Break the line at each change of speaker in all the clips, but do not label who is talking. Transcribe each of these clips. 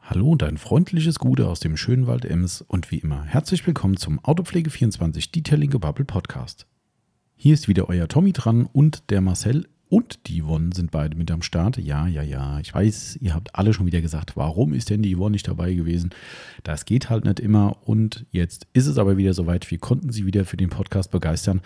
Hallo und ein freundliches Gute aus dem Schönwald Ems und wie immer herzlich willkommen zum Autopflege24 Detailing Bubble Podcast. Hier ist wieder euer Tommy dran und der Marcel und die Yvonne sind beide mit am Start. Ja, ja, ja, ich weiß, ihr habt alle schon wieder gesagt, warum ist denn die Yvonne nicht dabei gewesen? Das geht halt nicht immer und jetzt ist es aber wieder soweit. Wir konnten sie wieder für den Podcast begeistern.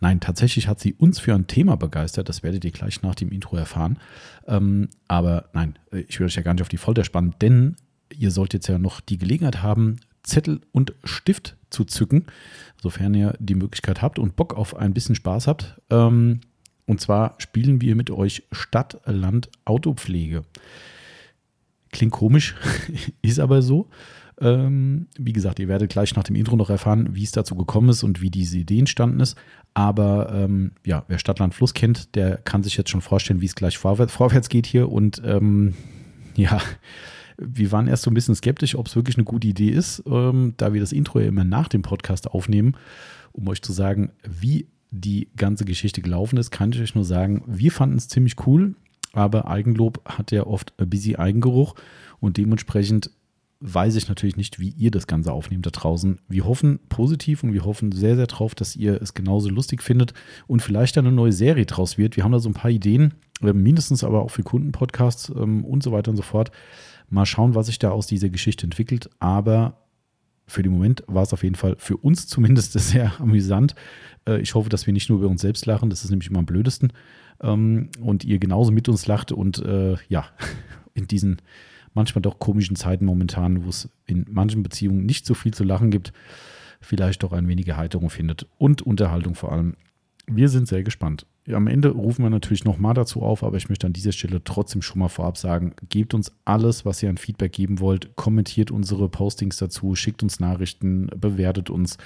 Nein, tatsächlich hat sie uns für ein Thema begeistert. Das werdet ihr gleich nach dem Intro erfahren. Ähm, aber nein, äh, ich will euch ja gar nicht auf die Folter spannen, denn ihr sollt jetzt ja noch die Gelegenheit haben, Zettel und Stift zu zücken, sofern ihr die Möglichkeit habt und Bock auf ein bisschen Spaß habt. Ähm, und zwar spielen wir mit euch Stadt, Land, Autopflege. Klingt komisch, ist aber so. Ähm, wie gesagt, ihr werdet gleich nach dem Intro noch erfahren, wie es dazu gekommen ist und wie diese Idee entstanden ist. Aber ähm, ja, wer Stadt, Land, Fluss kennt, der kann sich jetzt schon vorstellen, wie es gleich vorwärts, vorwärts geht hier. Und ähm, ja, wir waren erst so ein bisschen skeptisch, ob es wirklich eine gute Idee ist, ähm, da wir das Intro ja immer nach dem Podcast aufnehmen, um euch zu sagen, wie die ganze Geschichte gelaufen ist, kann ich euch nur sagen, wir fanden es ziemlich cool, aber Eigenlob hat ja oft ein bisschen Eigengeruch und dementsprechend weiß ich natürlich nicht, wie ihr das Ganze aufnehmt da draußen. Wir hoffen positiv und wir hoffen sehr, sehr drauf, dass ihr es genauso lustig findet und vielleicht eine neue Serie draus wird. Wir haben da so ein paar Ideen, äh, mindestens aber auch für Kundenpodcasts ähm, und so weiter und so fort. Mal schauen, was sich da aus dieser Geschichte entwickelt. Aber für den Moment war es auf jeden Fall für uns zumindest sehr amüsant. Äh, Ich hoffe, dass wir nicht nur über uns selbst lachen, das ist nämlich immer am blödesten. Ähm, Und ihr genauso mit uns lacht und äh, ja, in diesen manchmal doch komischen Zeiten momentan, wo es in manchen Beziehungen nicht so viel zu lachen gibt, vielleicht doch ein wenig Erheiterung findet und Unterhaltung vor allem. Wir sind sehr gespannt. Am Ende rufen wir natürlich nochmal dazu auf, aber ich möchte an dieser Stelle trotzdem schon mal vorab sagen, gebt uns alles, was ihr an Feedback geben wollt, kommentiert unsere Postings dazu, schickt uns Nachrichten, bewertet uns.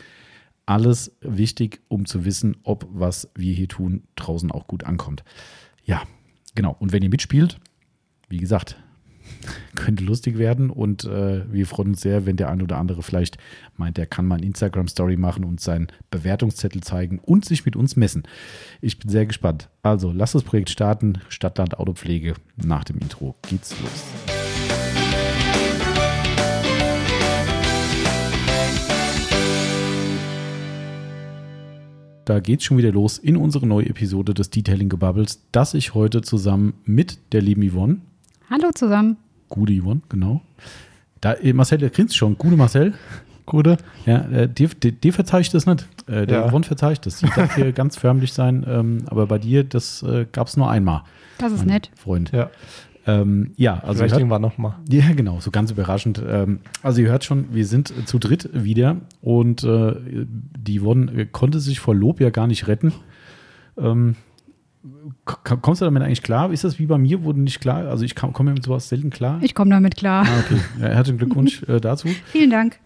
Alles wichtig, um zu wissen, ob was wir hier tun draußen auch gut ankommt. Ja, genau. Und wenn ihr mitspielt, wie gesagt, könnte lustig werden und äh, wir freuen uns sehr, wenn der ein oder andere vielleicht meint, der kann mal eine Instagram-Story machen und seinen Bewertungszettel zeigen und sich mit uns messen. Ich bin sehr gespannt. Also, lasst das Projekt starten. Stadtland Autopflege. Nach dem Intro geht's los. Da geht's schon wieder los in unsere neue Episode des Detailing Gebubbles, das ich heute zusammen mit der lieben Yvonne
Hallo zusammen.
Gute Yvonne, genau. Da, äh, Marcel, der grinst schon. Gute Marcel. Gute. Ja, äh, dir, dir, dir verzeih ich das nicht. Äh, der
Ja.
Yvonne verzeih ich das. Ich darf hier ganz förmlich sein, ähm, aber bei dir, das äh, gab es nur einmal.
Das ist
mein
nett.
Freund. Ja,
Ja,
ähm, ja also
vielleicht
hört-
irgendwann nochmal.
ja, genau, so ganz überraschend. Ähm, Also ihr hört schon, wir sind zu dritt wieder und äh, die Yvonne äh, konnte sich vor Lob ja gar nicht retten. Ähm, k- Kommst du damit eigentlich klar? Ist das wie bei mir, wo du nicht klar, also ich kam- komme mit sowas selten klar?
Ich komme damit klar.
Ah, okay. Ja, herzlichen Glückwunsch äh, dazu. Äh,
Vielen Dank.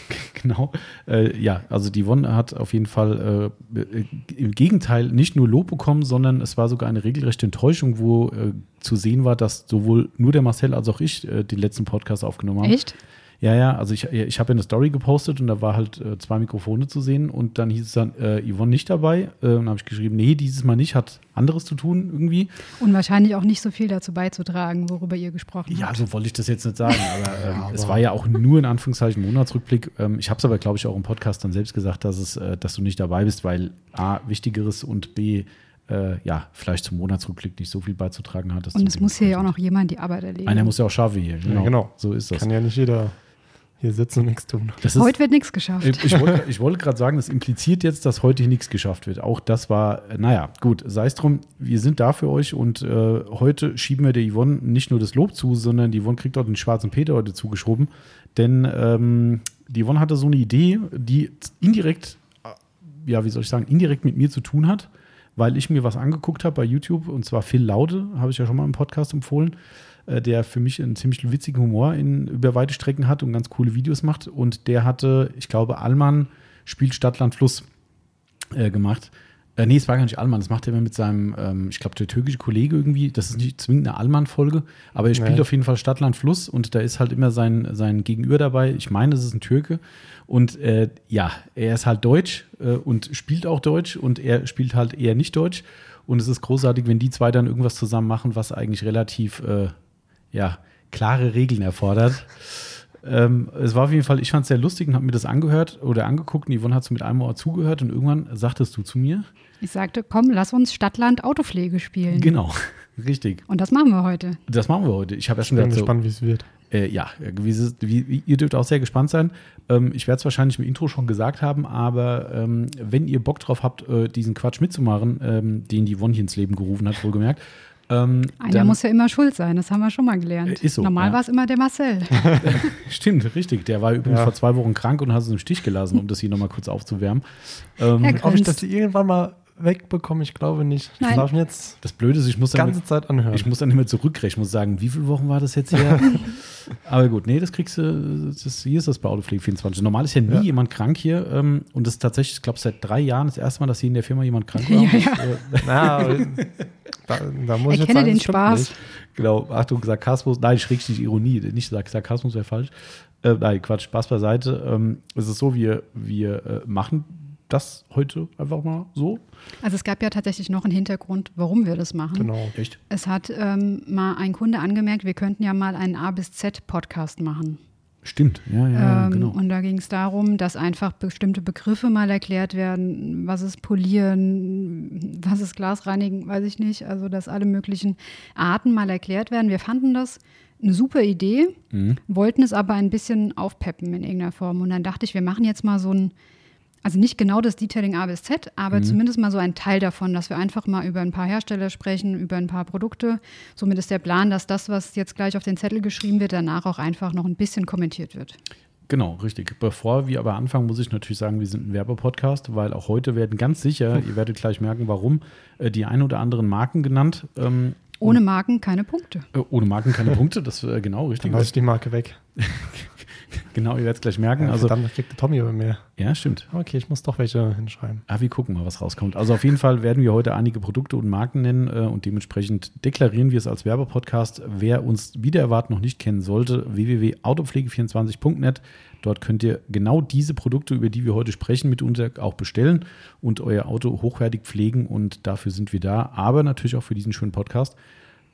genau. Äh, ja, also die Won hat auf jeden Fall äh, äh, im Gegenteil nicht nur Lob bekommen, sondern es war sogar eine regelrechte Enttäuschung, wo äh, zu sehen war, dass sowohl nur der Marcel als auch ich äh, den letzten Podcast aufgenommen haben.
Echt?
Ja, ja, also ich, ich habe ja eine Story gepostet und da war halt äh, zwei Mikrofone zu sehen und dann hieß es dann, äh, Yvonne nicht dabei. Äh, und dann habe ich geschrieben, nee, dieses Mal nicht, hat anderes zu tun irgendwie.
Und wahrscheinlich auch nicht so viel dazu beizutragen, worüber ihr gesprochen
Ja,
habt.
so wollte ich das jetzt nicht sagen, aber, ähm, es war ja auch nur in Anführungszeichen Monatsrückblick. Ähm, ich habe es aber, glaube ich, auch im Podcast dann selbst gesagt, dass, es, äh, dass du nicht dabei bist, weil A, Wichtigeres und B, äh, ja, vielleicht zum Monatsrückblick nicht so viel beizutragen hattest.
Und es muss hier ja auch noch jemand die Arbeit erledigen.
Einer muss ja auch schaffen hier. Genau.
Ja, genau.
So ist das.
Kann ja nicht jeder hier sitzen und nichts tun.
das
Heute wird nichts geschafft.
ich, ich wollte, ich wollte gerade sagen, das impliziert jetzt, dass heute hier nichts geschafft wird. Auch das war, äh, naja, gut, sei es drum, wir sind da für euch und äh, heute schieben wir der Yvonne nicht nur das Lob zu, sondern die Yvonne kriegt auch den schwarzen Peter heute zugeschoben. Denn ähm, die Yvonne hatte so eine Idee, die indirekt ja, wie soll ich sagen, indirekt mit mir zu tun hat, weil ich mir was angeguckt habe bei YouTube und zwar Phil Laude, habe ich ja schon mal im Podcast empfohlen, äh, der für mich einen ziemlich witzigen Humor in, über weite Strecken hat und ganz coole Videos macht. Und der hatte, ich glaube, Allmann spielt Stadtland Fluss äh, gemacht. Äh, nee, es war gar nicht Allmann, das macht er immer mit seinem, ähm, ich glaube, der türkische Kollege irgendwie. Das ist nicht zwingend eine Allmann-Folge, aber er spielt
Nee.
auf jeden Fall Stadtland Fluss und da ist halt immer sein, sein Gegenüber dabei. Ich meine, es ist ein Türke und äh, ja, er ist halt deutsch äh, und spielt auch deutsch und er spielt halt eher nicht deutsch. Und es ist großartig, wenn die zwei dann irgendwas zusammen machen, was eigentlich relativ, äh, ja, klare Regeln erfordert. ähm, es war auf jeden Fall, ich fand es sehr lustig und habe mir das angehört oder angeguckt. Und Yvonne hat es mit einem Ohr zugehört und irgendwann sagtest du zu mir.
Ich sagte, komm, lass uns Stadtland Autopflege spielen.
Genau, richtig.
Und das machen wir heute.
Das machen wir heute. Ich habe erst
Ich bin
gedacht, so,
gespannt, wie es wird.
äh, ja, wie, es ist- wie, wie, ihr dürft auch sehr gespannt sein. Ähm, ich werde es wahrscheinlich im Intro schon gesagt haben, aber ähm, wenn ihr Bock drauf habt, äh, diesen Quatsch mitzumachen, ähm, den die Won hier ins Leben gerufen hat, wohlgemerkt, ähm,
Einer muss ja immer schuld sein, das haben wir schon mal gelernt.
Äh, ist so,
Normal
ja.
war es immer der Marcel.
Stimmt, richtig. Der war übrigens
Ja.
vor zwei Wochen krank und hat uns im Stich gelassen, um das hier nochmal kurz aufzuwärmen. Ähm,
Er
Ob ich
grinst.
das irgendwann mal wegbekomme, ich glaube nicht. Ich
Nein.
darf ihn jetzt
das Blöde ist, ich muss
die
dann,
ganze Zeit anhören.
ich muss dann immer zurückrechnen, muss sagen, wie viele Wochen war das jetzt her? Aber gut, nee, das kriegst du, das, hier ist das bei Autopflege 24. Normal ist ja nie
Ja.
jemand krank hier ähm, und das ist tatsächlich, ich glaube, seit drei Jahren das erste Mal, dass hier in der Firma jemand krank war.
Ja, ja.
Na, aber da, da muss ich jetzt
Erkenne
sagen,
den
das stimmt
Spaß.
Nicht.
Genau, Achtung, Sarkasmus, nein, schrägstrich Ironie, nicht Sark- Sarkasmus wäre falsch. Äh, nein, Quatsch, Spaß beiseite. Ähm, es ist so, wir, wir äh, machen das heute einfach mal so.
Also es gab ja tatsächlich noch einen Hintergrund, warum wir das machen.
Genau.
Hm. Echt?
Es hat ähm, mal ein Kunde angemerkt, wir könnten ja mal einen A bis Z Podcast machen.
Stimmt, ja, ja,
ähm,
genau.
Und da ging es darum, dass einfach bestimmte Begriffe mal erklärt werden. Was ist Polieren, was ist Glas reinigen, weiß ich nicht. Also, dass alle möglichen Arten mal erklärt werden. Wir fanden das eine super Idee,
Mhm.
wollten es aber ein bisschen aufpeppen in irgendeiner Form. Und dann dachte ich, wir machen jetzt mal so ein. Also nicht genau das Detailing A bis Z,
Mhm.
aber zumindest mal so ein Teil davon, dass wir einfach mal über ein paar Hersteller sprechen, über ein paar Produkte. Somit ist der Plan, dass das, was jetzt gleich auf den Zettel geschrieben wird, danach auch einfach noch ein bisschen kommentiert wird.
Genau, richtig. Bevor wir aber anfangen, muss ich natürlich sagen, wir sind ein Werbepodcast, weil auch heute werden ganz sicher, ihr werdet gleich merken, warum, äh, die ein oder anderen Marken genannt. Ähm,
Ohne Marken keine Punkte.
äh, ohne Marken keine Punkte, das äh, genau richtig.
Dann lasse ich die Marke weg.
Genau, ihr werdet es gleich merken.
Ja,
Also,
Verdammt, das kriegt der Tommy über mir.
ja, stimmt.
Okay, ich muss doch welche hinschreiben.
Ah, wir gucken mal, was rauskommt. Also auf jeden Fall werden wir heute einige Produkte und Marken nennen äh, und dementsprechend deklarieren wir es als Werbepodcast. Wer uns wieder erwarten noch nicht kennen sollte, www.autopflege24.net. Dort könnt ihr genau diese Produkte, über die wir heute sprechen, mitunter auch bestellen und euer Auto hochwertig pflegen und dafür sind wir da, aber natürlich auch für diesen schönen Podcast.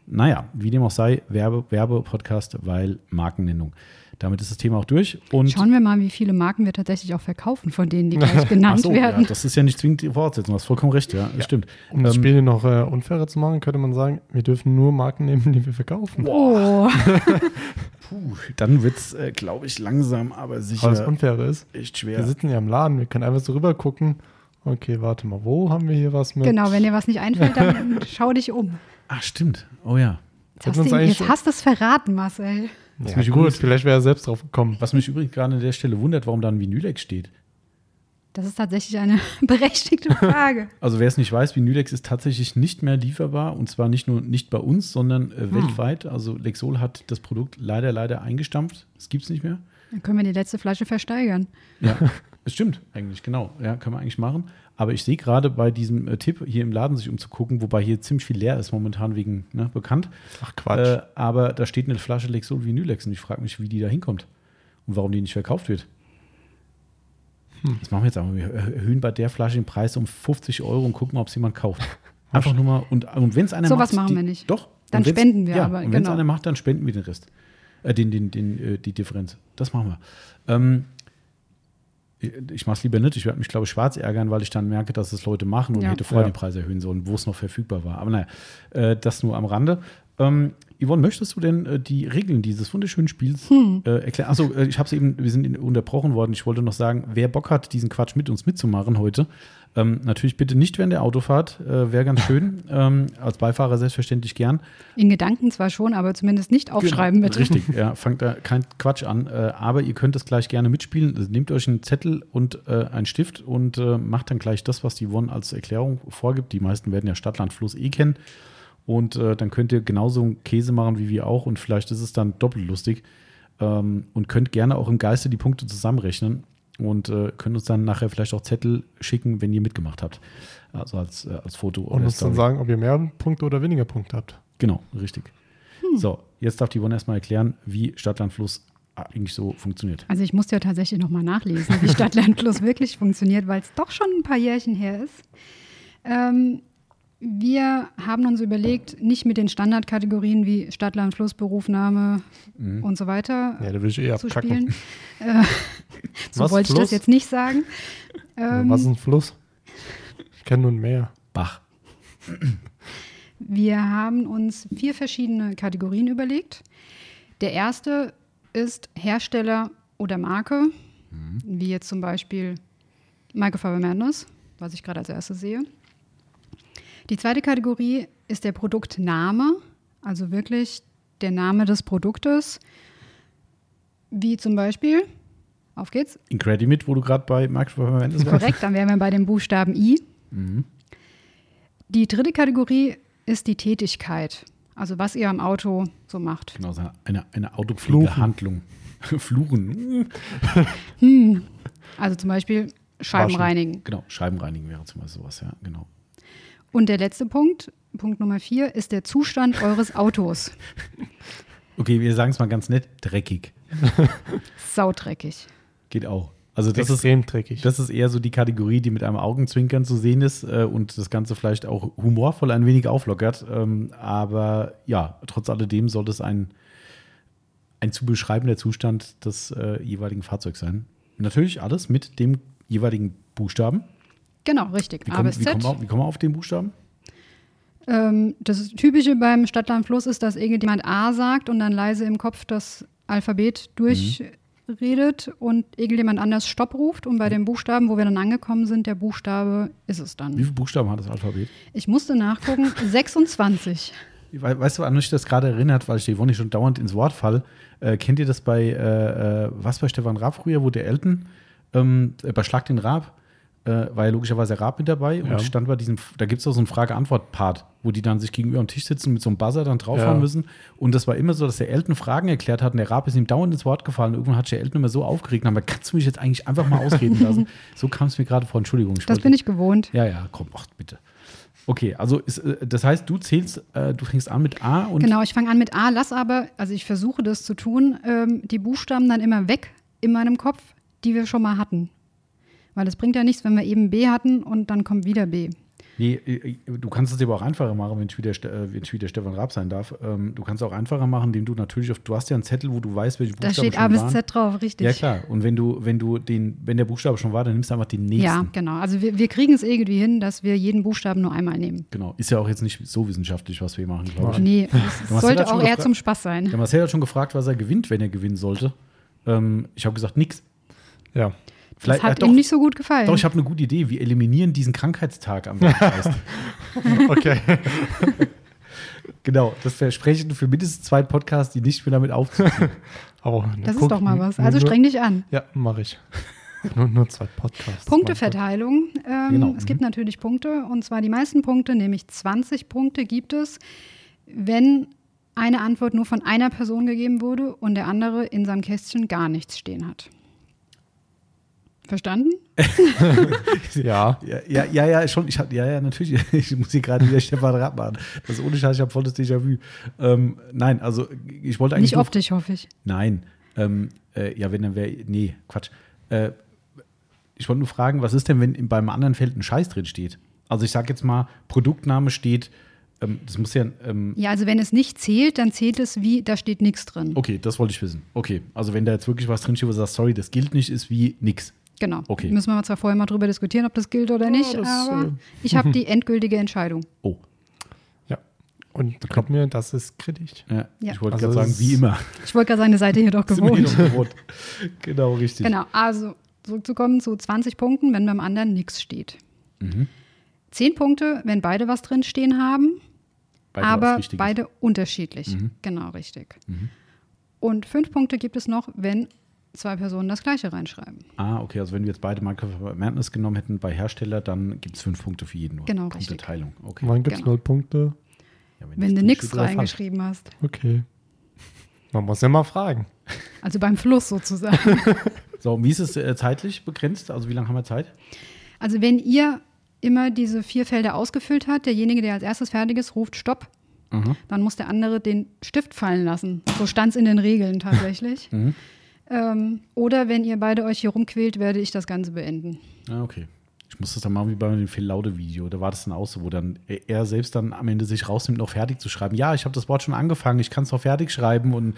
Naja, wie dem auch sei, Werbe, Werbepodcast, weil Markennennung. Damit ist das Thema auch durch und
Schauen wir mal, wie viele Marken wir tatsächlich auch verkaufen, von denen die gleich genannt
Ach so, ja,
werden.
das ist ja nicht zwingend die Voraussetzung, du hast vollkommen recht, ja, das stimmt. Ähm,
Um das Spiel noch äh, unfairer zu machen, könnte man sagen, wir dürfen nur Marken nehmen, die wir verkaufen.
Oh,
Puh, dann wird es, äh, glaube ich, langsam, aber
Aber das
sicher
Unfaire ist,
echt
wir
schwer.
sitzen ja im Laden, wir können einfach so rüber gucken. Okay, warte mal, wo haben wir hier was mit?
genau, wenn dir was nicht einfällt, dann schau dich um.
Ach, stimmt. Oh ja.
Jetzt
Hätten
hast, du,
uns
ihn-
eigentlich-
jetzt hast du es verraten, Marcel.
Was
ja,
mich
gut,
übrigens-
vielleicht wäre er selbst drauf gekommen.
Was mich übrigens gerade an der Stelle wundert, warum da ein Vinylex steht.
Das ist tatsächlich eine berechtigte Frage.
Also wer es nicht weiß, Vinylex ist tatsächlich nicht mehr lieferbar und zwar nicht nur nicht bei uns, sondern äh,
Hm.
weltweit. Also Lexol hat das Produkt leider, leider eingestampft. Es gibt es nicht mehr.
Dann können wir die letzte Flasche versteigern.
Ja, es stimmt eigentlich, genau. Ja, kann man eigentlich machen. Aber ich sehe gerade bei diesem äh, Tipp, hier im Laden sich umzugucken, wobei hier ziemlich viel leer ist momentan wegen ne, bekannt.
Ach
Äh,
Quatsch.
aber da steht eine Flasche Lexol Vinylex und ich frage mich, wie die da hinkommt und warum die nicht verkauft wird. Das machen wir jetzt einfach. Wir er- erhöhen bei der Flasche den Preis um 50 Euro und gucken, ob es jemand kauft. Einfach nur mal. Und, und wenn es einer
So
macht.
was machen
die,
wir nicht.
Doch.
Dann
Und wenn's-
spenden wir
ja,
aber,
Und wenn es
genau.
einer macht, dann spenden wir den Rest. Äh, den, den, den, äh, die Differenz. Das machen wir. Ähm, ich mache es lieber nicht. Ich werde mich, glaube ich, schwarz ärgern, weil ich dann merke, dass es Leute machen und
Ja.
hätte vorher
Ja.
den Preis erhöhen sollen, wo es noch verfügbar war. Aber naja, äh, das nur am Rande. Ähm, Yvonne, möchtest du denn äh, die Regeln dieses wunderschönen Spiels äh, erklären? Achso, äh, ich habe es eben, wir sind in- unterbrochen worden. Ich wollte noch sagen, wer Bock hat, diesen Quatsch mit uns mitzumachen heute, ähm, natürlich bitte nicht während der Autofahrt, äh, wäre ganz schön. ähm, als Beifahrer selbstverständlich gern.
In Gedanken zwar schon, aber zumindest nicht aufschreiben,
Genau,
bitte.
Richtig, ja, fangt da kein Quatsch an. Äh, aber ihr könnt es gleich gerne mitspielen. Also nehmt euch einen Zettel und äh, einen Stift und äh, macht dann gleich das, was die Won als Erklärung vorgibt. Die meisten werden ja Stadt, Land, Fluss eh kennen. Und äh, dann könnt ihr genauso einen Käse machen wie wir auch und vielleicht ist es dann doppelt lustig. Ähm, und könnt gerne auch im Geiste die Punkte zusammenrechnen und äh, könnt uns dann nachher vielleicht auch Zettel schicken, wenn ihr mitgemacht habt. Also als, äh, als Foto
Und uns dann
Story.
sagen, ob ihr mehr Punkte oder weniger Punkte habt.
Genau, richtig. So, jetzt darf die Yvonne erstmal erklären, wie Stadtlandfluss eigentlich so funktioniert.
Also ich musste ja tatsächlich nochmal nachlesen, wie Stadtland Plus wirklich funktioniert, weil es doch schon ein paar Jährchen her ist. Ähm, Wir haben uns überlegt, nicht mit den Standardkategorien wie Stadt, Land, Fluss, Beruf, Name und so weiter
Mhm. Ja, da würde ich eh
zu
abkacken.
spielen. Äh, so
Was,
wollte ich das
Fluss?
jetzt nicht sagen. Ähm,
Was ist ein Fluss? Ich kenne nur ein Meer.
Bach.
Wir haben uns vier verschiedene Kategorien überlegt. Der erste ist Hersteller oder Marke, wie jetzt zum Beispiel Michael Faber Madness, was ich gerade als erstes sehe. Die zweite Kategorie ist der Produktname, also wirklich der Name des Produktes, wie zum Beispiel, auf geht's,
Incredimit, wo du gerade bei Markt verwendet warst.
Korrekt, dann wären wir bei dem Buchstaben I.
Mhm.
Die dritte Kategorie ist die Tätigkeit. Also was ihr am Auto so macht.
Genau, so eine, eine Autopflegehandlung. Fluchen.
Also zum Beispiel Scheiben
Waschen.
reinigen.
Genau, Scheiben reinigen wäre zum Beispiel sowas, ja, genau.
Und der letzte Punkt, Punkt Nummer vier, ist der Zustand eures Autos.
Okay, wir sagen es mal ganz nett, dreckig.
Saudreckig.
Geht auch. Also das ist,
extrem dreckig.
das ist eher so die Kategorie, die mit einem Augenzwinkern zu sehen ist äh, und das Ganze vielleicht auch humorvoll ein wenig auflockert. Ähm, aber ja, trotz alledem sollte es ein, ein zu beschreibender Zustand des äh, jeweiligen Fahrzeugs sein. Natürlich alles mit dem jeweiligen Buchstaben.
Genau, richtig.
Wie
A
kommen,
bis
wie kommen, wir,
Z.
auf- wie kommen wir auf den Buchstaben?
Ähm, das Typische beim Stadtland Fluss ist, dass irgendjemand A sagt und dann leise im Kopf das Alphabet durchredet und irgendjemand anders Stopp ruft. Und bei dem Buchstaben, wo wir dann angekommen sind, der Buchstabe ist es dann.
Wie viele Buchstaben hat das Alphabet?
Ich musste nachgucken, 26.
We- Weißt du, an mich das gerade erinnert, weil ich die Yvonne schon dauernd ins Wort fall. Äh, kennt ihr das bei, äh, äh, was bei Stefan Raab früher, wo der Elton ähm, äh, bei Schlag den Raab, äh, war ja logischerweise Raab mit dabei
Ja.
und stand bei diesem, da gibt es auch so einen Frage-Antwort-Part, wo die dann sich gegenüber am Tisch sitzen mit so einem Buzzer dann draufhauen
Ja.
müssen. Und das war immer so, dass der Elton Fragen erklärt hat und der Raab ist ihm dauernd ins Wort gefallen. Irgendwann hat sich der Elton immer so aufgeregt, aber kannst du mich jetzt eigentlich einfach mal ausreden lassen? So kam es mir gerade vor, Entschuldigung.
Das
wollte-
bin ich gewohnt.
ja, ja, komm, ach, bitte. Okay, also ist, äh, das heißt, du zählst, äh, du fängst an mit A und
Genau, ich fange an mit A, lass aber, also ich versuche das zu tun, ähm, die Buchstaben dann immer weg in meinem Kopf, die wir schon mal hatten. Weil es bringt ja nichts, wenn wir eben B hatten und dann kommt wieder B.
Nee, äh, du kannst es dir aber auch einfacher machen, wenn ich wieder, Ste- äh, wenn ich wieder Stefan Raab sein darf. Ähm, du kannst es auch einfacher machen, indem du natürlich auf, du hast ja einen Zettel, wo du weißt, welche
Da
Buchstaben
steht
schon
A bis
waren.
Z drauf, richtig.
Ja, klar. Und wenn du, wenn du den, wenn der Buchstabe schon war, dann nimmst du einfach den nächsten.
Ja, genau. Also wir, wir kriegen es irgendwie hin, dass wir jeden Buchstaben nur einmal nehmen.
Genau. Ist ja auch jetzt nicht so wissenschaftlich, was wir hier machen, glaube ich.
Nee, es
Du hast ja
sollte
das schon
auch eher
gefra-
zum Spaß sein.
Der Marcel hat schon gefragt, was er gewinnt, wenn er gewinnen sollte. Ähm, ich habe gesagt, nix.
Ja.
Das
Vielleicht,
hat
äh,
ihm
doch,
nicht so gut gefallen.
doch, ich habe eine gute Idee. Wir eliminieren diesen Krankheitstag am Weltgeist.
Okay.
Genau, das Versprechen für mindestens zwei Podcasts, die nicht mehr damit aufziehen.
Aber
das
guck,
ist doch mal was.
nur-
Also streng dich an.
Ja, mache ich. nur, nur zwei Podcasts.
Punkteverteilung. Ähm,
Genau.
Es gibt natürlich Punkte und zwar die meisten Punkte, nämlich 20 Punkte gibt es, wenn eine Antwort nur von einer Person gegeben wurde und der andere in seinem Kästchen gar nichts stehen hat. Verstanden?
Ja.
ja, ja, ja, ja, schon. Ich hab, ja, ja, natürlich. Ich muss hier gerade wieder Stefan Rapp machen. Das ist ohne Scheiß, ich habe volles Déjà-vu. Ähm, nein, also ich wollte eigentlich.
Nicht
nur-
optisch, hoffe ich.
Nein. Ähm, äh, ja, wenn dann wäre. Nee, Quatsch. Äh, ich wollte nur fragen, was ist denn, wenn beim anderen Feld ein Scheiß drin steht? Also ich sage jetzt mal, Produktname steht, ähm, das muss ja. Ähm,
Ja, also wenn es nicht zählt, dann zählt es wie, da steht nichts drin.
okay, das wollte ich wissen. Okay, also wenn da jetzt wirklich was drin steht, wo du sagst, sorry, das gilt nicht, ist wie nix.
Genau.
Okay.
Müssen wir zwar vorher mal drüber diskutieren, ob das gilt oder nicht,
das,
aber
äh,
ich habe die endgültige Entscheidung.
Oh.
Ja. Und glaub mir, das ist kritisch.
Ja,
Ja.
ich wollte gerade
Also das
sagen,
ist-
wie immer.
Ich wollte gerade sagen, eine Seite hier doch
Sind wir hier
gewohnt.
noch gewohnt. genau, richtig.
Genau, also zurückzukommen zu 20 Punkten, wenn beim anderen nichts steht.
Mhm.
10 Punkte, wenn beide was drin stehen haben,
Beide was Mhm.
aber
Richtiges.
beide unterschiedlich. Genau, richtig. Und 5 Punkte gibt es noch, wenn zwei Personen das gleiche reinschreiben.
Ah, okay, also wenn wir jetzt beide Microsoft Madness genommen hätten bei Hersteller, dann gibt es fünf Punkte für jeden nur.
Genau, richtig.
Punkteteilung. Okay.
Wann gibt es
Genau.
null Punkte?
Ja,
Wenn du
drin
nichts
steht, oder
reingeschrieben hast.
Okay. Man muss ja mal fragen.
Also beim Fluss sozusagen.
falsch. So, und wie ist es äh, zeitlich begrenzt? Also wie lange haben wir Zeit?
also wenn ihr immer diese vier Felder ausgefüllt habt, derjenige, der als erstes fertig ist, ruft Stopp.
Mhm.
Dann muss der andere den Stift fallen lassen. So stand es in den Regeln tatsächlich.
Mhm.
Ähm, oder wenn ihr beide euch hier rumquält, werde ich das Ganze beenden.
Ah, okay. Ich muss das dann machen wie bei dem Phil Laude-Video. Da war das dann auch so, wo dann e- er selbst dann am Ende sich rausnimmt, noch fertig zu schreiben. Ja, ich habe das Wort schon angefangen, ich kann es noch fertig schreiben. Und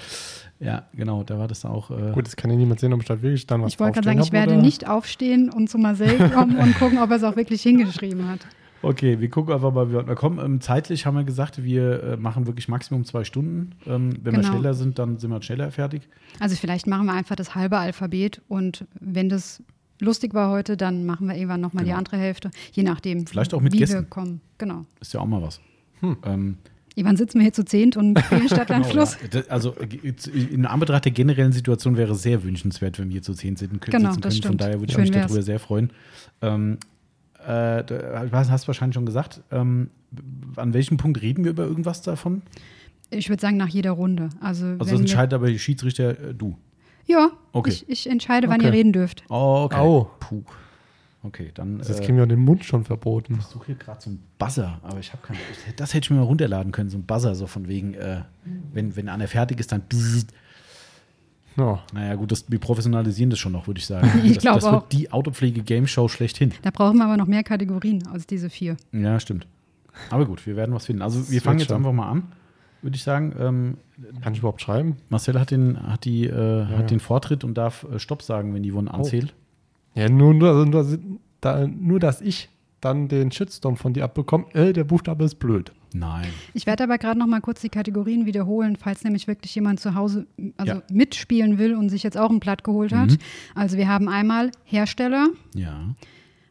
ja, genau, da war das dann auch. Äh,
Gut, das kann ja niemand sehen, ob ich da wirklich dann was
Ich wollte gerade sagen, ich
draufstehen hab,
werde
oder?
nicht aufstehen und zu Marcel kommen und gucken, ob er es auch wirklich hingeschrieben hat.
Okay, wir gucken einfach mal, wie weit wir kommen. Ähm, zeitlich haben wir gesagt, wir äh, machen wirklich Maximum zwei Stunden. Ähm, wenn wir
Genau.
schneller sind, dann sind wir schneller fertig.
Also vielleicht machen wir einfach das halbe Alphabet und wenn das lustig war heute, dann machen wir irgendwann nochmal mal die
Genau.
andere Hälfte, je nachdem,
Vielleicht auch mit
wie wir
Gästen.
kommen. Genau.
Ist ja auch mal was. Ähm,
Irgendwann sitzen wir hier zu zehnt und spielen statt
genau,
Schluss.
ja. Das- Also äh, jetzt in Anbetracht der generellen Situation wäre es sehr wünschenswert, wenn wir hier zu zehn sitzen können.
Genau,
sitzen
das
können. Von
stimmt.
daher würde ich
Schön
mich
wär's.
darüber sehr freuen. Ähm, äh, da- ich weiß, hast du wahrscheinlich schon gesagt. Ähm, b- an welchem Punkt reden wir über irgendwas davon?
Ich würde sagen, nach jeder Runde. Also,
Also das
wenn wir,
entscheidet aber die Schiedsrichter äh, du.
ja,
Okay.
ich, ich entscheide, wann
Okay.
ihr reden dürft.
Oh, okay.
Au.
Puh. Okay, dann.
Also Jetzt
äh,
kriegen wir den Mund schon verboten.
Ich suche hier gerade so einen Buzzer, aber ich habe keinen. ich- Das hätte ich mir mal runterladen können, so ein Buzzer, so von wegen, äh, wenn, wenn einer fertig ist, dann. bzzzt.
Ja.
Naja, gut, das, wir professionalisieren das schon noch, würde ich sagen. Also
Ich
das
glaub
das
auch.
wird die Autopflege-Game-Show schlechthin.
Da brauchen wir aber noch mehr Kategorien als diese vier.
Ja, stimmt. Aber gut, wir werden was finden. Also, wir
wird
fangen jetzt
schon.
einfach mal an, würde ich sagen. Ähm,
Kann ich überhaupt schreiben?
Marcel hat den, hat, die, äh, hat
ja. Oh.
den Vortritt und darf äh, Stopp sagen, wenn die Yvonne anzählt.
Ja, nur, nur, also, nur, da, nur dass ich dann den Shitstorm von dir abbekomme, äh, der Buchstabe ist blöd.
Nein.
Ich werde aber gerade noch mal kurz die Kategorien wiederholen, falls nämlich wirklich jemand zu Hause also
Ja.
mitspielen will und sich jetzt auch ein Blatt geholt hat.
Mhm.
Also wir haben einmal Hersteller,
Ja.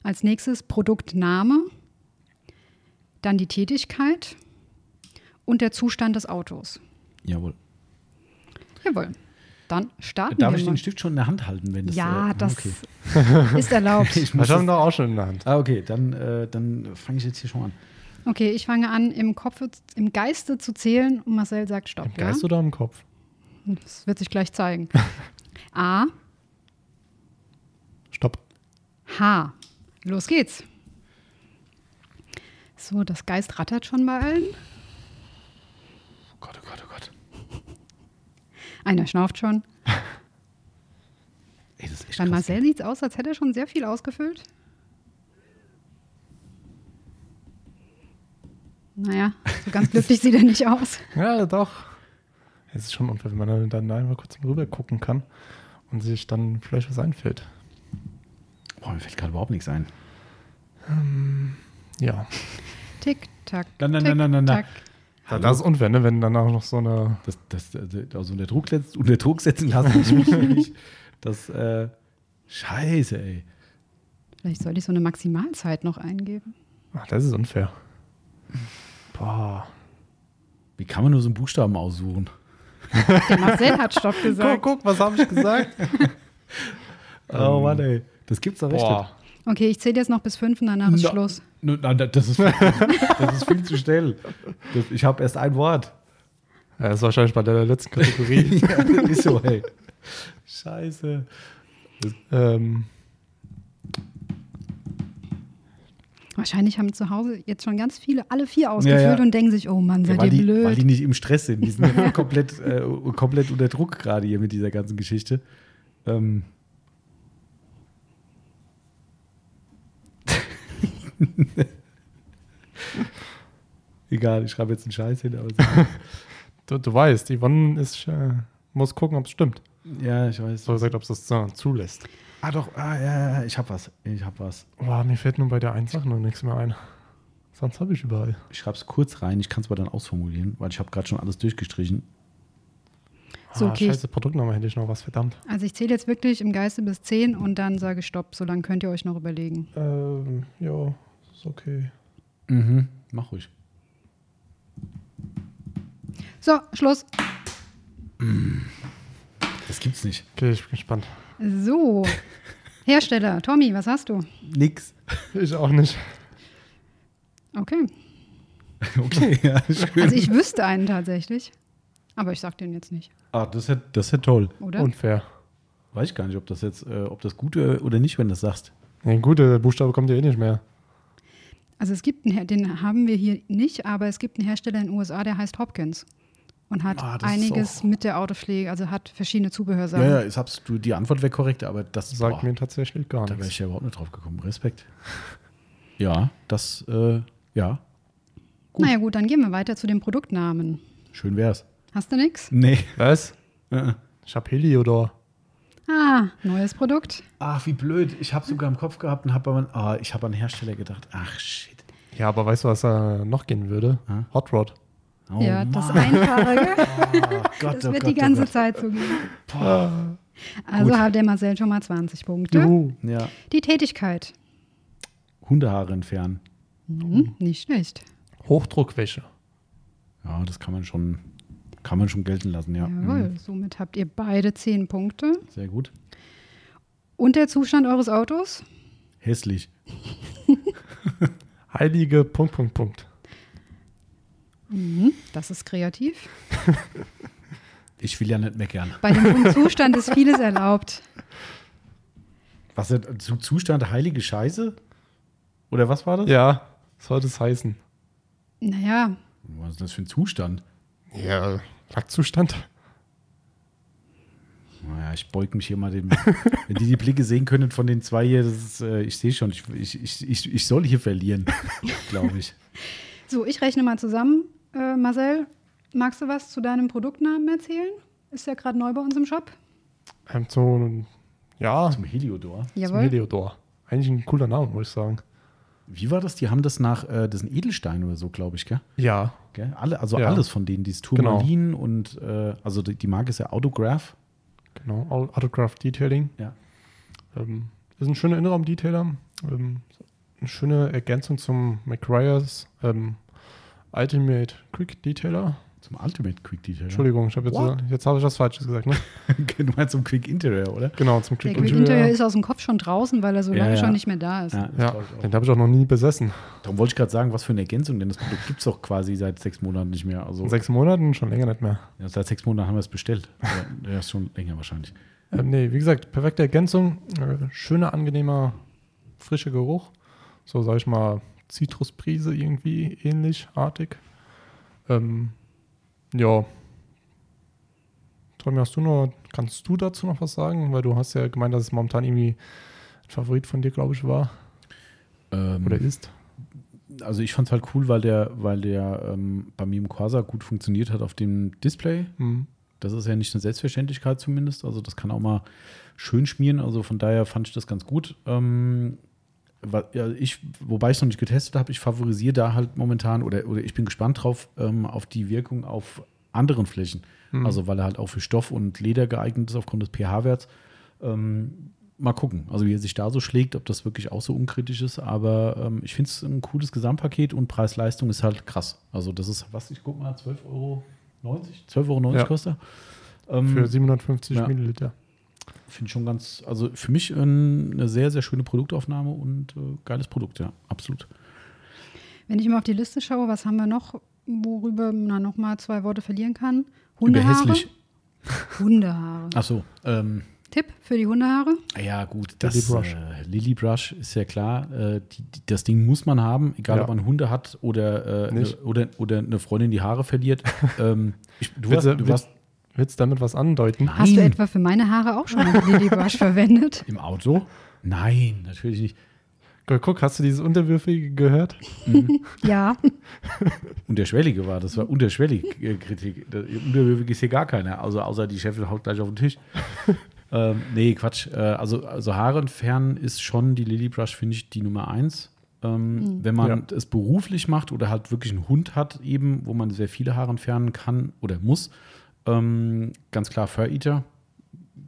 als nächstes Produktname, dann die Tätigkeit und der Zustand des Autos.
Jawohl.
Jawohl. Dann starten
Darf
wir
ich
mal.
den Stift schon in der Hand halten, wenn das.
ja,
äh,
das
okay.
ist erlaubt.
Ich muss
Das
das
haben wir doch auch schon in der Hand.
Ah, okay, dann, äh, dann fange ich jetzt hier schon mal an.
Okay, ich fange an, im Kopf, im Geiste zu zählen und Marcel sagt Stopp.
Im Geist oder im Kopf?
ja? Das wird sich gleich zeigen. A,
Stopp.
H. Los geht's. So, das Geist rattert schon bei allen.
Oh Gott, oh Gott, oh Gott.
Einer schnauft schon.
Ey, das ist echt
Bei
krass.
Marcel sieht's aus, als hätte er schon sehr viel ausgefüllt. Naja, so ganz glücklich sieht er nicht aus.
Ja, doch. Es ist schon unfair, wenn man dann da einfach kurz rüber gucken kann und sich dann vielleicht was einfällt.
Boah, mir fällt gerade überhaupt nichts ein.
Ja.
Tick, tack.
Nein, nein,
tick,
nein, nein, nein, nein.
tack.
Das ist unfair, ne? wenn dann auch noch so eine.
Das, das, also unter Druck, letzt, unter Druck setzen lassen ich mich hier nicht. Das, äh, scheiße, ey.
Vielleicht sollte ich so eine Maximalzeit noch eingeben.
Ach, Ah, das ist unfair.
Hm.
Boah.
Wie kann man nur so einen Buchstaben aussuchen?
Der Marcel hat Stopp gesagt.
guck, was habe ich gesagt?
Oh Mann, ey. Das gibt's doch echt
Boah.
Okay, ich zähle jetzt noch bis fünf und danach ist
Na-
Schluss.
Nein, nein, das ist, das ist viel zu schnell. Das, ich habe erst ein Wort.
Ja, Äh, das ist wahrscheinlich bei der letzten Kategorie.
Ja, das ist so, ey. Scheiße.
ähm,
Wahrscheinlich haben zu Hause jetzt schon ganz viele, alle vier
ja.
ausgefüllt und denken sich, oh Mann, seid
weil,
ihr
die,
blöd.
weil die nicht im Stress sind. Die sind ja komplett, äh, komplett unter Druck gerade hier mit dieser ganzen Geschichte. Ähm. Egal, ich schreibe jetzt einen Scheiß hin. Aber es-
du, du weißt, Yvonne ist, äh, muss gucken, ob es stimmt.
ja, ich weiß.
So gesagt, ob es das äh, zulässt.
Ah doch, ah, ja, ja, ich hab was. Ich hab was.
Boah, mir fällt nur bei der einen Sache noch nichts mehr ein. Sonst habe ich überall.
Ich schreibe es kurz rein, ich kann es aber dann ausformulieren, weil ich habe gerade schon alles durchgestrichen.
So, okay, ich-
Ah, scheiße, Produktname hätte ich noch was, verdammt.
Also ich zähle jetzt wirklich im Geiste bis 10 und dann sage Stopp, so lange könnt ihr euch noch überlegen.
Ähm, ja, ist okay.
Mhm. Mach ruhig.
So, Schluss.
Das gibt's nicht.
Okay, ich bin gespannt.
So. Hersteller, Tommy, was hast du?
Nix.
Ich auch nicht.
Okay.
Okay, ja, schön.
Also ich wüsste einen tatsächlich, aber ich sag den jetzt nicht,
Ah, das ist ja, das ist ja toll.
oder?
Unfair.
Weiß ich gar nicht, ob das jetzt, äh, ob das gut äh, oder nicht, wenn du das sagst.
Ja, gut, der Buchstabe kommt ja eh nicht mehr.
Also es gibt einen, Her- den haben wir hier nicht, aber es gibt einen Hersteller in den USA, der heißt Hopkins. und hat
Ah, das ist
einiges
auch-
mit der Autopflege, also hat verschiedene Zubehörsachen.
Ja, ja, jetzt habst du, die Antwort wäre korrekt, aber das
Sagt
boah,
mir tatsächlich gar
Da wäre ich
nichts.
ja überhaupt nicht drauf gekommen. Respekt. Ja, das, äh, ja, Gut.
Naja gut, dann gehen wir weiter zu den Produktnamen.
schön wär's.
Hast du nichts?
Nee.
Was?
Äh.
Ich hab Heliodor.
Ah, neues Produkt.
Ach, wie blöd. Ich habe sogar im Kopf gehabt und habe an, ah, ich hab an Hersteller gedacht. Ach, shit.
Ja, aber weißt du, was äh, noch gehen würde?
Hm?
Hot Rod.
Oh,
ja, das
Mann.
Einfache. gell?
Oh Gott,
Das
oh
wird
Gott,
die ganze
oh Gott.
Zeit so gehen.
Ah,
Also
Gut.
hat der Marcel schon mal 20 Punkte.
Juhu.
Ja,
Die Tätigkeit.
Hundehaare entfernen.
Hm, nicht schlecht.
Hochdruckwäsche.
Ja, das kann man schon, kann man schon gelten lassen, ja.
Jawohl,
Mhm.
somit habt ihr beide 10 Punkte.
Sehr gut.
Und der Zustand eures Autos?
Hässlich.
Heilige Punkt, Punkt, Punkt.
Mhm, das ist kreativ.
Ich will ja nicht meckern.
Bei dem Punkt Zustand ist vieles erlaubt.
Was denn, zu Zustand heilige Scheiße? Oder was war das?
Ja, sollte es heißen.
Naja,
Was ist das für ein Zustand?
Ja, Lackzustand.
Naja, ich beug mich hier mal dem. Wenn die die Blicke sehen können von den zwei hier, das ist, äh, ich sehe schon, ich, ich, ich, ich, ich soll hier verlieren, glaube ich.
so, ich rechne mal zusammen. Äh, Marcel, magst du was zu deinem Produktnamen erzählen? Ist ja gerade neu bei uns im Shop.
Ähm, so, ja,
Zum
zum
Heliodor.
Jawohl.
Heliodor. Eigentlich ein cooler Name, muss ich sagen.
Wie war das? Die haben das nach, äh, das ist ein Edelstein oder so, glaube ich, gell?
Ja,
gell? Alle, also
Ja.
alles von denen, dieses
Genau.
Turmalin und, äh, also die, die Marke ist ja Autograph.
genau. Au- Autograph Detailing.
Ja.
Ähm, ist ein schöner Innenraum-Detailer. Ähm, eine schöne Ergänzung zum McRyers ähm, Ultimate Quick Detailer.
Zum Ultimate Quick Detail.
Entschuldigung, ich habe
What?
jetzt, jetzt habe ich was Falsches gesagt. Ne?
du meinst zum Quick Interior, oder?
Genau, zum
Der
Quick
Quick Interior ist aus dem Kopf schon draußen, weil er so
Ja,
lange
ja.
schon nicht mehr da ist.
das
Ja,
glaub ich auch.
den habe ich auch noch nie besessen.
Darum wollte ich gerade sagen, was für eine Ergänzung, denn das Produkt gibt es doch quasi seit sechs Monaten nicht mehr. Also
In sechs Monaten schon länger nicht mehr.
ja, seit sechs Monaten haben wir es bestellt. Aber, ja, ist schon länger wahrscheinlich.
Ähm, nee, wie gesagt, perfekte Ergänzung. Äh, schöner, angenehmer, frischer Geruch. So, sag ich mal, Zitrusprise irgendwie ähnlich, artig. Ähm, ja. Tommy, hast du noch, kannst du dazu noch was sagen? Weil du hast ja gemeint, dass es momentan irgendwie ein Favorit von dir, glaube ich, war
Ähm,
oder ist.
also ich fand es halt cool, weil der, weil der ähm, bei mir im Corsa gut funktioniert hat auf dem Display.
Mhm.
Das ist ja nicht eine Selbstverständlichkeit zumindest. Also das kann auch mal schön schmieren. Also von daher fand ich das ganz gut. Ähm, wa- ja, ich, wobei ich es noch nicht getestet habe, ich favorisiere da halt momentan oder, oder ich bin gespannt drauf ähm, auf die Wirkung auf anderen Flächen. Also weil er halt auch für Stoff und Leder geeignet ist aufgrund des pH-Werts. Ähm, mal gucken, also wie er sich da so schlägt, ob das wirklich auch so unkritisch ist. Aber ähm, ich finde es ein cooles Gesamtpaket und Preis-Leistung ist halt krass. Also das ist, was ich guck mal, 12,90 Euro. 12,90 Euro
Ja.
kostet er. Ähm,
Für 750
Ja.
Milliliter.
Finde ich schon ganz, also für mich ähm, eine sehr, sehr schöne Produktaufnahme und äh, geiles Produkt, ja, absolut.
Wenn ich mal auf die Liste schaue, was haben wir noch, worüber man nochmal zwei Worte verlieren kann? Hundehaare.
Überhässlich.
Hundehaare.
Ach so, ähm,
Tipp für die Hundehaare?
ja gut,
Lily
das
Brush.
Äh, Lily Brush ist ja klar, äh, die, die, das Ding muss man haben, egal
Ja.
ob man Hunde hat oder, äh,
Nicht.
ne, oder, oder eine Freundin die Haare verliert. ähm, ich, du, hast,
Willst du,
du
willst,
warst
willst du damit was andeuten?
Nein.
Hast du etwa für meine Haare auch schon mal die Lily Brush verwendet?
im Auto? Nein, natürlich nicht.
Guck, hast du dieses Unterwürfige gehört?
Ja.
Unterschwellige war, das war unterschwellige äh, Kritik. Da- Unterwürfig ist hier gar keiner, also außer die Chefin haut gleich auf den Tisch. ähm, nee, Quatsch. Äh, also, also Haare entfernen ist schon die Lily Brush, finde ich, die Nummer eins. Ähm, Wenn man
Ja.
es beruflich macht oder halt wirklich einen Hund hat, eben, wo man sehr viele Haare entfernen kann oder muss, ähm, ganz klar Fur Eater.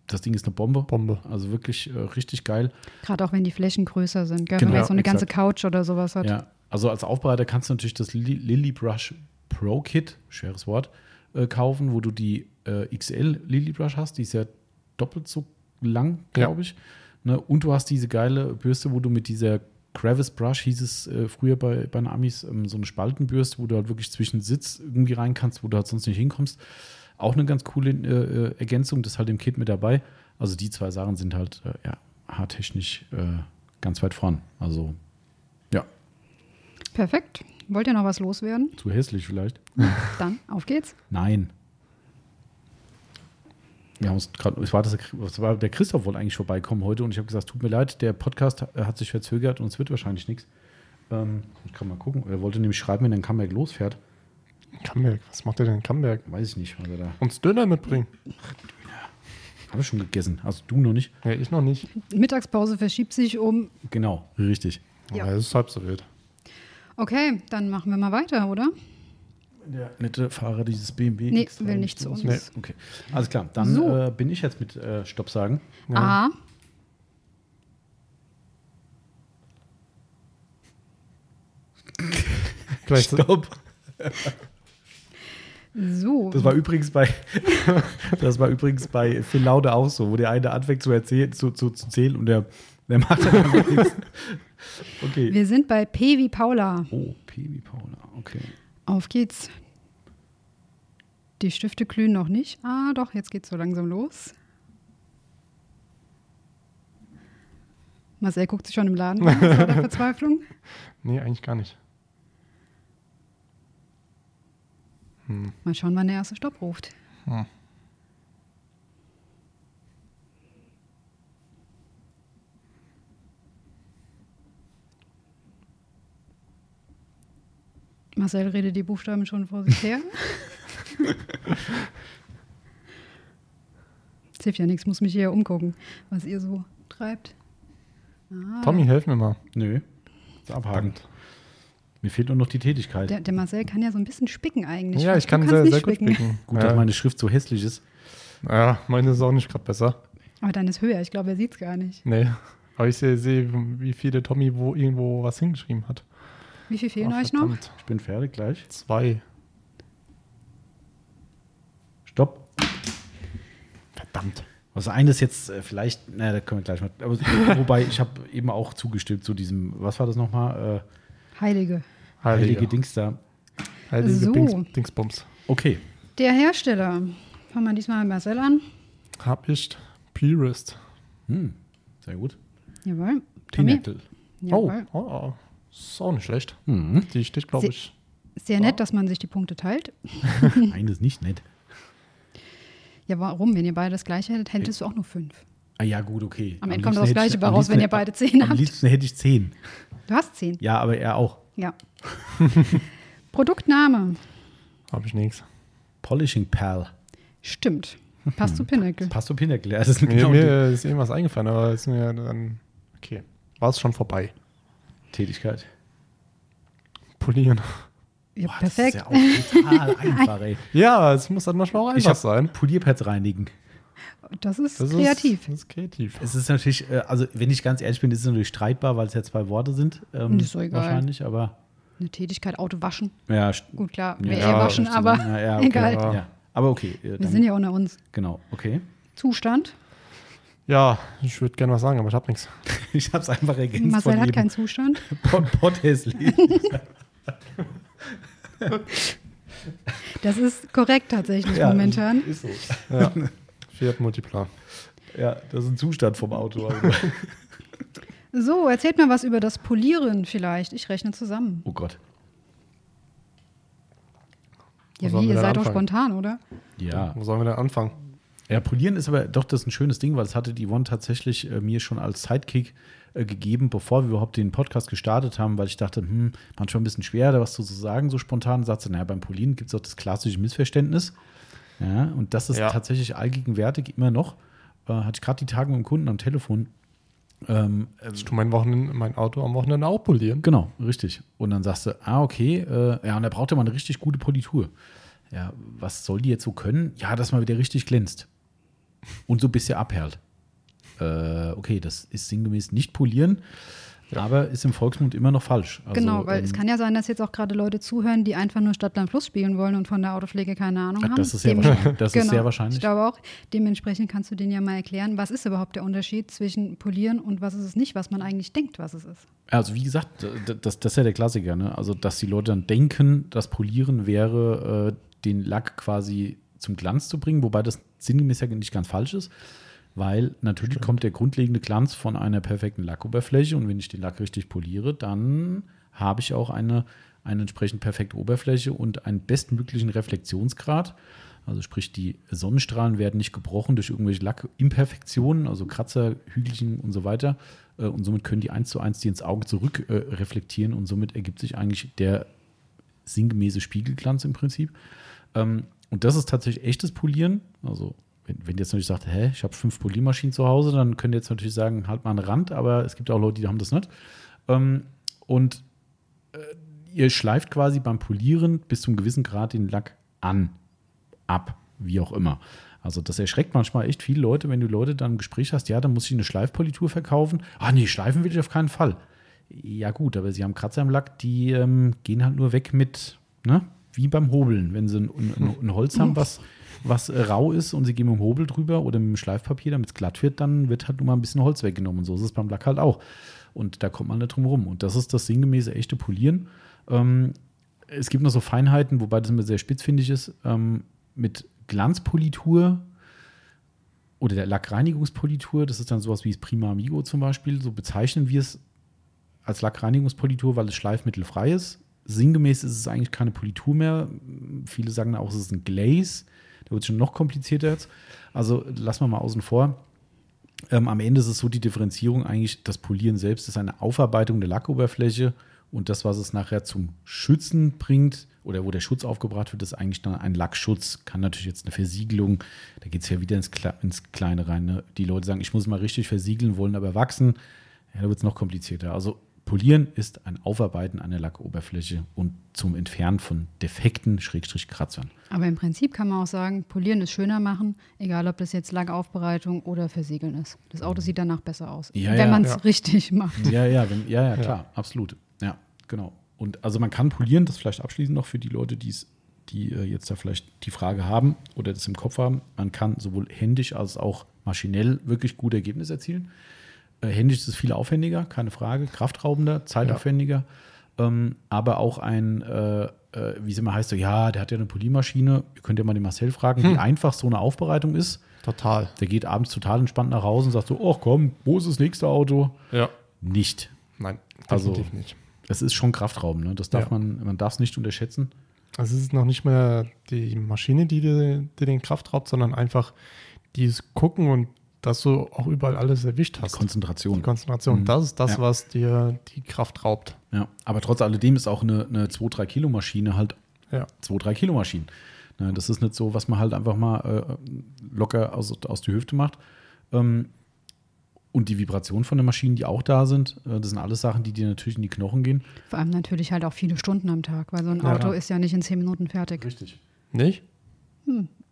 Das Ding ist eine Bombe.
Bombe.
Also wirklich äh, richtig geil.
Gerade auch wenn die Flächen größer sind, gell? wenn
Genau,
man jetzt so eine
exakt.
ganze Couch oder sowas hat.
Ja, also als Aufbereiter kannst du natürlich das Li- Lily Brush Pro Kit, schweres Wort, äh, kaufen, wo du die äh, XL Lily Brush hast. Die ist ja doppelt so lang,
Ja.
glaube ich. Ne? Und du hast diese geile Bürste, wo du mit dieser Crevice Brush, hieß es äh, früher bei, bei den Amis, ähm, so eine Spaltenbürste, wo du halt wirklich zwischen Sitz irgendwie rein kannst, wo du halt sonst nicht hinkommst. Auch eine ganz coole äh, äh, Ergänzung, das ist halt im Kit mit dabei. Also die zwei Sachen sind halt äh, ja, haartechnisch äh, ganz weit vorn. Also ja,
Perfekt. Wollt ihr noch was loswerden?
zu hässlich vielleicht?
Dann auf geht's.
Nein. wir haben uns gerade, es war, das, es war der Christoph wollte eigentlich vorbeikommen heute und ich habe gesagt, tut mir leid, der Podcast ha- hat sich verzögert und es wird wahrscheinlich nichts. Ähm, ich kann mal gucken. Er wollte nämlich schreiben, wenn dann Kamberg losfährt.
Camberg, was macht der denn in Camberg?
Weiß ich nicht, was er da.
Uns Döner mitbringen?
Habe ich schon gegessen. Also du noch nicht.
Nee, ich noch nicht.
Mittagspause verschiebt sich um.
Genau, richtig.
Ja.
Aber es ist halb so wild.
Okay, dann machen wir mal weiter, oder?
Der nette Fahrer dieses BMW.
Nee,
X3
will um. nicht zu uns.
Nee.
Okay, alles klar. Dann
So.
äh, bin ich jetzt mit äh, Stopp sagen.
A.
Vielleicht
Stopp.
So.
Das war übrigens bei, das war übrigens bei Phil Laude auch so, wo der eine anfängt zu erzählen, zu, zu, zu zählen und der, der macht dann einfach nichts. Okay.
wir sind bei P wie Paula.
Oh, P wie Paula, okay.
Auf geht's. Die Stifte glühen noch nicht. Ah, doch, jetzt geht's so langsam los. Marcel guckt sich schon im Laden an, vor der Verzweiflung.
Nee, eigentlich gar nicht.
Mal schauen, wann der erste Stopp ruft.
Hm.
Marcel redet die Buchstaben schon vor sich her. Es hilft ja nichts, muss mich hier umgucken, was ihr so treibt. Ah,
Tommy, helf mir mal.
Nö, ist abhaken. Mir fehlt nur noch die Tätigkeit.
Der, der Marcel kann ja so ein bisschen spicken eigentlich.
ja, ich
Du
kann
kannst
sehr,
nicht
sehr gut spicken.
Gut,
ja.
dass meine Schrift so hässlich ist.
ja, meine ist auch nicht gerade besser.
Aber dann ist höher, ich glaube, er sieht es gar nicht.
Nee. Aber ich sehe, sehe, wie viel der Tommy wo irgendwo was hingeschrieben hat.
Wie viel fehlen
Oh,
euch noch?
verdammt.
Ich bin fertig gleich.
Zwei.
Stopp.
Verdammt.
Was eines jetzt äh, vielleicht, naja, da können wir gleich mal. Aber, äh, wobei, ich habe eben auch zugestimmt zu diesem, was war das nochmal?
Heilige.
Äh,
Heilige,
heilige Dings da.
Heilige
So.
Dings, Dingsbums.
Okay,
Der Hersteller. Fangen wir diesmal mit Marcel an.
Hab ich Purist.
hm. sehr gut.
Jawohl. Tommy.
Pinnacle.
Oh,
Jawohl.
oh, oh, ist auch nicht schlecht.
Mhm.
Die steht, glaube
Sie-
ich.
Sehr nett, dass man sich die Punkte teilt.
Nein, das ist nicht nett.
Ja, warum? Wenn ihr beide das gleiche hättet, hättest du auch nur fünf.
Ah ja, gut, okay.
Am Ende
liebsten
kommt das
hätte
Gleiche
ich-
bei
am
raus, wenn
liebsten-
ihr beide zehn
Am
habt.
liebsten hätte ich zehn.
Du hast zehn.
Ja, aber er auch.
Ja. Produktname.
Hab ich nichts.
Polishing Pal.
Stimmt. Passt zu Pinnacle.
Passt du Pinnacle? Ja, das ist
Mir,
genau die
mir ist irgendwas eingefallen, aber ist mir dann. Okay. War es schon vorbei.
Tätigkeit.
Polieren.
Ja,
Boah, das ist
perfekt.
ja auch total einfach, ey.
Ja, es muss dann manchmal auch
Ich
einfach
hab
sein.
Polierpads reinigen.
Das ist
Das ist-
kreativ.
Das ist kreativ.
Es ist natürlich, äh, also wenn ich ganz ehrlich bin, ist es natürlich streitbar, weil es ja zwei Worte sind. Ähm,
Ist doch egal.
Wahrscheinlich, aber
Eine Tätigkeit, Auto waschen.
ja, st-
Gut, klar,
Ja,
wir
ja,
eher waschen,
stimmt.
aber
Ja, ja, okay,
egal.
ja.
ja. Aber okay, äh,
Wir
dann,
sind ja unter uns.
genau, okay.
Zustand.
Ja, ich würde gerne was sagen, aber ich hab nichts.
Ich habe es einfach ergänzt.
Marcel
von
hat
jedem.
keinen Zustand.
Pod, Pod
Das ist korrekt tatsächlich
Ja.
momentan.
Ist so.
Ja. Fiat Multipla.
Ja, das ist ein Zustand vom Auto. Also, aber-
So, erzählt mal was über das Polieren vielleicht. Ich rechne zusammen.
oh Gott.
Ja,
sollen
wie,
wir
ihr
denn
seid doch
anfangen?
spontan, oder?
Ja.
Wo sollen wir denn anfangen?
Ja, polieren ist aber doch das ist ein schönes Ding, weil das hatte die Yvonne tatsächlich äh, mir schon als Sidekick äh, gegeben, bevor wir überhaupt den Podcast gestartet haben, weil ich dachte, hm, manchmal ein bisschen schwer, da was zu sagen, so spontan. Und sagte, naja, beim Polieren gibt es auch das klassische Missverständnis. Ja, und das ist
Ja.
tatsächlich allgegenwärtig immer noch. Äh, hatte ich gerade die Tage mit dem Kunden am Telefon. Ähm,
Ich tu mein, Wochenende, mein Auto am Wochenende auch polieren.
Genau, richtig. Und dann sagst du, ah, okay, äh, ja, und er braucht ja mal eine richtig gute Politur. Ja, was soll die jetzt so können? Ja, dass man wieder richtig glänzt. Und so ein bisschen abperlt. Äh, okay, das ist sinngemäß nicht polieren, aber ist im Volksmund immer noch falsch. Also,
genau, weil
ähm,
es kann ja sein, dass jetzt auch gerade Leute zuhören, die einfach nur Stadtland Plus spielen wollen und von der Autopflege keine Ahnung
Ah,
haben.
das ist sehr
Dem-
wahrscheinlich. Das ist sehr wahrscheinlich.
Ich glaube auch. Dementsprechend kannst du denen ja mal erklären, was ist überhaupt der Unterschied zwischen Polieren und was ist es nicht, was man eigentlich denkt, was es ist.
Also wie gesagt, d- das, das ist ja der Klassiker, ne? Also, dass die Leute dann denken, das Polieren wäre, äh, den Lack quasi zum Glanz zu bringen, wobei das sinngemäß ja nicht ganz falsch ist, weil natürlich kommt der grundlegende Glanz von einer perfekten Lackoberfläche und wenn ich den Lack richtig poliere, dann habe ich auch eine, eine entsprechend perfekte Oberfläche und einen bestmöglichen Reflexionsgrad. Also sprich, die Sonnenstrahlen werden nicht gebrochen durch irgendwelche Lackimperfektionen, also Kratzer, Hügelchen und so weiter. Äh, Und somit können die eins zu eins die ins Auge zurück äh, reflektieren und somit ergibt sich eigentlich der sinngemäße Spiegelglanz im Prinzip. Ähm, und das ist tatsächlich echtes Polieren. Also, wenn, wenn ihr jetzt natürlich sagt, hä, ich habe fünf Poliermaschinen zu Hause, dann könnt ihr jetzt natürlich sagen, halt mal einen Rand, aber es gibt auch Leute, die haben das nicht. Ähm, und äh, ihr schleift quasi beim Polieren bis zum gewissen Grad den Lack an, ab, wie auch immer. Also das erschreckt manchmal echt viele Leute, wenn du Leute dann im Gespräch hast, ja, dann muss ich eine Schleifpolitur verkaufen. Ah nee, schleifen will ich auf keinen Fall. Ja gut, aber sie haben Kratzer im Lack, die ähm, gehen halt nur weg mit, ne? Wie beim Hobeln, wenn sie ein, ein, ein Holz haben, was, was äh, rau ist und sie gehen mit dem Hobel drüber oder mit dem Schleifpapier, damit es glatt wird, dann wird halt nur mal ein bisschen Holz weggenommen. Und so ist es beim Lack halt auch. Und da kommt man nicht drum rum. Und das ist das sinngemäße echte Polieren. Ähm, es gibt noch so Feinheiten, wobei das immer sehr spitzfindig ist, ähm, mit Glanzpolitur oder der Lackreinigungspolitur. Das ist dann sowas wie das Prima Amigo zum Beispiel. So bezeichnen wir es als Lackreinigungspolitur, weil es schleifmittelfrei ist. Sinngemäß ist es eigentlich keine Politur mehr. Viele sagen auch, es ist ein Glaze. Da wird es schon noch komplizierter jetzt. Also lassen wir mal außen vor. Ähm, am Ende ist es so die Differenzierung eigentlich, das Polieren selbst ist eine Aufarbeitung der Lackoberfläche und das, was es nachher zum Schützen bringt oder wo der Schutz aufgebracht wird, ist eigentlich dann ein Lackschutz. Kann natürlich jetzt eine Versiegelung, da geht es ja wieder ins, Kle ins Kleine rein. Ne? Die Leute sagen, ich muss mal richtig versiegeln, wollen aber wachsen. Ja, da wird es noch komplizierter. Also Polieren ist ein Aufarbeiten einer Lackoberfläche und zum Entfernen von defekten Schrägstrich Kratzern.
Aber im Prinzip kann man auch sagen, polieren ist schöner machen, egal ob das jetzt Lackaufbereitung oder Versiegeln ist. Das Auto sieht danach besser aus,
Ja,
wenn
ja.
man es
Ja.
richtig macht.
Ja, ja, wenn, ja, ja, klar, absolut. Ja, genau. Und also man kann polieren, das vielleicht abschließend noch für die Leute, die's, die äh, jetzt da vielleicht die Frage haben oder das im Kopf haben. Man kann sowohl händisch als auch maschinell wirklich gute Ergebnisse erzielen. Äh, händisch ist es viel aufwendiger, keine Frage, kraftraubender, zeitaufwendiger, ähm, aber auch ein, äh, äh, wie es immer heißt, so, ja, der hat ja eine Poliermaschine. Ihr könnt ja mal den Marcel fragen, wie einfach so eine Aufbereitung ist.
Total.
Der geht abends total entspannt nach Hause und sagt so, ach komm, wo ist das nächste Auto?
Ja.
Nicht.
Nein,
Also-
definitiv nicht.
Es ist schon Kraftraum, ne? Das darf
Ja.
man, man darf es nicht unterschätzen.
Also es ist noch nicht mehr die Maschine, die dir die den Kraft raubt, sondern einfach dieses Gucken und dass du auch überall alles erwischt
Die
hast.
Konzentration. Mhm.
Die Konzentration. Das ist das,
Ja.
was dir die Kraft raubt.
ja. Aber trotz alledem ist auch eine, eine 2-3 Kilo Maschine halt
Ja.
2-3 Kilo Maschinen. Ne, das ist nicht so, was man halt einfach mal äh, locker aus, aus der Hüfte macht. Ähm, und die Vibrationen von den Maschinen, die auch da sind, äh, das sind alles Sachen, die dir natürlich in die Knochen gehen.
Vor allem natürlich halt auch viele Stunden am Tag, weil so ein
Ja,
Auto
ja.
ist ja nicht in zehn Minuten fertig.
Richtig.
Nicht?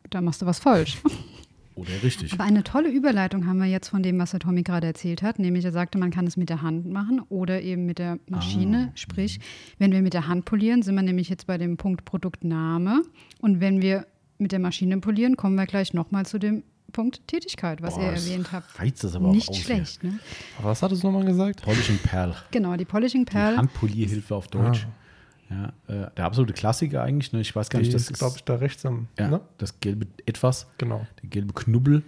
Da machst du was falsch.
Oder richtig.
Aber eine tolle Überleitung haben wir jetzt von dem, was der Tommy gerade erzählt hat, nämlich er sagte, man kann es mit der Hand machen oder eben mit
Ah,
der Maschine.
mhm.
Sprich, wenn wir mit der Hand polieren, sind wir nämlich jetzt bei dem Punkt Produktname. Und wenn wir mit der Maschine polieren, kommen wir gleich nochmal zu dem Punkt Tätigkeit, was ihr
das
erwähnt habt.
Reizt das aber auch
Nicht
aus hier.
schlecht, ne?
Aber was hattest du nochmal gesagt?
Polishing Perl.
Genau, die Polishing
Die
Perl.
Handpolierhilfe auf Deutsch. Ja, äh, der absolute Klassiker eigentlich. Ne? Ich weiß gar
Die
nicht, das
ist, glaube ich, da rechts am.
Ja,
Ne?
das gelbe Etwas,
Genau.
der gelbe Knubbel.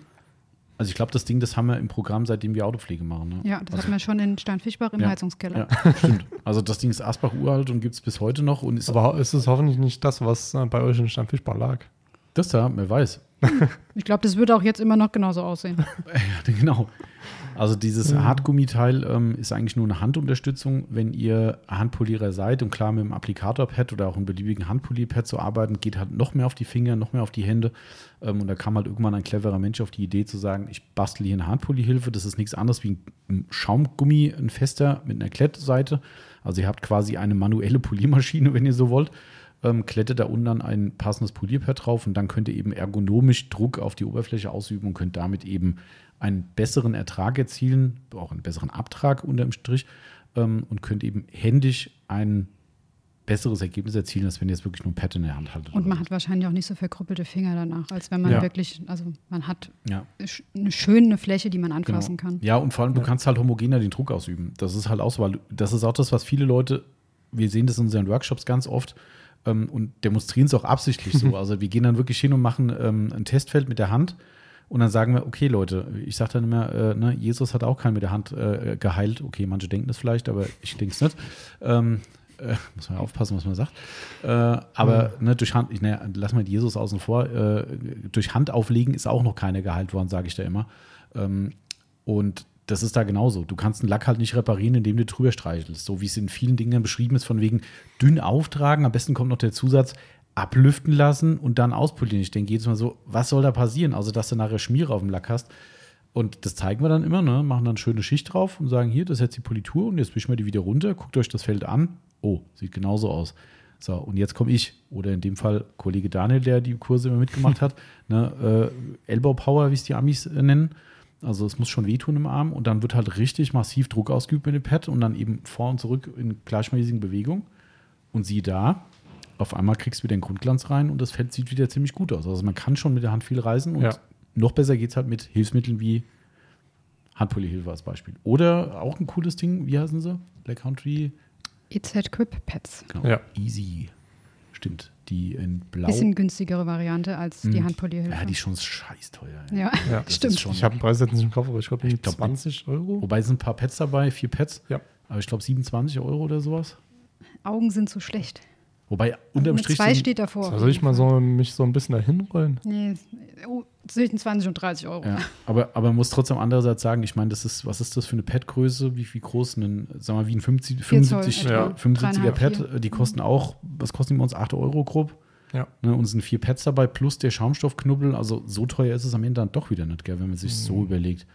Also ich glaube, das Ding, das haben wir im Programm, seitdem wir Autopflege machen. Ne?
Ja, genau. das
also,
hatten wir schon in Steinfischbach im
Ja.
Heizungskeller.
Ja, stimmt. Also das Ding ist Asbach uralt und gibt es bis heute noch. Und ist
Aber ho- es ist hoffentlich nicht das, was äh, bei euch in Stammfischbar lag.
das da, wer weiß.
Ich glaube, das würde auch jetzt immer noch genauso aussehen.
Ja, genau. Also dieses Hartgummiteil ähm, ist eigentlich nur eine Handunterstützung. Wenn ihr Handpolierer seid und klar mit einem Applikatorpad oder auch einem beliebigen Handpolierpad zu arbeiten, geht halt noch mehr auf die Finger, noch mehr auf die Hände. Ähm, und da kam halt irgendwann ein cleverer Mensch auf die Idee zu sagen, ich bastel hier eine Handpolierhilfe. Das ist nichts anderes wie ein Schaumgummi, ein fester mit einer Klettseite. Also ihr habt quasi eine manuelle Poliermaschine, wenn ihr so wollt. Ähm, klettet da unten dann ein passendes Polierpad drauf und dann könnt ihr eben ergonomisch Druck auf die Oberfläche ausüben und könnt damit eben einen besseren Ertrag erzielen, auch einen besseren Abtrag unterm Strich ähm, und könnt eben händisch ein besseres Ergebnis erzielen, als wenn ihr jetzt wirklich nur ein Pad in der Hand haltet.
Und
oder
man hat wahrscheinlich auch nicht so verkrüppelte Finger danach, als wenn man
Ja.
wirklich, also man hat
so. ja.
sch- eine schöne Fläche, die man
Genau.
anfassen kann.
Ja, und vor allem, du kannst halt homogener den Druck ausüben. Das ist halt auch so, weil du- das ist auch das, was viele Leute, wir sehen das in unseren Workshops ganz oft ähm, und demonstrieren es auch absichtlich so. Also wir gehen dann wirklich hin und machen ähm, ein Testfeld mit der Hand und dann sagen wir, okay Leute, ich sage dann immer, äh, ne, Jesus hat auch keinen mit der Hand äh, geheilt. Okay, manche denken das vielleicht, aber ich denke es nicht. Ähm, äh, muss man ja aufpassen, was man sagt. Äh, aber ne, durch Hand, ich, ne, lass mal Jesus außen vor, äh, durch Hand auflegen ist auch noch keiner geheilt worden, sage ich da immer. Ähm, und das ist da genauso. Du kannst einen Lack halt nicht reparieren, indem du drüber streichelst. So wie es in vielen Dingen beschrieben ist, von wegen dünn auftragen. Am besten kommt noch der Zusatz, ablüften lassen und dann auspolieren. Ich denke jedes Mal so, was soll da passieren? Also, dass du nachher Schmiere auf dem Lack hast. Und das zeigen wir dann immer, ne? machen dann eine schöne Schicht drauf und sagen, hier, das ist jetzt die Politur und jetzt wischen wir die wieder runter, guckt euch das Feld an. Oh, sieht genauso aus. So, und jetzt komme ich. Oder in dem Fall Kollege Daniel, der die Kurse immer mitgemacht hat. Ne? Äh, Elbow Power, wie es die Amis äh, nennen. Also es muss schon wehtun im Arm und dann wird halt richtig massiv Druck ausgeübt mit dem Pad und dann eben vor und zurück in gleichmäßigen Bewegungen. Und siehe da, auf einmal kriegst du wieder den Grundglanz rein und das Feld sieht wieder ziemlich gut aus. Also man kann schon mit der Hand viel reißen und
Ja.
noch besser geht es halt mit Hilfsmitteln wie Handpolierhilfe als Beispiel. Oder auch ein cooles Ding, wie heißen sie? Black Country
EZ Grip E Pads.
genau.
Ja.
Easy. Stimmt. Die in Blau.
Bisschen günstigere Variante als die
Mhm.
Handpolierhilfe.
ja, die ist schon scheiß teuer.
Ja,
Ja.
Das
stimmt.
Ist schon,
Ich habe den Preis jetzt nicht im Kopf, aber ich glaube,
Ich glaub,
20 Euro.
wobei es sind ein paar Pads dabei, vier Pads.
Ja.
Aber ich glaube 27 Euro oder sowas.
Augen sind zu schlecht.
Wobei unterm
Mit
Strich.
zwei
sind-
steht davor.
Soll ich mal so, mich so ein bisschen dahin rollen?
Nee, oh, zwischen 20 und 30 Euro.
ja, aber, aber man muss trotzdem andererseits sagen, ich meine, das ist, was ist das für eine Pad-Größe? Wie, wie groß? Ein, sagen wir mal, wie ein 50,
Vier Zoll
75,
etwa.
Ja.
75er
Dreieinhalb,
Pad,
vier.
äh, die kosten auch, was kosten die bei uns? 8 Euro grob.
Ja.
Ne, und es sind vier Pads dabei, plus der Schaumstoffknubbel. Also so teuer ist es am Ende dann doch wieder nicht, gell, wenn man sich so überlegt.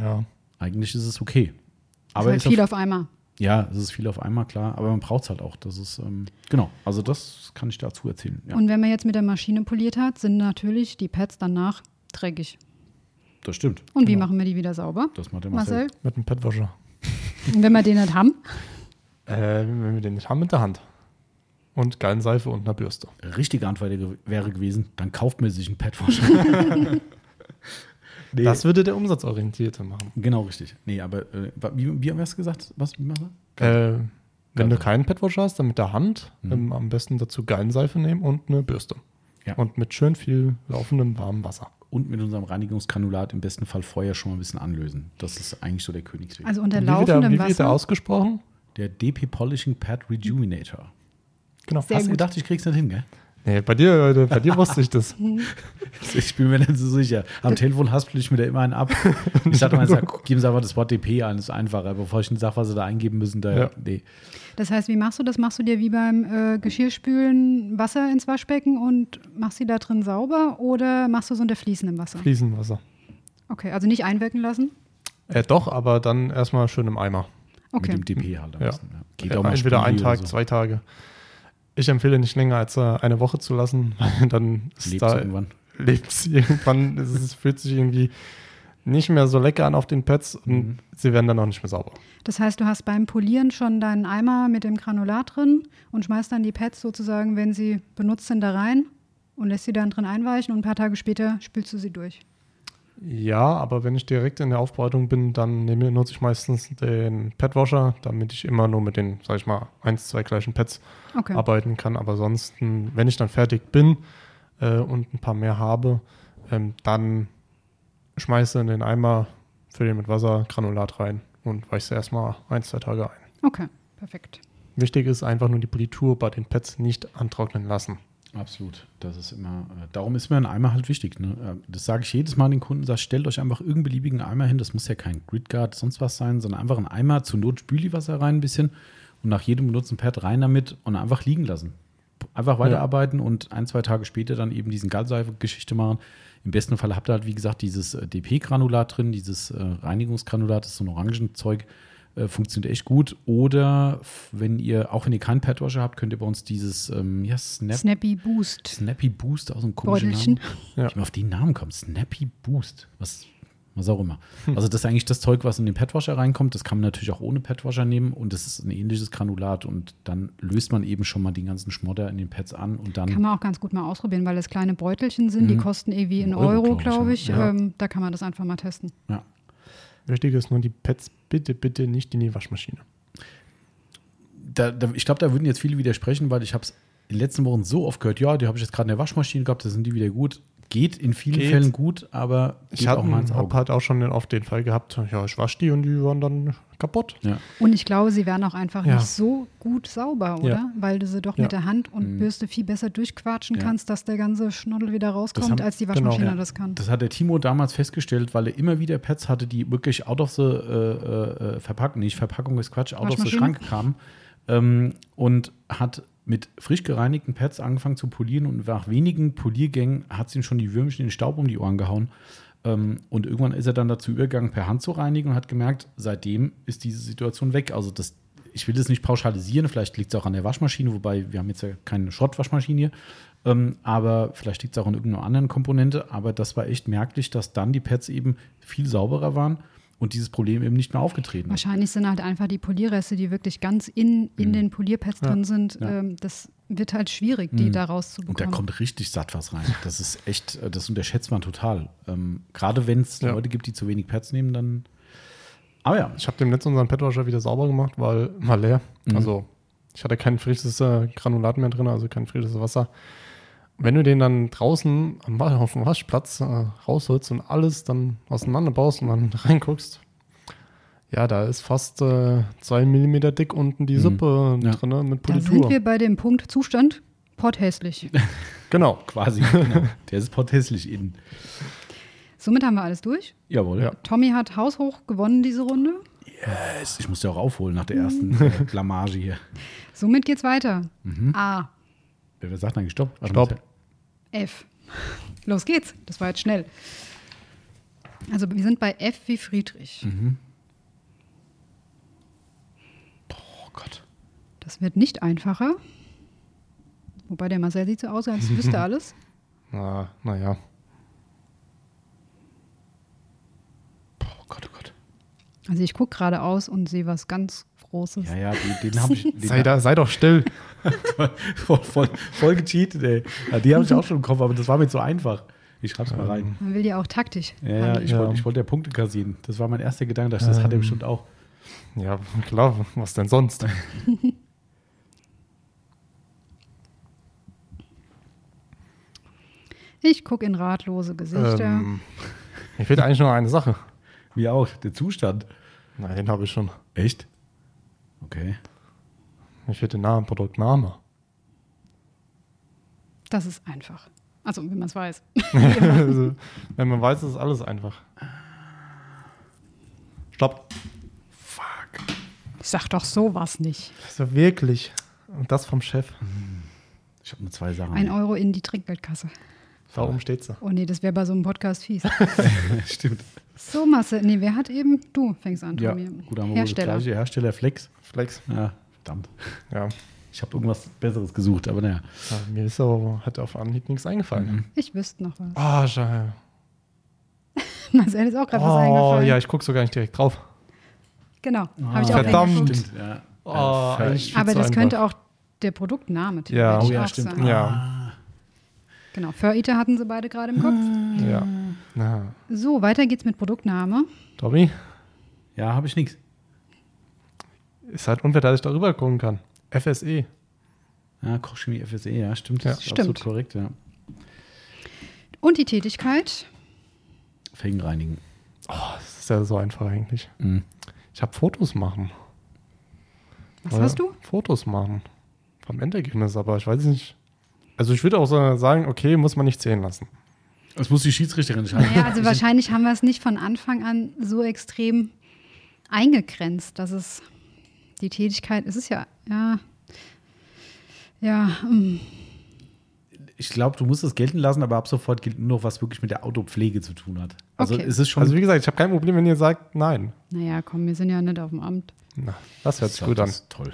Ja.
Eigentlich ist es okay. Aber
Aber
ist
ist halt viel
auf,
auf einmal.
ja, es ist viel auf einmal, klar, aber man braucht es halt auch. Das ist, ähm, genau, also das kann ich dazu erzählen. Ja,
Und wenn man jetzt mit der Maschine poliert hat, sind natürlich die Pads danach dreckig.
das stimmt.
Und wie machen wir die wieder sauber?
Das macht der Genau. Marcel.
Marcel,
Mit einem Petwascher.
Und wenn wir den nicht haben,
Äh, wenn wir den nicht haben, mit der Hand. Und geilen Seife und einer Bürste.
Richtige Antwort ge- wäre gewesen, dann kauft man sich einen Pad-Washer. nee.
Das würde der Umsatzorientierte machen.
Genau, richtig. Nee, aber äh, wa- wie, wie hast du gesagt? Was, wie machst du?
Äh,
Geil.
wenn du keinen Petwasher hast, dann mit der Hand ähm, am besten dazu geilen Seife nehmen und eine Bürste.
Ja.
Und mit schön viel laufendem warmem Wasser.
Und mit unserem Reinigungsgranulat im besten Fall vorher schon mal ein bisschen anlösen. Das ist eigentlich so der Königsweg.
also unter
wie wird der,
laufendem
wie wird der
Wasser,
ausgesprochen?
der DP Polishing Pad Rejuvenator.
Genau.
Sehr
hast du
gut.
gedacht, ich krieg's nicht hin, gell?
Nee, bei dir, Leute, bei dir wusste ich das.
Also Ich bin mir nicht so sicher. Am Telefon haspel ich mir da immer einen ab. Ich dachte mal, sag, geben Sie einfach das Wort DP ein, ist einfacher. Bevor ich Ihnen sage, was Sie da eingeben müssen, da,
Ja.
nee.
das heißt, wie machst du das? Machst du dir wie beim äh, Geschirrspülen Wasser ins Waschbecken und machst sie da drin sauber oder machst du es unter fließendem Wasser?
Fliesenwasser.
Okay, also nicht einwirken lassen?
Äh, doch, aber dann erstmal schön im Eimer.
Okay.
mit dem DP halt. am
Ja.
besten, ja. Geht
Äh,
auch mal
Entweder
Spüli
ein
oder
Tag,
so.
zwei Tage. Ich empfehle nicht länger als äh, eine Woche zu lassen, weil dann ist
Lebt's
da,
irgendwann.
lebt sie irgendwann. es ist, fühlt sich irgendwie nicht mehr so lecker an auf den Pads und
Mhm.
sie werden dann auch nicht mehr sauber.
Das heißt, du hast beim Polieren schon deinen Eimer mit dem Granulat drin und schmeißt dann die Pads sozusagen, wenn sie benutzt sind, da rein und lässt sie dann drin einweichen und ein paar Tage später spülst du sie durch.
Ja, aber wenn ich direkt in der Aufbereitung bin, dann nehme, nutze ich meistens den Padwasher, damit ich immer nur mit den, sag ich mal, eins, zwei gleichen Pads
Okay.
arbeiten kann. Aber ansonsten, wenn ich dann fertig bin äh, und ein paar mehr habe, ähm, dann schmeiße in den Eimer, fülle den mit Wasser, Granulat rein und weiche erstmal ein, zwei Tage ein.
Okay, perfekt.
Wichtig ist einfach nur die Politur bei den Pads nicht antrocknen lassen.
Absolut. Das ist immer, äh, darum ist mir ein Eimer halt wichtig. Ne? Äh, Das sage ich jedes Mal den Kunden, sag, stellt euch einfach irgendeinen beliebigen Eimer hin. Das muss ja kein Gridguard, sonst was sein, sondern einfach ein Eimer, zur Not Spüliwasser rein ein bisschen und nach jedem benutzten Pad rein damit und einfach liegen lassen. Einfach weiterarbeiten und ein, zwei Tage später dann eben diesen Gallseife-Geschichte machen. Im besten Fall habt ihr halt, wie gesagt, dieses äh, DP-Granulat drin, dieses äh, Reinigungsgranulat, das ist so ein Orangenzeug, äh, funktioniert echt gut. Oder f- wenn ihr, auch wenn ihr keinen Padwasher habt, könnt ihr bei uns dieses ähm, ja, Snap
Snappy Boost.
Snappy Boost aus einem komischen
Beutelchen.
Namen.
Ja.
Ich bin auf den Namen kommt. Snappy Boost. Was, was auch immer.
Hm.
Also das ist eigentlich das Zeug, was in den Petwasher reinkommt. Das kann man natürlich auch ohne Petwasher nehmen und das ist ein ähnliches Granulat und dann löst man eben schon mal den ganzen Schmodder in den Pads an und
Kann
dann
man auch ganz gut mal ausprobieren, weil das kleine Beutelchen sind. Die kosten irgendwie in
Mhm. Ein Euro,
Euro,
glaub
glaube
ich,
ich.
ja.
Ähm, da kann man das einfach mal testen.
ja,
Wichtig ist nur die Pads bitte, bitte nicht in die Waschmaschine.
da, da, ich glaube, da würden jetzt viele widersprechen, weil ich habe es in den letzten Wochen so oft gehört, ja, die habe ich jetzt gerade in der Waschmaschine gehabt, da sind die wieder gut. Geht in vielen
Geht.
Fällen gut, aber geht
Ich
auch mal ins
habe
Auge.
halt auch schon den, oft den Fall gehabt, ja, ich wasch die und die waren dann kaputt.
Ja.
Und ich glaube, sie wären auch einfach
Ja.
nicht so gut sauber, oder?
Ja.
Weil du sie doch
Ja.
mit der Hand und Bürste viel besser durchquatschen
Ja.
kannst, dass der ganze Schnoddel wieder rauskommt,
haben-
als die Waschmaschine
genau, ja.
das kann.
Das hat der Timo damals festgestellt, weil er immer wieder Pads hatte, die wirklich out of the äh, äh, äh, Verpackung, nicht Verpackung ist Quatsch, out of the
Waschmaschine?
Schrank kamen ähm, und hat mit frisch gereinigten Pads angefangen zu polieren und nach wenigen Poliergängen hat es ihm schon die Würmchen den Staub um die Ohren gehauen. Ähm, und irgendwann ist er dann dazu übergegangen, per Hand zu reinigen und hat gemerkt, seitdem ist diese Situation weg. Also das, ich will das nicht pauschalisieren, vielleicht liegt es auch an der Waschmaschine, wobei wir haben jetzt ja keine Schrottwaschmaschine hier. Ähm, aber vielleicht liegt es auch an irgendeiner anderen Komponente. Aber das war echt merklich, dass dann die Pads eben viel sauberer waren und dieses Problem eben nicht mehr aufgetreten ist.
Wahrscheinlich sind halt einfach die Polierreste, die wirklich ganz in, in den Polierpads
Mhm. Ja. Mhm.
drin sind.
Ja.
Ähm, das wird halt schwierig, die da
Und da
rauszubekommen.
kommt richtig satt was rein. Das ist echt, äh, das unterschätzt man total. Ähm, Gerade wenn es
Ja.
Leute gibt, die zu wenig Pads nehmen, dann. Aber ja,
Ich habe dem letzten unseren Petwasher wieder sauber gemacht, weil war leer.
Mhm.
Also ich hatte kein frisches äh, Granulat mehr drin, also kein frisches Wasser. Wenn du den dann draußen am, Wa- auf dem Waschplatz äh, rausholst und alles dann auseinanderbaust und dann reinguckst, ja, da ist fast äh, zwei Millimeter dick unten die Suppe
Mhm. Ja.
drin ne, mit
da sind
Politur.
wir bei dem Punkt Zustand. Potthässlich.
Genau.
quasi. genau. Der ist potthässlich innen.
Somit haben wir alles durch.
Jawohl.
Ja.
Tommy hat haushoch gewonnen diese Runde.
Yes, ich muss ja auch aufholen nach der ersten äh, Blamage hier.
Somit geht's weiter.
Mhm.
A,
Wer sagt eigentlich Stopp? Warte mal,
Stopp.
F. Los geht's. Das war jetzt schnell. Also wir sind bei F wie Friedrich.
Mhm. Oh Gott.
Das wird nicht einfacher. Wobei der Marcel sieht so aus, als wüsste er alles.
Na, naja.
Oh Gott, oh Gott.
Also ich gucke geradeaus und sehe was ganz Großes.
Ja, ja, den, den habe ich. Den
Sei, da, sei doch still.
voll, voll, voll gecheatet, ey. Ja, die habe ich auch schon im Kopf, aber das war mir zu einfach. Ich schreib's mal rein.
Man will ja auch taktisch.
Ja, ja,
handeln.
ich
Ähm, Ja. Ähm.
wollte ich wollte ja Punkte kassieren. Das war mein erster Gedanke. Das hat er bestimmt auch.
Ja, klar, was denn sonst?
Ich gucke in ratlose Gesichter.
ähm, mir fehlt eigentlich nur eine Sache.
Wie auch, der Zustand.
Nein, den habe ich schon.
Echt? Okay.
Mir fehlt der Name, Produktname.
Das ist einfach. Also, wenn man es weiß.
also, wenn man weiß, ist alles einfach. Stopp.
Fuck.
Ich sag doch sowas nicht.
Das war Also wirklich. Und das vom Chef.
Ich habe nur zwei Sachen.
Ein Euro in die Trinkgeldkasse.
Warum steht sie?
Oh nee, das wäre bei so einem Podcast fies.
Stimmt.
So, Marcel. Nee, wer hat eben? Du fängst an,
Ja,
Tommy.
gut, haben wir wohl das
Hersteller.
gleiche. Hersteller Flex.
Flex.
Ja, verdammt.
Ja.
Ich habe irgendwas Besseres gesucht, aber naja.
ja mir ist aber, hat auf Anhieb nichts eingefallen.
Ich wüsste noch was.
Mhm. Ah, scheiße.
Marcel ist auch gerade was
Oh,
eingefallen.
ja, ich gucke sogar nicht direkt drauf.
Genau, habe ich auch
Verdammt.
reingeguckt.
Ah, Stimmt, ja.
Oh,
Äh,
eigentlich-
Aber
Viel zu
das könnte auch
einfach.
der Produktname
Ja.
theoretisch
Oh ja,
auch
stimmt.
sein.
Ja,
Genau, Fur Eater hatten sie beide gerade im Kopf.
ja.
Mhm.
Na,
So, weiter geht's mit Produktname.
Tommy,
ja, habe ich nichts.
ist halt unfair, dass ich darüber gucken kann. E. FSE.
Ja, Kochchemie FSE, ja, stimmt.
Ja.
Das ist absolut
Stimmt.
korrekt, ja.
Und die Tätigkeit.
Felgen reinigen.
Oh, das ist ja so einfach eigentlich.
Mhm.
Ich habe Fotos machen.
Was
Oh Ja,
hast du?
Fotos machen. Vom Endergebnis, aber ich weiß nicht. Also ich würde auch so sagen, okay, muss man nicht zählen lassen.
Das muss die Schiedsrichterin entscheiden.
Naja, also wahrscheinlich haben wir es nicht von Anfang an so extrem eingegrenzt, dass es die Tätigkeit, es ist ja, ja, ja, mm.
Ich glaube, du musst das gelten lassen, aber ab sofort gilt nur noch, was wirklich mit der Autopflege zu tun hat. Also
Okay.
es ist schon.
Also wie gesagt, ich habe kein Problem, wenn ihr sagt, nein.
naja, komm, wir sind ja nicht auf dem Amt.
Na, das hört sich
Ja,
gut an.
das ist Toll.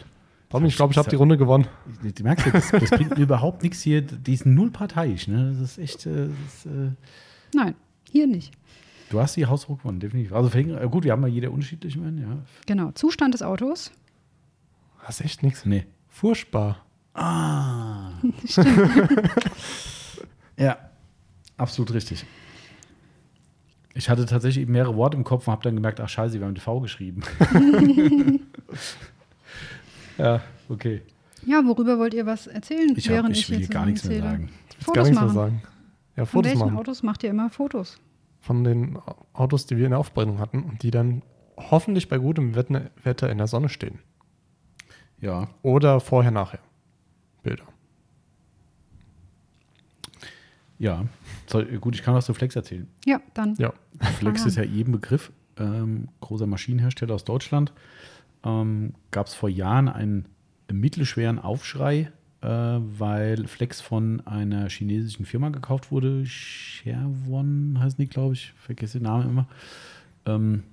Tommy, ich glaube, ich habe die Runde gewonnen.
Du du merkst ja, das, das bringt mir überhaupt nichts hier. Die ist null parteiisch. Ne? Das ist echt. äh, Das ist, äh,
Nein, hier nicht.
du hast die Hausruck gewonnen, definitiv. Also Felgen, äh, gut, wir haben ja jeder unterschiedlich, ich meine, ja.
Genau, Zustand des Autos.
Hast echt nichts.
Nee.
Furchtbar.
Ja, absolut richtig. Ich hatte tatsächlich eben mehrere Worte im Kopf und habe dann gemerkt, ach scheiße, wir haben die V geschrieben. ja, okay.
Ja, worüber wollt ihr was erzählen?
Ich, hab, ich will
jetzt
hier gar nichts mehr
erzähle?
sagen.
Gar
Fotos
nichts mehr
machen.
sagen. Ja,
Von
Fotos
welchen
machen.
Autos macht ihr immer Fotos?
Von den Autos, die wir in der Aufbereitung hatten und die dann hoffentlich bei gutem Wetten- Wetter in der Sonne stehen.
Ja.
Oder vorher, nachher. Bilder.
Ja. Soll, gut, ich kann aus der Flex erzählen.
Ja, dann.
Ja.
Flex
an.
ist ja jedem Begriff. Ähm, großer Maschinenhersteller aus Deutschland. Ähm, Gab es vor Jahren einen mittelschweren Aufschrei, äh, weil Flex von einer chinesischen Firma gekauft wurde. Sherwon heißen die, glaube ich. Vergesse den Namen immer. Ähm,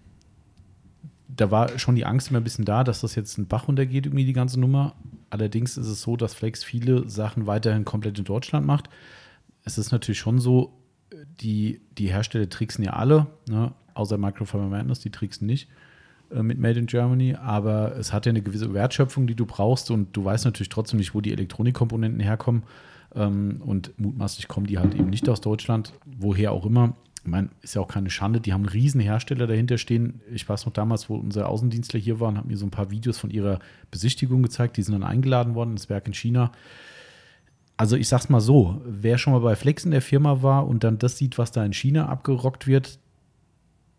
da war schon die Angst immer ein bisschen da, dass das jetzt einen Bach runtergeht, irgendwie die ganze Nummer. Allerdings ist es so, dass Flex viele Sachen weiterhin komplett in Deutschland macht. Es ist natürlich schon so, die, die Hersteller tricksen ja alle, ne? außer Microfiber Madness, die tricksen nicht äh, mit Made in Germany, aber es hat ja eine gewisse Wertschöpfung, die du brauchst und du weißt natürlich trotzdem nicht, wo die Elektronikkomponenten herkommen ähm, und mutmaßlich kommen die halt eben nicht aus Deutschland, woher auch immer. Ich meine, ist ja auch keine Schande, die haben einen riesen Hersteller dahinter stehen. Ich weiß noch damals, wo unser Außendienstler hier war und hat mir so ein paar Videos von ihrer Besichtigung gezeigt, die sind dann eingeladen worden ins Werk in China. Also ich sag's mal so, wer schon mal bei Flex in der Firma war und dann das sieht, was da in China abgerockt wird,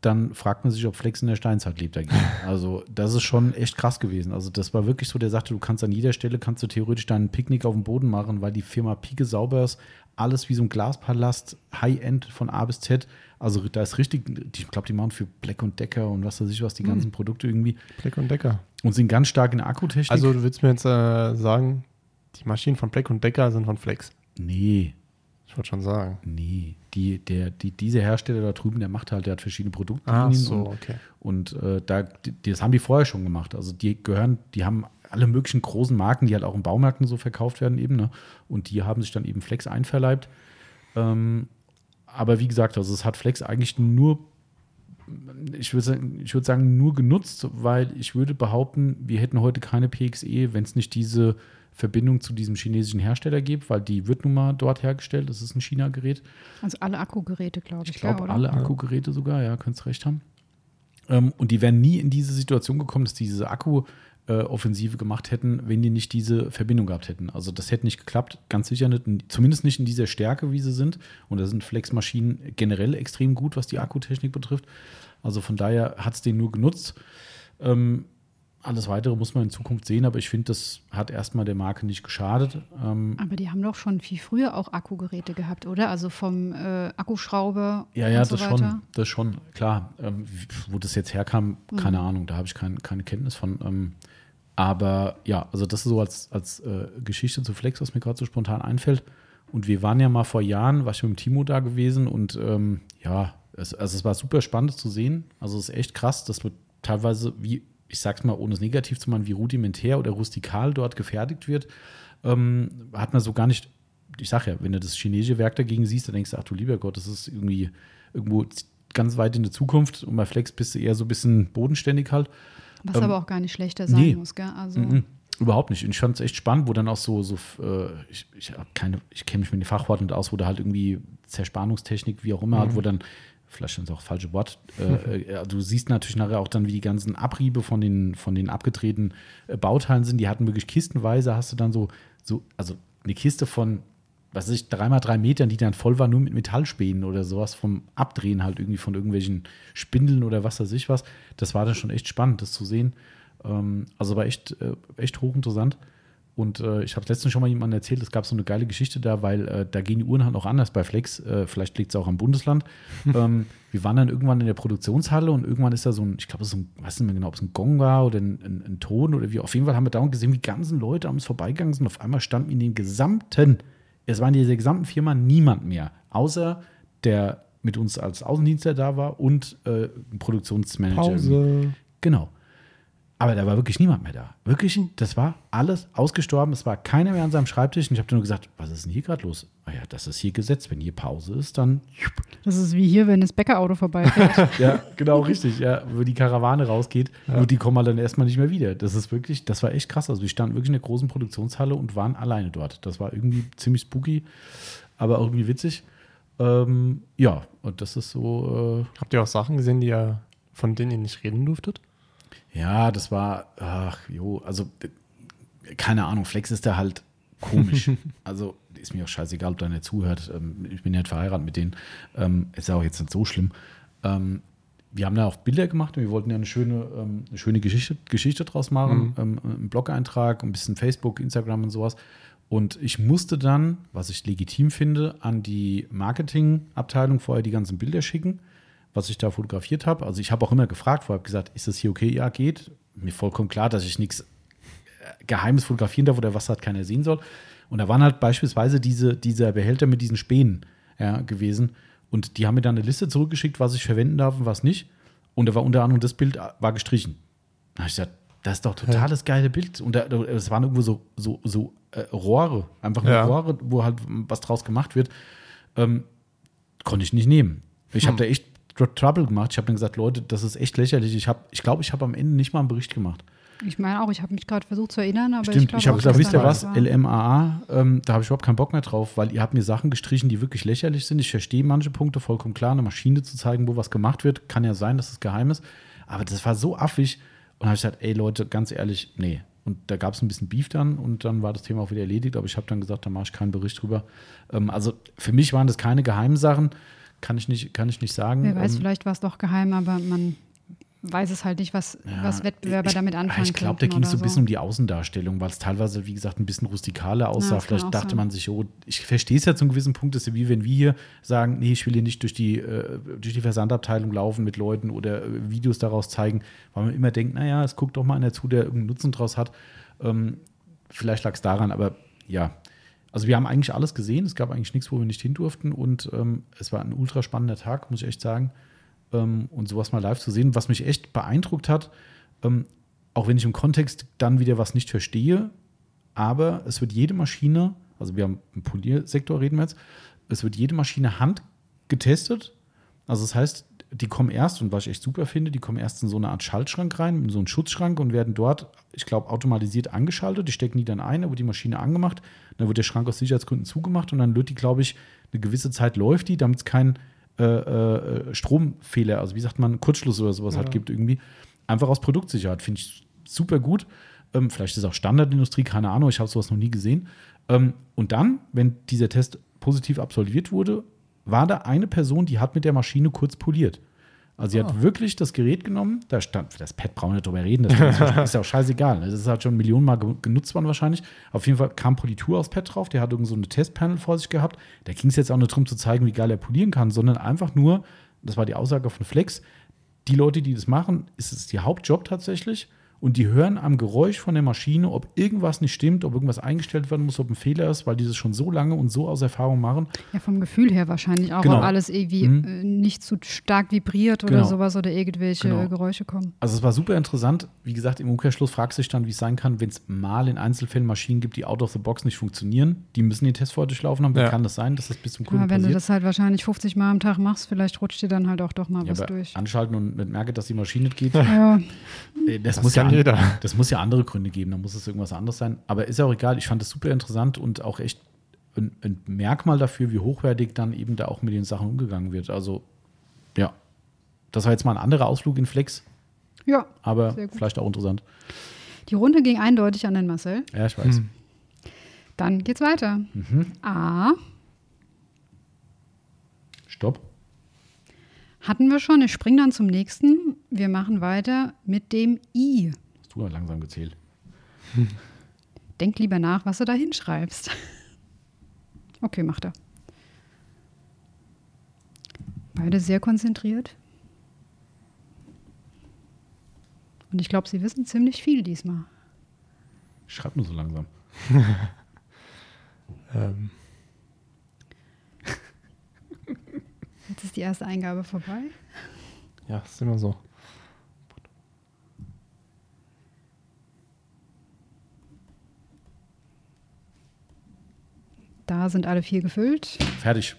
dann fragt man sich, ob Flex in der Steinzeit lebt dagegen. Also das ist schon echt krass gewesen. Also das war wirklich so, der sagte, du kannst an jeder Stelle, kannst du theoretisch deinen Picknick auf dem Boden machen, weil die Firma Pike sauber ist, alles wie so ein Glaspalast, High-End von A bis Z. Also da ist richtig, ich glaube, die machen für Black und Decker und was weiß ich was, die ganzen Produkte irgendwie
Black und Decker.
und sind ganz stark in der Akkutechnik.
Also du willst mir jetzt äh, sagen, die Maschinen von Black und Decker sind von Flex.
nee,
Ich wollte schon sagen.
Nee, die, der, die, dieser Hersteller da drüben, der macht halt, der hat verschiedene Produkte.
Ah, so, okay.
Und, und äh, da, die, das haben die vorher schon gemacht. Also die gehören, die haben alle möglichen großen Marken, die halt auch in Baumärkten so verkauft werden eben. Ne? Und die haben sich dann eben Flex einverleibt. Ähm, aber wie gesagt, also es hat Flex eigentlich nur, ich würde sagen, ich würde sagen, nur genutzt, weil ich würde behaupten, wir hätten heute keine PXE, wenn es nicht diese Verbindung zu diesem chinesischen Hersteller gibt, weil die wird nun mal dort hergestellt. Das ist ein China-Gerät.
Also alle Akkugeräte, glaube ich.
Ich glaube,
ja, oder?
alle Akkugeräte sogar, ja, könntest recht haben. Ähm, und die wären nie in diese Situation gekommen, dass die diese Akku-Offensive gemacht hätten, wenn die nicht diese Verbindung gehabt hätten. Also das hätte nicht geklappt, ganz sicher nicht, n- zumindest nicht in dieser Stärke, wie sie sind. Und da sind Flex-Maschinen generell extrem gut, was die Akkutechnik betrifft. Also von daher hat es den nur genutzt. Ähm, alles Weitere muss man in Zukunft sehen, aber ich finde, das hat erstmal der Marke nicht geschadet. Ähm,
Aber die haben doch schon viel früher auch Akkugeräte gehabt, oder? Also vom äh, Akkuschrauber
Ja, ja,
und so
das
weiter. Hm.
schon, das schon, klar. Ähm, w- wo das jetzt herkam, keine Ahnung, da habe ich kein, keine Kenntnis von. Ähm, aber ja, also das ist so als, als äh, Geschichte zu Flex, was mir gerade so spontan einfällt. Und wir waren ja mal vor Jahren, war ich mit dem Timo da gewesen und ähm, ja, es, also es war super spannend zu sehen. Also es ist echt krass, dass du teilweise, wie, ich sag's mal, ohne es negativ zu machen, wie rudimentär oder rustikal dort gefertigt wird ähm, hat man so gar nicht. Ich sag ja, wenn du das chinesische Werk dagegen siehst, dann denkst du, ach du lieber Gott, das ist irgendwie irgendwo z- ganz weit in der Zukunft und bei Flex bist du eher so ein bisschen bodenständig halt.
Was
Ähm,
aber auch gar nicht schlechter sein
nee.
muss, gell? Also
Mhm. Überhaupt nicht. Und ich fand es echt spannend, wo dann auch so, so äh, ich, ich habe keine, ich kenne mich mit den Fachworten nicht aus, wo da halt irgendwie Zerspanungstechnik, wie auch immer, halt, wo dann, vielleicht ist das auch das falsche Wort, äh, äh, also du siehst natürlich nachher auch dann, wie die ganzen Abriebe von den, von den abgetretenen äh, Bauteilen sind. Die hatten wirklich kistenweise, hast du dann so, so, also eine Kiste von, was weiß ich, dreimal drei Metern, die dann voll war, nur mit Metallspänen oder sowas vom Abdrehen halt irgendwie von irgendwelchen Spindeln oder was weiß ich was. Das war dann schon echt spannend, das zu sehen. Ähm, also war echt, äh, echt hochinteressant. Und äh, ich habe letztens schon mal jemandem erzählt, es gab so eine geile Geschichte da, weil äh, da gehen die Uhren halt auch anders bei Flex. Äh, vielleicht liegt es auch am Bundesland. ähm, wir waren dann irgendwann in der Produktionshalle und irgendwann ist da so ein, ich glaube, es ist so ein, weiß nicht mehr genau, ob es ein Gong war oder ein, ein, ein Ton oder wie. Auf jeden Fall haben wir dauernd gesehen, wie die ganzen Leute an uns vorbeigegangen sind. Auf einmal stand in den gesamten, es war in dieser gesamten Firma niemand mehr, außer der mit uns als Außendienstler da war und äh, ein Produktionsmanager. irgendwie.
Pause.
Genau. Aber da war wirklich niemand mehr da. Wirklich, das war alles ausgestorben. Es war keiner mehr an seinem Schreibtisch. Und ich habe dann nur gesagt, was ist denn hier gerade los? Ah ja, das ist hier Gesetz. Wenn hier Pause ist, dann.
das ist wie hier, wenn das Bäckerauto vorbeifährt.
Ja, genau, richtig. Ja, wo die Karawane rausgeht. Nur die kommen halt dann erstmal nicht mehr wieder. Das ist wirklich, das war echt krass. Also wir standen wirklich in der großen Produktionshalle und waren alleine dort. Das war irgendwie ziemlich spooky, aber auch irgendwie witzig. Ähm, ja, und das ist so. Äh,
Habt ihr auch Sachen gesehen, die ihr, von denen ihr nicht reden durftet?
Ja, das war, ach jo, also äh, keine Ahnung, Flex ist da halt komisch. also ist mir auch scheißegal, ob da nicht zuhört. Ähm, ich bin nicht verheiratet mit denen. Ähm, ist ja auch jetzt nicht so schlimm. Ähm, wir haben da auch Bilder gemacht und wir wollten ja eine schöne, ähm, eine schöne Geschichte, Geschichte draus machen. Ähm, einen Blog-Eintrag, ein bisschen Facebook, Instagram und sowas. Und ich musste dann, was ich legitim finde, an die Marketingabteilung vorher die ganzen Bilder schicken, was ich da fotografiert habe. Also ich habe auch immer gefragt, vorher habe gesagt, ist das hier okay? Ja, geht. Mir vollkommen klar, dass ich nichts Geheimes fotografieren darf oder was halt keiner sehen soll. Und da waren halt beispielsweise diese, dieser Behälter mit diesen Spänen ja, gewesen. Und die haben mir dann eine Liste zurückgeschickt, was ich verwenden darf und was nicht. Und da war unter anderem das Bild äh, war gestrichen. Da habe ich gesagt, das ist doch total das geile Bild. Und da, da- es waren irgendwo so, so, so äh, Rohre, einfach nur
Ja.
Rohre, wo halt was draus gemacht wird. Ähm, konnte ich nicht nehmen. Ich habe da echt Tr- Trouble gemacht. Ich habe dann gesagt, Leute, das ist echt lächerlich. Ich glaube, ich, glaube, ich habe am Ende nicht mal einen Bericht gemacht.
Ich meine auch, ich habe mich gerade versucht zu erinnern, aber
Stimmt,
ich,
ich habe
auch,
gesagt,
dass
wisst ihr
da
was,
war.
LMAA, ähm, da habe ich überhaupt keinen Bock mehr drauf, weil ihr habt mir Sachen gestrichen, die wirklich lächerlich sind. Ich verstehe manche Punkte vollkommen klar, eine Maschine zu zeigen, wo was gemacht wird, kann ja sein, dass es geheim ist, aber das war so affig und habe ich gesagt, ey Leute, ganz ehrlich, nee. Und da gab es ein bisschen Beef dann und dann war das Thema auch wieder erledigt, aber ich habe dann gesagt, da mache ich keinen Bericht drüber. Ähm, also für mich waren das keine geheimen Sachen, kann ich nicht, kann ich nicht sagen.
Wer weiß,
ähm,
vielleicht war es doch geheim, aber man weiß es halt nicht, was, was Wettbewerber
ich,
damit anfangen
Ich glaube, da
könnten
ging es
oder
so ein bisschen um die Außendarstellung, weil es teilweise, wie gesagt, ein bisschen rustikaler aussah.
das kann
Vielleicht
auch
dachte
sein.
man sich, oh, ich verstehe es ja zu einem gewissen Punkt, dass wie wenn wir hier sagen, nee, ich will hier nicht durch die, äh, durch die Versandabteilung laufen mit Leuten oder äh, Videos daraus zeigen, weil man immer denkt, naja, es guckt doch mal einer zu, der irgendeinen Nutzen draus hat. Ähm, vielleicht lag es daran, aber ja. Also wir haben eigentlich alles gesehen, es gab eigentlich nichts, wo wir nicht hin durften und ähm, es war ein ultra spannender Tag, muss ich echt sagen ähm, und sowas mal live zu sehen. Was mich echt beeindruckt hat, ähm, auch wenn ich im Kontext dann wieder was nicht verstehe, aber es wird jede Maschine, also wir haben im Poliersektor reden wir jetzt, es wird jede Maschine handgetestet. Also das heißt, die kommen erst, und was ich echt super finde, die kommen erst in so eine Art Schaltschrank rein, in so einen Schutzschrank und werden dort, ich glaube, automatisiert angeschaltet. Die stecken die dann ein, da wird die Maschine angemacht, dann wird der Schrank aus Sicherheitsgründen zugemacht und dann wird die, glaube ich, eine gewisse Zeit läuft die, damit es keinen äh, äh, Stromfehler, also wie sagt man, Kurzschluss oder sowas halt
Ja.
gibt irgendwie. Einfach aus Produktsicherheit, finde ich super gut. Ähm, vielleicht ist es auch Standardindustrie, keine Ahnung, ich habe sowas noch nie gesehen. Ähm, und dann, wenn dieser Test positiv absolviert wurde, war da eine Person, die hat mit der Maschine kurz poliert. Also sie hat wirklich das Gerät genommen, da stand, das Pad brauchen wir nicht drüber reden, das ist ja auch scheißegal. ne? Das ist halt schon Millionen Mal ge- genutzt worden wahrscheinlich. Auf jeden Fall kam Politur aufs Pad drauf, der hat irgend so eine Testpanel vor sich gehabt. Da ging es jetzt auch nicht darum zu zeigen, wie geil er polieren kann, sondern einfach nur, das war die Aussage von Flex, die Leute, die das machen, ist es ihr Hauptjob tatsächlich. Und die hören am Geräusch von der Maschine, ob irgendwas nicht stimmt, ob irgendwas eingestellt werden muss, ob ein Fehler ist, weil die das schon so lange und so aus Erfahrung machen.
Ja, vom Gefühl her wahrscheinlich auch,
Genau.
ob alles irgendwie
Mhm.
äh, nicht zu stark vibriert oder
Genau.
sowas oder irgendwelche äh,
Genau.
Geräusche kommen.
Also es war super interessant. Wie gesagt, im Umkehrschluss fragst du dich dann, wie es sein kann, wenn es mal in Einzelfällen Maschinen gibt, die out of the box nicht funktionieren. Die müssen den Test vorher durchlaufen haben. Wie
Ja.
kann das sein, dass das bis zum Kunden
Ja, wenn du
passiert?
das halt wahrscheinlich 50 Mal am Tag machst, vielleicht rutscht dir dann halt auch doch mal
ja,
was
aber
durch.
anschalten und nicht merke, dass die Maschine nicht geht.
Ja,
Äh, Das,
Das
muss ja
kann
an-
jeder.
Das muss ja andere Gründe geben, da muss es irgendwas anderes sein. Aber ist ja auch egal. Ich fand das super interessant und auch echt ein, ein Merkmal dafür, wie hochwertig dann eben da auch mit den Sachen umgegangen wird. Also, ja. Das war jetzt mal ein anderer Ausflug in Flex,
ja,
aber
Sehr gut.
vielleicht auch interessant.
die Runde ging eindeutig an den Marcel.
Ja, ich weiß.
Dann geht's weiter.
Mhm.
A,
Stopp.
hatten wir schon, ich spring dann zum nächsten. Wir machen weiter mit dem I.
Hast du ja langsam gezählt.
Denk lieber nach, was du da hinschreibst. Okay, macht er. Beide sehr konzentriert. Und ich glaube, sie wissen ziemlich viel diesmal.
Ich schreib nur so langsam.
Ähm,
Jetzt ist die erste Eingabe vorbei.
ja, ist immer so.
Da sind alle vier gefüllt.
Fertig.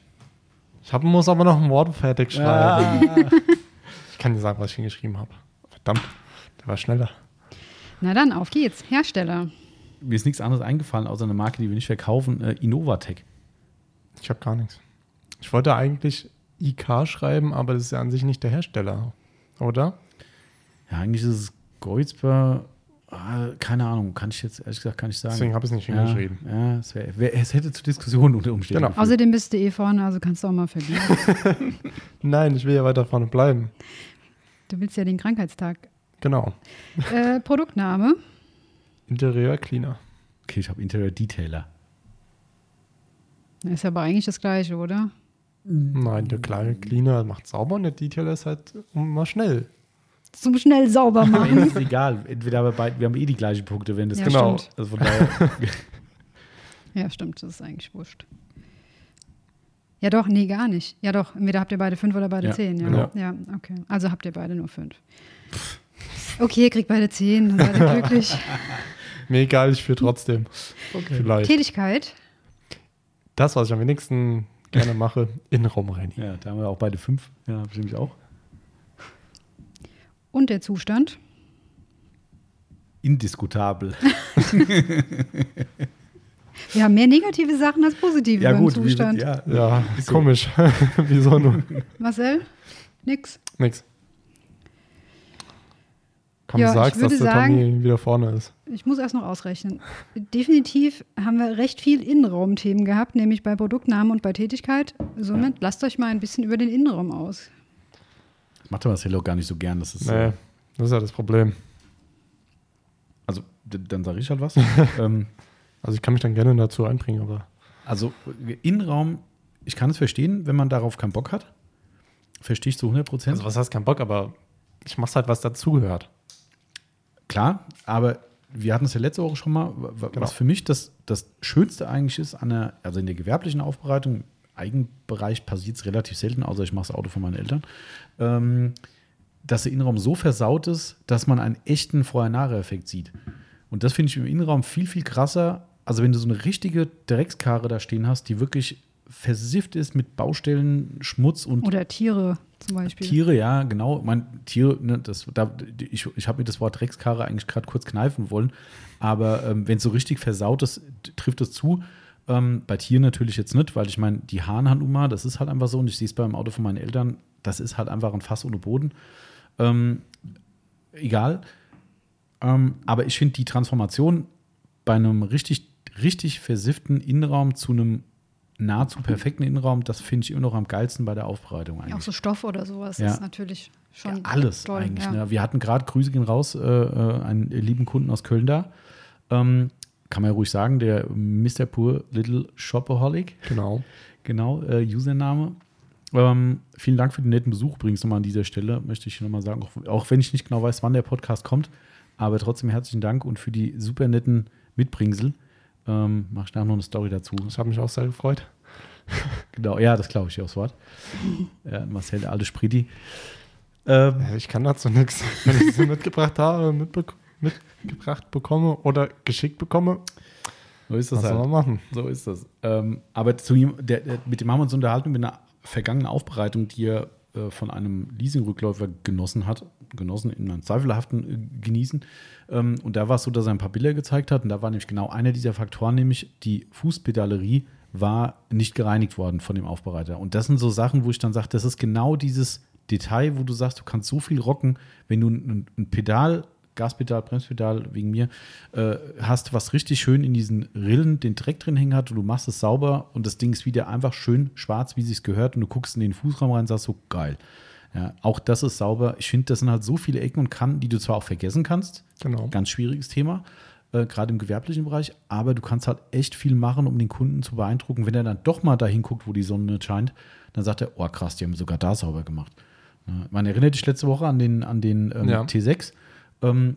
Ich hab, muss aber noch ein Wort fertig schreiben. Ich kann dir sagen, was ich hingeschrieben habe. Verdammt, der war schneller.
Na dann, auf geht's. Hersteller.
Mir ist nichts anderes eingefallen, außer eine Marke, die wir nicht verkaufen, äh, Innovatec.
Ich habe gar nichts. Ich wollte eigentlich IK schreiben, aber das ist ja an sich nicht der Hersteller, oder?
Ja, eigentlich ist es Goldsper. Ah, Ja, keine Ahnung, kann ich jetzt ehrlich gesagt kann ich sagen.
Deswegen habe ich es nicht hingeschrieben.
Ja, ja, es, wär, wär, es hätte zu Diskussionen unter Umständen.
Genau.
geführt.
Außerdem bist du eh vorne, also kannst du auch mal verlieren.
Nein, ich will ja weiter vorne bleiben.
Du willst ja den Krankheitstag.
Genau.
Äh, Produktname.
Interieur Cleaner.
Okay, ich habe Interior Detailer.
Ist aber eigentlich das Gleiche, oder?
Nein, der kleine Cleaner macht sauber und der Detailer ist halt mal schnell.
Zum schnell sauber
Aber
machen.
ist es egal. Entweder aber beide, wir haben eh die gleichen Punkte, wenn das
Ja,
Genau.
stimmt.
Also von daher,
Ja, stimmt, das ist eigentlich wurscht. Ja, doch, nee, gar nicht. Ja, doch, entweder habt ihr beide fünf oder beide
Ja,
zehn. Ja.
genau.
ja, okay. Also habt ihr beide nur fünf. Okay, kriegt beide zehn, dann seid ihr glücklich.
Halt.
Mir egal, ich führe trotzdem. Vielleicht.
Tätigkeit.
Das, was ich am wenigsten gerne mache, Innenraumreinigung.
ja, da haben wir auch beide fünf. Ja, bestimmt auch.
Und der Zustand?
Indiskutabel.
Wir haben mehr negative Sachen als positive
Ja,
beim
gut. wir sind-
Zustand.
ja,
Ja,
Ist so.
komisch. Wieso nur?
Marcel? Nix.
Nix. Komm,
Ja,
ja,
ich
sagst, dass
würde
der
sagen-
Tommy wieder vorne ist.
Ich muss erst noch ausrechnen. Definitiv haben wir recht viel Innenraumthemen gehabt, nämlich bei Produktnamen und bei Tätigkeit. Somit lasst euch mal ein bisschen über den Innenraum aus.
Macht der Marcello gar nicht so gern. Das ist,
Nee,
äh,
das ist ja das Problem.
also, d- dann sage ich halt was. ähm,
Also ich kann mich dann gerne dazu einbringen, aber
Also Innenraum, ich kann es verstehen, wenn man darauf keinen Bock hat. Verstehe ich zu 100 Prozent.
also was heißt kein Bock, aber ich mach's halt, was dazugehört.
Klar, aber wir hatten es ja letzte Woche schon mal, wa- wa- was
Genau.
für mich das, das Schönste eigentlich ist, an der, also in der gewerblichen Aufbereitung, im Eigenbereich passiert es relativ selten, außer ich mache das Auto von meinen Eltern, ähm, dass der Innenraum so versaut ist, dass man einen echten Vorher-Nachher-Effekt sieht. Und das finde ich im Innenraum viel, viel krasser. Also wenn du so eine richtige Dreckskarre da stehen hast, die wirklich versifft ist mit Baustellen, Schmutz und
Oder Tiere zum Beispiel.
Tiere, ja, genau. Mein Tiere, ne, das, da, ich, ich habe mir das Wort Dreckskarre eigentlich gerade kurz kneifen wollen, aber ähm, wenn es so richtig versaut ist, t- trifft es zu. Ähm, bei Tieren natürlich jetzt nicht, weil ich meine, die Hahnhanduma, das ist halt einfach so und ich sehe es beim Auto von meinen Eltern, das ist halt einfach ein Fass ohne Boden. Ähm, egal. Ähm, aber ich finde die Transformation bei einem richtig, richtig versifften Innenraum zu einem nahezu perfekten Innenraum, das finde ich immer noch am geilsten bei der Aufbereitung eigentlich.
Auch so Stoff oder sowas
Ja.
ist natürlich schon.
Ja, alles
toll,
eigentlich.
ja.
Ne? Wir hatten gerade, Grüße gehen raus, äh, äh, einen lieben Kunden aus Köln da. Ähm, kann man ja ruhig sagen, der Mr. Pur Little Shopaholic,
Genau.
genau, äh, Username. Ähm, vielen Dank für den netten Besuch übrigens nochmal an dieser Stelle, möchte ich hier nochmal sagen, auch, auch wenn ich nicht genau weiß, wann der Podcast kommt, aber trotzdem herzlichen Dank und für die super netten Mitbringsel. Ähm, Mache ich nachher noch eine Story dazu.
Ich habe mich auch sehr gefreut.
Genau, ja, das glaube ich dir aufs Wort. Ja, Marcel, der alte Spriti. Ähm,
Ja, Ich kann dazu nichts. Wenn ich sie mitgebracht habe, mitbe mitgebracht bekomme oder geschickt bekomme,
so ist
was
das
soll
halt.
man machen?
So ist das. Ähm, aber zu ihm, der, der, mit dem haben wir uns unterhalten, mit einer vergangenen Aufbereitung, die er äh, von einem Leasingrückläufer genossen hat, genossen in einem zweifelhaften äh, Genießen. Ähm, und da war es so, dass er ein paar Bilder gezeigt hat. Und da war nämlich genau einer dieser Faktoren, nämlich die Fußpedalerie war nicht gereinigt worden von dem Aufbereiter. Und das sind so Sachen, wo ich dann sage, das ist genau dieses Detail, wo du sagst, du kannst so viel rocken, wenn du ein, ein Pedal Gaspedal, Bremspedal wegen mir, äh, hast was richtig schön in diesen Rillen den Dreck drin hängen hat und du machst es sauber und das Ding ist wieder einfach schön schwarz, wie sich's gehört und du guckst in den Fußraum rein und sagst so, geil. Ja, auch das ist sauber. Ich finde, das sind halt so viele Ecken und Kanten, die du zwar auch vergessen kannst,
Genau.
ganz schwieriges Thema, äh, gerade im gewerblichen Bereich, aber du kannst halt echt viel machen, um den Kunden zu beeindrucken. Wenn er dann doch mal dahin guckt, wo die Sonne nicht scheint, dann sagt er, oh krass, die haben sogar da sauber gemacht. Ne? Man erinnert dich letzte Woche an den, an den ähm,
Ja.
T6, ähm,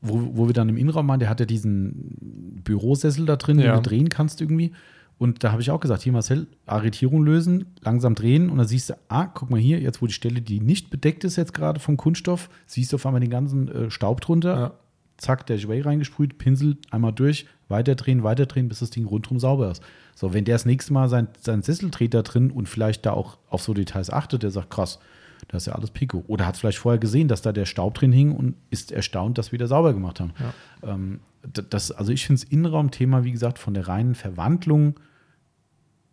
wo, wo wir dann im Innenraum waren, der hat ja diesen Bürosessel da drin,
Ja.
den du drehen kannst irgendwie. Und da habe ich auch gesagt, hier Marcel, Arretierung lösen, langsam drehen und dann siehst du, ah, guck mal hier, jetzt wo die Stelle, die nicht bedeckt ist jetzt gerade vom Kunststoff, siehst du auf einmal den ganzen äh, Staub drunter
Ja.
zack, der Spray reingesprüht, Pinsel einmal durch, weiterdrehen, weiterdrehen, bis das Ding rundherum sauber ist. So, wenn der das nächste Mal sein, seinen Sessel dreht da drin und vielleicht da auch auf so Details achtet, der sagt, krass, da ist ja alles Pico. Oder hat vielleicht vorher gesehen, dass da der Staub drin hing und ist erstaunt, dass wir da sauber gemacht haben. Ähm, d- das, also ich finde das Innenraumthema, wie gesagt, von der reinen Verwandlung,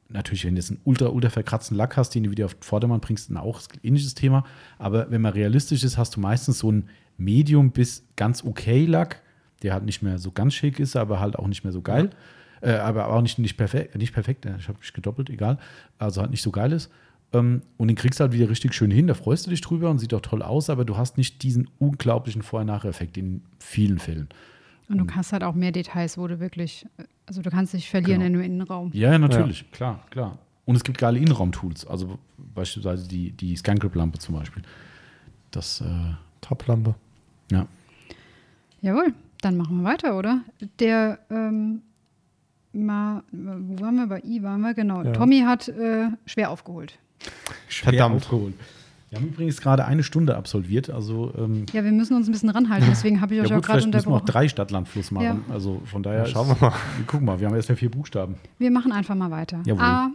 natürlich, wenn du jetzt einen ultra, ultra verkratzten Lack hast, den du wieder auf den Vordermann bringst, dann auch ein ähnliches Thema. Aber wenn man realistisch ist, hast du meistens so ein Medium bis ganz okay Lack, der halt nicht mehr so ganz schick ist, aber halt auch nicht mehr so geil. Äh, aber aber auch nicht, nicht perfekt, nicht perfekt, äh, ich habe mich gedoppelt, egal. Also halt nicht so geil ist. Ähm, und den kriegst du halt wieder richtig schön hin, da freust du dich drüber und sieht auch toll aus, aber du hast nicht diesen unglaublichen Vorher-Nachher-Effekt in vielen Fällen.
Und du hast halt auch mehr Details, wo du wirklich, also du kannst dich verlieren
Genau.
in dem Innenraum.
Ja, ja, natürlich, klar, klar. Und es gibt geile Innenraum-Tools, also beispielsweise die, die Scangrip-Lampe zum Beispiel. Das, äh,
Top-Lampe.
ja.
Jawohl, dann machen wir weiter, oder? Der, ähm, mal, wo waren wir? Bei I waren wir, genau.
Ja.
Tommy hat äh, schwer aufgeholt.
Schwer
Verdammt.
aufgeholt. Wir haben übrigens gerade eine Stunde absolviert, also ähm,
Ja, wir müssen uns ein bisschen ranhalten, deswegen habe ich
ja
euch auch
gut,
gerade
vielleicht müssen wir auch
unterbrochen.
drei Stadtlandfluss machen. Also von daher.
Ja, schauen wir mal.
Wir gucken mal, wir haben erst mal vier Buchstaben.
Wir machen einfach mal weiter.
Jawohl.
A,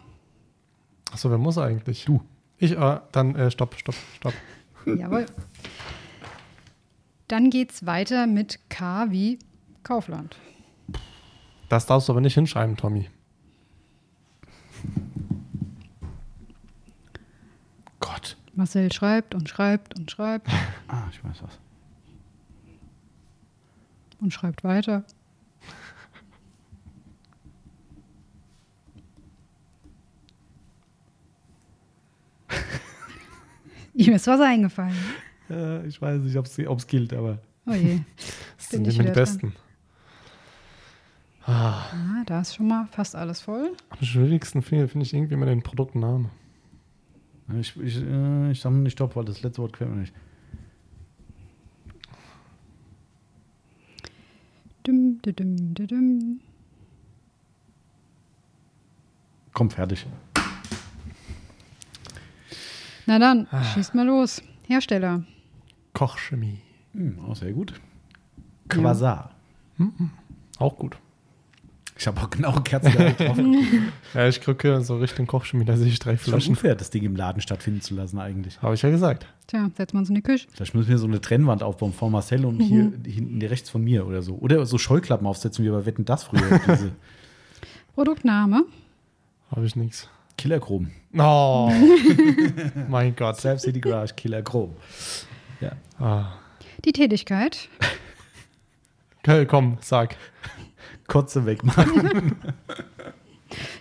Achso, wer muss eigentlich?
Du.
Ich, äh, dann, äh, stopp, stopp, stopp.
jawohl. Dann geht's weiter mit K wie Kaufland.
Das darfst du aber nicht hinschreiben, Tommy.
Gott.
Marcel schreibt und schreibt und schreibt
Ah, ich weiß was.
und schreibt weiter. Ihm ist was eingefallen.
ich weiß nicht, ob es gilt, aber.
Oh je.
Das
Bin
sind
ich
immer die
wieder
Besten.
Ah, da ist schon mal fast alles voll.
Am schwierigsten finde finde ich irgendwie immer den Produktnamen.
Ich, ich, äh, ich sage nicht Stopp, weil das letzte Wort quält mir nicht.
Düm, dü, düm, dü, düm.
Komm, fertig.
Na dann, schießt mal los. Hersteller.
Kochchemie.
Hm, auch sehr gut. Quasar.
Auch gut.
Ich habe auch genau Kerzen da drauf.
Ja, ich gucke so Richtung Kochchemie, da sehe ich drei
Schon
Flaschen.
unfair, das Ding im Laden stattfinden zu lassen eigentlich.
Habe ich ja gesagt.
Tja, setzen wir uns in die Küche.
Vielleicht müssen wir so eine Trennwand aufbauen vor Marcel und hier hinten der rechts von mir oder so. Oder so Scheuklappen aufsetzen wie bei Wetten das früher. Diese
Produktname.
Habe ich nichts.
Killerchrom.
Oh, mein Gott.
Slab City Garage, Killerchrom. Ja.
Ah.
Die Tätigkeit.
Okay, komm, sag.
Kotze wegmachen.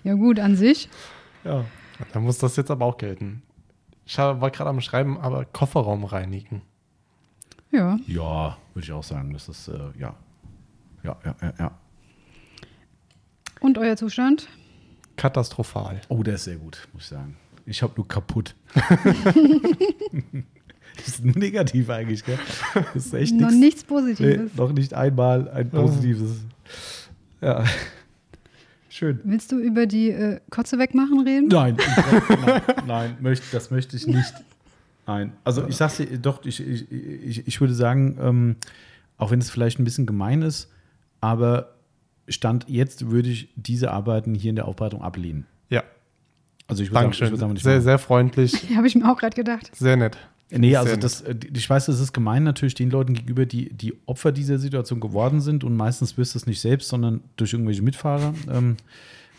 Ja gut, an sich.
Ja. Dann muss das jetzt aber auch gelten. Ich hab- war gerade am Schreiben, aber Kofferraum reinigen.
Ja.
Ja, würde ich auch sagen. Das ist, äh, ja. Ja, ja, ja, ja.
Und euer Zustand?
Katastrophal.
Oh, der ist sehr gut, muss ich sagen. Ich habe nur kaputt. das ist nur negativ eigentlich, gell? Das ist echt
Noch
nichts.
nichts
Nee,
Positives.
noch nicht einmal ein positives. Ja. Schön.
Willst du über die äh, Kotze wegmachen reden?
Nein, nein, nein möcht, das möchte ich nicht. Nein. Also ich sag's dir, doch, ich, ich, ich, ich würde sagen, ähm, auch wenn es vielleicht ein bisschen gemein ist, aber Stand jetzt würde ich diese Arbeiten hier in der Aufbereitung ablehnen.
Ja,
Also ich würde sagen, ich
Dankeschön.
würde sagen, ich
sehr, sehr freundlich,
Habe ich mir auch gerade gedacht.
sehr nett.
Nee, also
Sehr nett.
das, äh, die- ich weiß, das ist gemein natürlich den Leuten gegenüber, die, die Opfer dieser Situation geworden sind und meistens wirst du es nicht selbst, sondern durch irgendwelche Mitfahrer. Ähm,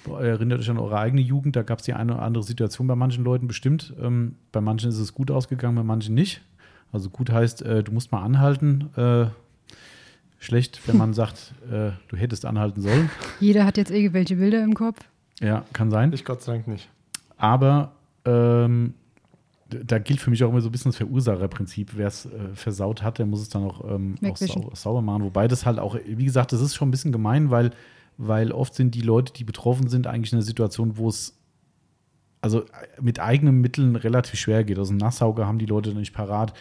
boah, erinnert euch an eure eigene Jugend, da gab es die eine oder andere Situation bei manchen Leuten bestimmt. Ähm, bei manchen ist es gut ausgegangen, bei manchen nicht. Also gut heißt, äh, du musst mal anhalten. Äh, schlecht, wenn man sagt, äh, du hättest anhalten sollen.
Jeder hat jetzt irgendwelche Bilder im Kopf.
Ja, kann sein.
Ich Gott sei Dank nicht.
Aber ähm, d- da gilt für mich auch immer so ein bisschen das Verursacherprinzip. Wer es äh, versaut hat, der muss es dann auch, ähm, auch
Wegwischen.
sau sauber machen. Wobei das halt auch, wie gesagt, das ist schon ein bisschen gemein, weil, weil oft sind die Leute, die betroffen sind, eigentlich in einer Situation, wo es also äh, mit eigenen Mitteln relativ schwer geht. Also einen Nassauger haben die Leute nicht parat.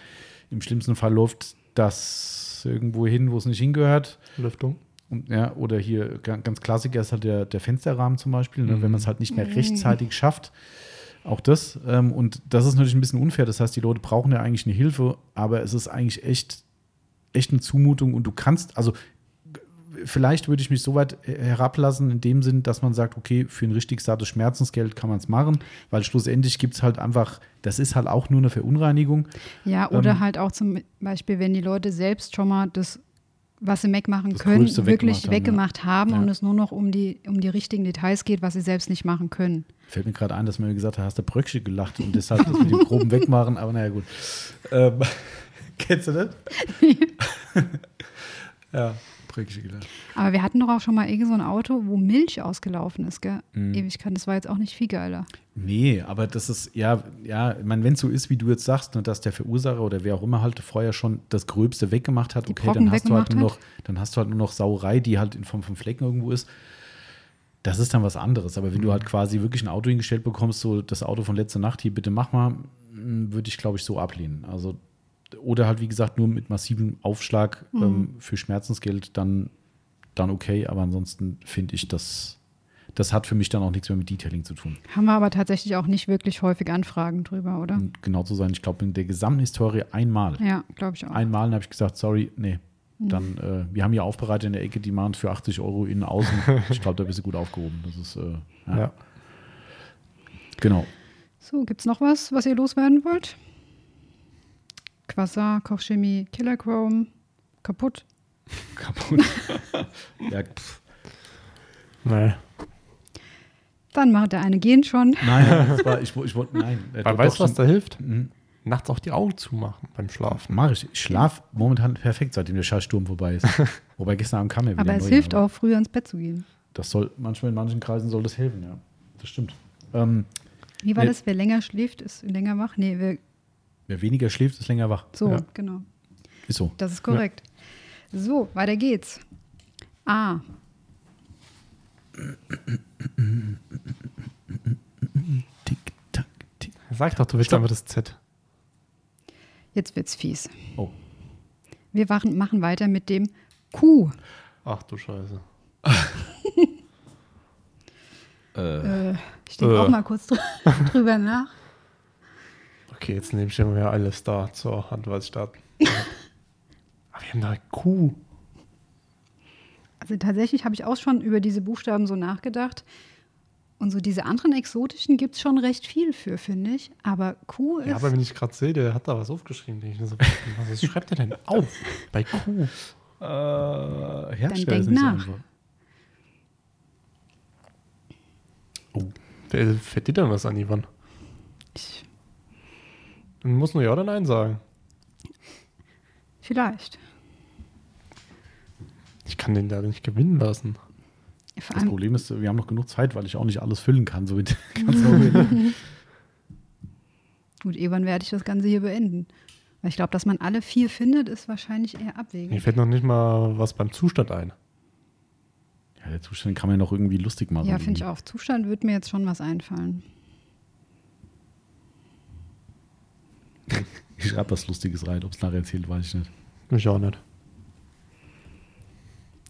Im schlimmsten Fall läuft das irgendwo hin, wo es nicht hingehört.
Lüftung.
Und, ja, oder hier ga- ganz Klassiker ist halt der, der Fensterrahmen zum Beispiel, ne, wenn man es halt nicht mehr rechtzeitig schafft. Auch das. Ähm, und das ist natürlich ein bisschen unfair. Das heißt, die Leute brauchen ja eigentlich eine Hilfe, aber es ist eigentlich echt, echt eine Zumutung und du kannst, also g- vielleicht würde ich mich so weit äh, herablassen in dem Sinn, dass man sagt, okay, für ein richtig sattes Schmerzensgeld kann man es machen, weil schlussendlich gibt es halt einfach, das ist halt auch nur eine Verunreinigung.
Ja, oder
Ähm.
halt auch zum Beispiel, wenn die Leute selbst schon mal das, was sie wegmachen
Das
können,
Größte
wirklich
weggemacht
weggemacht haben
Ja.
und es nur noch um die, um die richtigen Details geht, was sie selbst nicht machen können.
Fällt mir gerade ein, dass man mir gesagt hat, hast du Bröckchen gelacht und deshalb das mit dem Groben wegmachen, aber naja, gut. Ähm, kennst du das? ja.
Prägigler.
Aber wir hatten doch auch schon mal irgendwie so ein Auto, wo Milch ausgelaufen ist, gell?
Mhm.
Ewigkeiten. Das war jetzt auch nicht viel geiler.
Nee, aber das ist, ja, ja, ich meine, wenn es so ist, wie du jetzt sagst, ne, dass der Verursacher oder wer auch immer halt vorher schon das Gröbste weggemacht hat,
Die
okay,
Brocken
dann hast du halt
weggemacht
nur noch, dann hast du halt nur noch Sauerei, die halt in Form von Flecken irgendwo ist. Das ist dann was anderes. Aber wenn
Mhm.
du halt quasi wirklich ein Auto hingestellt bekommst, so das Auto von letzter Nacht, hier bitte mach mal, mh, würde ich, glaube ich, so ablehnen. Also, oder halt, wie gesagt, nur mit massivem Aufschlag
Mhm.
ähm, für Schmerzensgeld, dann, dann okay. Aber ansonsten finde ich, das, das hat für mich dann auch nichts mehr mit Detailing zu tun.
Haben wir aber tatsächlich auch nicht wirklich häufig Anfragen drüber, oder?
um genau zu sein, ich glaube, in der gesamten Historie einmal.
Ja, Hm. glaube ich auch.
Einmal habe ich gesagt, sorry, nee. Dann, äh, wir haben hier aufbereitet in der Ecke, die machen es für 80 Euro innen außen. Ich glaube, da bist du gut aufgehoben. Das ist, äh, ja.
Ja.
Genau.
So, gibt's noch was, was ihr loswerden wollt? Quasar, Kochchemie, Killer Chrome, kaputt.
Kaputt. ja, pff.
Nee.
Dann macht der eine gehen schon.
nein, das war, ich, wo- ich wollte, nein. Äh,
Weil
doch,
weißt du, was
stimmt.
da hilft?
Mhm.
Nachts auch die Augen zumachen beim Schlafen.
Mach ich. Ich schlafe momentan perfekt, seitdem der Scheißsturm vorbei ist. Wobei gestern Abend kam ja wieder
Aber es
neuer,
hilft auch, früher ins Bett zu gehen.
Das soll, manchmal in manchen Kreisen soll das helfen, ja. Das stimmt. Ähm,
Wie war
Ja.
das? Wer länger schläft, ist länger wach? Nee, wer,
wer weniger schläft, ist länger wach.
so,
Ja.
genau.
Ist so.
Das ist korrekt. So, weiter geht's. Ah, A.
Tick, tack, tick.
Sag doch, du willst einfach das Z.
Jetzt wird's fies.
Oh.
Wir wachen, machen weiter mit dem Q.
Ach du Scheiße.
Äh, ich denke
Äh.
auch mal kurz drü drüber nach.
Okay, jetzt nehme ich mir mal alles da zur Hand, was ich da. Aber wir haben da Q.
Also tatsächlich habe ich auch schon über diese Buchstaben so nachgedacht. Und so diese anderen exotischen gibt es schon recht viel für, finde ich. Aber Q ist.
Ja, aber wenn ich gerade sehe, der hat da was aufgeschrieben. Denk ich mir so, was schreibt er denn auf? Bei Q.
Äh, Herzstellen
denk
nicht so
nach.
einfach.
Wer fällt dir denn was an, Ivan?
ich,
Dann muss nur Ja oder Nein sagen.
vielleicht.
Ich kann den da nicht gewinnen lassen.
Vor
Das
allem,
Problem ist, wir haben noch genug Zeit, weil ich auch nicht alles füllen kann. So mit ganz normal.
gut, irgendwann werde ich das Ganze hier beenden. Weil ich glaube, dass man alle vier findet, ist wahrscheinlich eher abwegig.
Mir fällt noch nicht mal was beim Zustand ein.
ja, der Zustand kann man ja noch irgendwie lustig machen.
ja, finde ich auch. Zustand wird mir jetzt schon was einfallen.
Ich schreibe was Lustiges rein. Ob es nachher erzählt, weiß ich nicht.
Ich auch nicht.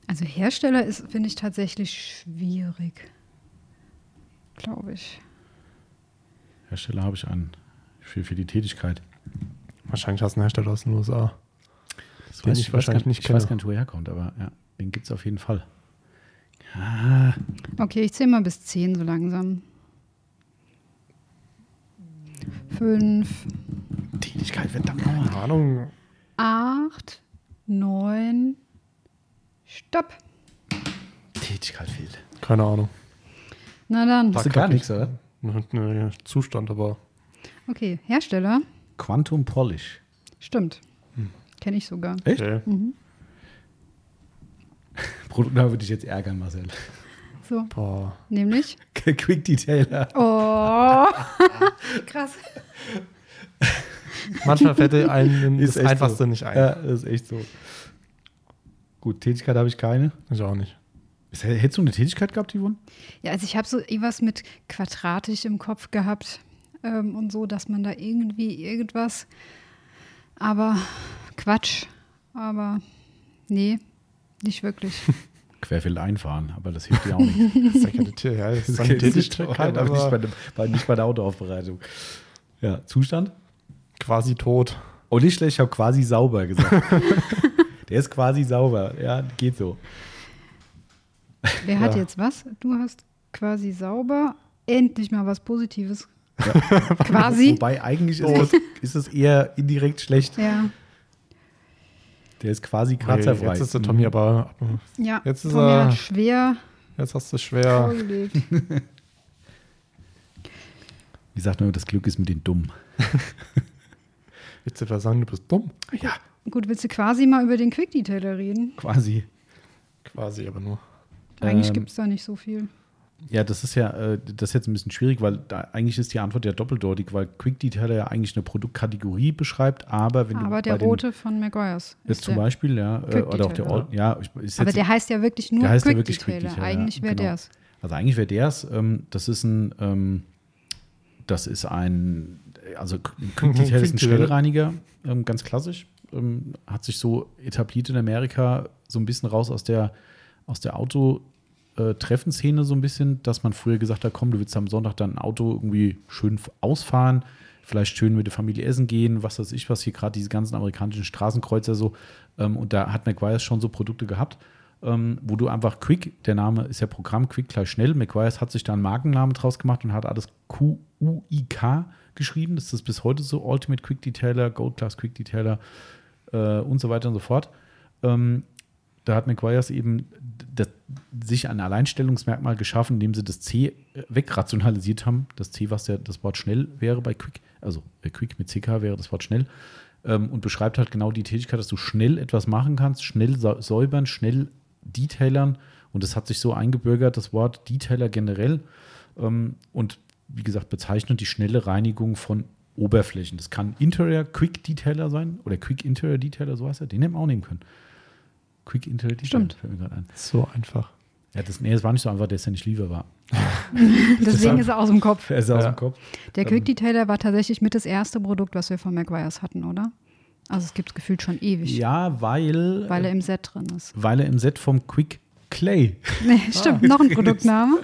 Also Hersteller ist, finde ich, tatsächlich schwierig. Glaube ich.
Hersteller habe ich einen. Für, für die Tätigkeit.
Wahrscheinlich hast du einen Hersteller aus den USA.
Das
Den ich wahrscheinlich
gar,
nicht
Ich weiß
kenne.
gar nicht, wo er herkommt, aber ja, den gibt es auf jeden Fall.
Okay, ich zähle mal bis 10 so langsam. 5,
Tätigkeit, verdammt nochmal.
Keine Ahnung.
8, 9, stopp.
Tätigkeit fehlt.
Keine Ahnung.
Na dann.
Hast
Hast
du
du
Fuck,
gar
gar fuck. nichts,
nichts, oder?
Ne, ne, Zustand, aber
Okay, Hersteller,
Quantum Polish.
stimmt. Kenne ich sogar.
Echt?
okay.
Da würde ich jetzt ärgern, Marcel.
So,
Boah.
nämlich.
Quick Detailer.
Oh, krass.
Manchmal fällt dir einem das
echt
Einfachste
so.
nicht ein.
Ja, das ist echt so. Gut, Tätigkeit habe ich keine.
Ich auch nicht.
Ist- Hättest du eine Tätigkeit gehabt, Yvonne?
Ja, also ich habe so irgendwas mit quadratisch im Kopf gehabt ähm, und so, dass man da irgendwie irgendwas. Aber Quatsch. Aber nee, nicht wirklich.
Querfeld einfahren, aber das hilft dir auch nicht.
Das ist ja keine Tür, ja, das ist eine Tätigkeit,
aber nicht bei,
aber
der- bei, nicht bei der Autoaufbereitung. Ja, Zustand?
quasi tot.
Oh, nicht schlecht, ich habe quasi sauber gesagt. der ist quasi sauber. Ja, geht so.
Wer hat
Ja.
jetzt was? Du hast quasi sauber endlich mal was Positives. quasi. Oh.
Wobei eigentlich ist, es, ist es eher indirekt schlecht.
Ja,
Der ist quasi
Hey,
kratzerfrei. Mhm.
jetzt ist der Tommy aber.
ja.
Jetzt ist
Tommy
er-
hat schwer
Jetzt hast du es schwer.
vorgelegt.
Wie sagt man, das Glück ist mit den Dummen.
Willst du etwa sagen, du bist dumm?
Ja,
Gut, willst du quasi mal über den Quick Detailer reden?
quasi.
Quasi aber nur.
Eigentlich
Ähm,
gibt es da nicht so viel.
Ja, das ist ja äh, das ist jetzt ein bisschen schwierig, weil da, eigentlich ist die Antwort ja doppeldeutig, weil Quick Detailer ja eigentlich eine Produktkategorie beschreibt, aber wenn
Aber
du
der
bei den-
rote von Maguires.
jetzt
ist
zum
der.
Beispiel, ja, äh,
Quick
oder auch der
Detailer.
Ord- ja, ich, ist
Aber
jetzt,
der heißt ja wirklich nur
der heißt ja
Quick
wirklich Quick
Detailer.
Detailer, ja,
Eigentlich wäre
genau.
der's.
also eigentlich wäre der's, ähm, das ist ein, ähm, das ist ein, also Quick Detailer ist ein
Quick Detailer.
Schnellreiniger, ähm, ganz klassisch, ähm, hat sich so etabliert in Amerika, so ein bisschen raus aus der, aus der Auto- äh, Treffenszene so ein bisschen, dass man früher gesagt hat, komm, du willst am Sonntag dann ein Auto irgendwie schön f- ausfahren, vielleicht schön mit der Familie essen gehen, was weiß ich was, hier gerade diese ganzen amerikanischen Straßenkreuzer so. Ähm, und da hat McGuire's schon so Produkte gehabt, ähm, wo du einfach Quick, der Name ist ja Programm, Quick gleich schnell. McGuire's hat sich da einen Markennamen draus gemacht und hat alles Q-U-I-K geschrieben. Das ist bis heute so Ultimate Quick Detailer, Gold Class Quick Detailer äh, und so weiter und so fort. Ähm, da hat McGuire's eben d- das, sich ein Alleinstellungsmerkmal geschaffen, indem sie das C äh, wegrationalisiert haben. Das C, was ja das Wort schnell wäre bei Quick, also äh, Quick mit CK wäre das Wort schnell. Ähm, und beschreibt halt genau die Tätigkeit, dass du schnell etwas machen kannst, schnell sau- säubern, schnell detailern. Und das hat sich so eingebürgert, das Wort Detailer generell. Ähm, und wie gesagt, bezeichnet die schnelle Reinigung von Oberflächen. Das kann Interior Quick Detailer sein oder Quick Interior Detailer, so heißt er. Den hätten wir auch nehmen können. Quick Interior Detailer.
Stimmt.
Fällt mir gerade ein.
So einfach.
Ja, das, nee, das war nicht so einfach, der ist ja nicht lieber war.
Deswegen ist er aus dem Kopf.
Er ist
aus dem
Kopf.
Der Quick Detailer war tatsächlich mit das erste Produkt, was wir von Maguires hatten, oder? Also es gibt es gefühlt schon ewig,
Ja, weil,
weil er im Set drin ist.
weil er im Set vom Quick Clay
Nee,
Ah.
stimmt, noch ein Produktname.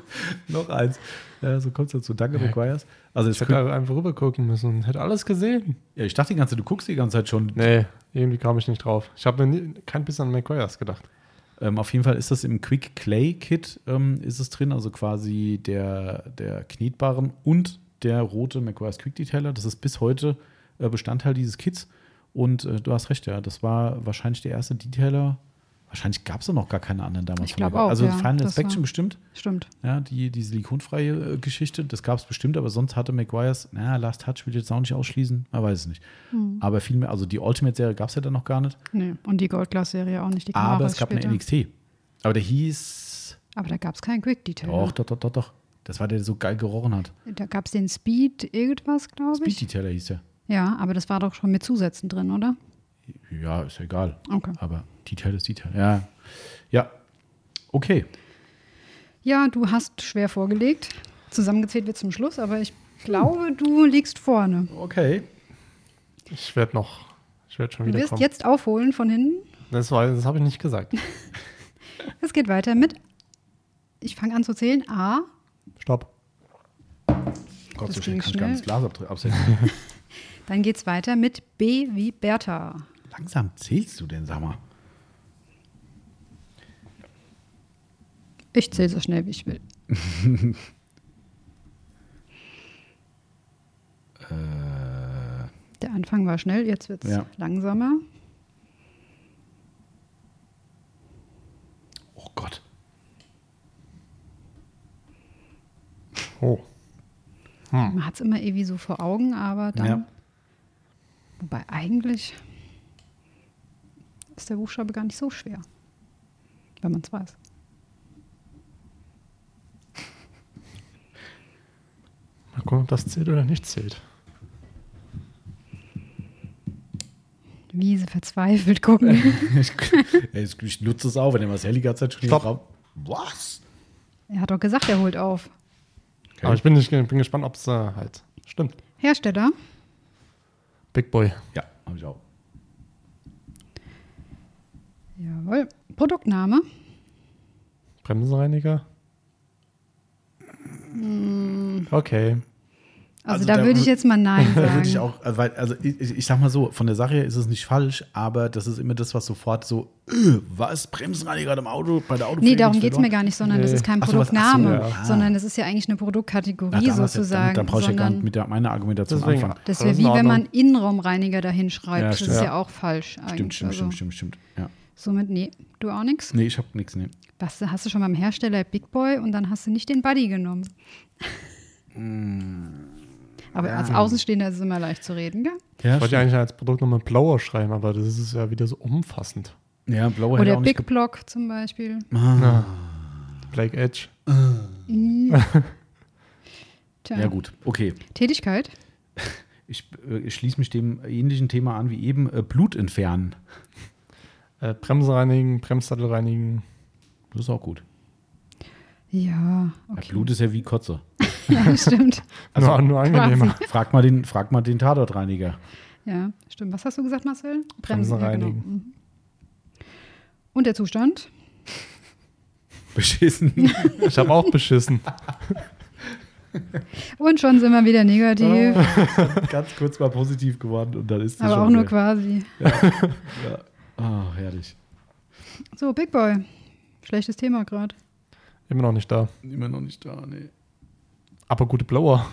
noch eins. Ja, so kommt es dazu. Danke, McGuire's. Also
Ich
ich,
hätte einfach rübergucken müssen und hätte alles gesehen.
ja, ich dachte die ganze Zeit, du guckst die ganze Zeit schon.
Nee, irgendwie kam ich nicht drauf. Ich habe mir nie, kein bisschen an McCoyers gedacht.
Ähm, auf jeden Fall ist das im Quick Clay Kit ähm, ist es drin, also quasi der, der knetbaren und der rote McGuire's Quick Detailer. Das ist bis heute äh, Bestandteil dieses Kits. Und äh, du hast recht, ja, das war wahrscheinlich der erste Detailer. Wahrscheinlich gab es noch gar keine anderen damals.
Ich
von
glaub
McGuire.
auch,
Also
ja,
Final
das
Inspection
war-
bestimmt.
Stimmt.
Ja, die, die silikonfreie äh, Geschichte, das gab es bestimmt, aber sonst hatte McGuire's, na, Last Touch will ich jetzt auch nicht ausschließen, man weiß es nicht.
Hm.
Aber viel mehr, also die Ultimate-Serie gab es ja dann noch gar nicht,
Nee. Und die Gold Glass Serie auch nicht, die kam
aber
auch
es
erst
gab
später.
eine NXT. Aber der hieß,
Aber da gab es keinen Quick Detailer.
doch, doch, doch, doch, doch, das war der, der so geil gerochen hat.
Da gab es den Speed irgendwas, glaube ich.
Speedy Teller hieß der.
Ja, aber das war doch schon mit Zusätzen drin, oder?
Ja, ist ja egal.
Okay.
Aber Detail ist Detail. Ja. Ja. Okay.
Ja, du hast schwer vorgelegt. Zusammengezählt wird zum Schluss, aber ich glaube, du liegst vorne.
Okay.
Ich werde noch, ich werde schon
Du
wieder
wirst
kommen.
jetzt aufholen von hinten.
Das, war- das habe ich nicht gesagt.
Es geht weiter mit. Ich fange an zu zählen. A.
Stopp.
Gott,
Das
so schnell
ging
kann ich gar
schnell.
nicht das Glas abdre- absetzen.
Dann geht's weiter mit B wie Bertha.
Langsam zählst du denn, sag mal.
Ich zähle so schnell, wie ich will.
Äh,
Der Anfang war schnell, jetzt wird's
Ja.
langsamer.
Oh Gott.
Oh.
Man hat's immer irgendwie so vor Augen, aber dann.
Ja.
Wobei eigentlich ist der Buchstabe gar nicht so schwer, wenn man es weiß.
Mal gucken, ob das zählt oder nicht zählt.
Wie sie verzweifelt gucken.
ich, ich, ich nutze es auch, wenn der Marcel die ganze Zeit schon
Stopp.
hier drauf. Was?
er hat doch gesagt, er holt auf.
Okay.
Aber ich bin, nicht, bin gespannt, ob es äh, halt stimmt.
Hersteller,
Big Boy.
Ja, habe ich auch.
jawohl. Produktname,
Bremsenreiniger.
Mm.
Okay.
also,
Also
da
da
würde ich
wür-
jetzt mal Nein
Da würde ich
sagen.
auch, also, weil, also ich, ich ich sag mal so, von der Sache her ist es nicht falsch, aber das ist immer das, was sofort so, äh, was, Bremsenreiniger im Auto, bei der Auto.
Nee, darum geht es mir gar nicht, sondern das
Nee.
ist kein
Ach so, was- ach so,
Produktname,
ja.
sondern das ist ja eigentlich eine Produktkategorie
Na, dann hast du-
sozusagen.
Dann, dann brauche ich ja gar nicht
sondern
mit der, meiner Argumentation
Deswegen.
anfangen.
das
Alles
wäre
in
wie wenn
Ordnung.
man Innenraumreiniger dahin schreibt.
Ja,
das
stimmt.
ist
Ja.
ja auch falsch
Stimmt,
eigentlich.
stimmt,
also,
stimmt, stimmt, stimmt. Ja.
Somit, nee, du auch nichts?
Nee, ich habe nichts, nee.
Was, hast du schon beim Hersteller Big Boy und dann hast du nicht den Buddy genommen.
Hm.
Aber als Außenstehender ist es immer leicht zu reden, gell?
Ja,
Ich wollte ja eigentlich als Produktnummer Blower schreiben, aber das ist ja wieder so umfassend.
Ja, blaue hätte
Oder
auch nicht
Big Block zum Beispiel.
ge- ah,
Black Edge.
Mm. Tja.
Ja, gut. Okay.
Tätigkeit.
Ich, äh, ich schließe mich dem ähnlichen Thema an wie eben. Äh, Blut entfernen.
Äh, Bremse reinigen, Bremssattel reinigen.
Das ist auch gut.
Ja,
Ja,
okay.
Blut ist ja wie Kotze.
Ja, stimmt.
nur, Also nur angenehmer.
Frag mal den, frag mal den Tatortreiniger.
Ja, stimmt. Was hast du gesagt, Marcel?
Bremsen
ja, genau.
reinigen.
Mhm. Und der Zustand?
Beschissen.
Ich habe auch beschissen.
Und schon sind wir wieder negativ,
Ganz kurz mal positiv geworden und dann Oh, ist das
aber
schon
auch nur
wieder-
quasi.
Ja. Ah, herrlich.
So, Big Boy. Schlechtes Thema gerade.
Immer noch nicht da.
Immer noch nicht da, nee.
Aber gute Blower.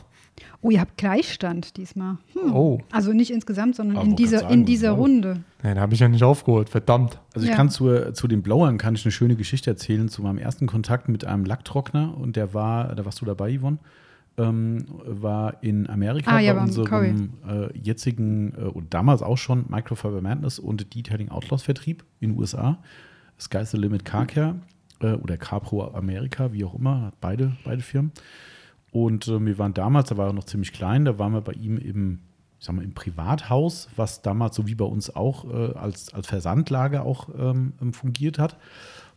Oh, ihr habt Gleichstand diesmal. Hm.
Oh.
Also nicht insgesamt, sondern
Aber
in
wollte
dieser,
gerade
in
sagen,
dieser
wow.
Runde.
Nee, den habe ich ja nicht aufgeholt. Verdammt.
Also ich
Ja.
kann zu, zu den Blowern kann ich eine schöne Geschichte erzählen zu meinem ersten Kontakt mit einem Lacktrockner und der war, da warst du dabei, Yvonne, ähm, war in Amerika
Ah,
bei
ja, beim
unserem äh, jetzigen äh, und damals auch schon Microfiber Madness und Detailing Outlaws Vertrieb in den USA. Sky's the Limit Carcare äh, oder Carpro Amerika, wie auch immer, hat beide, beide Firmen. Und äh, wir waren damals, da war er noch ziemlich klein, da waren wir bei ihm im, ich sag mal, im Privathaus, was damals so wie bei uns auch äh, als, als Versandlager auch ähm, ähm, fungiert hat.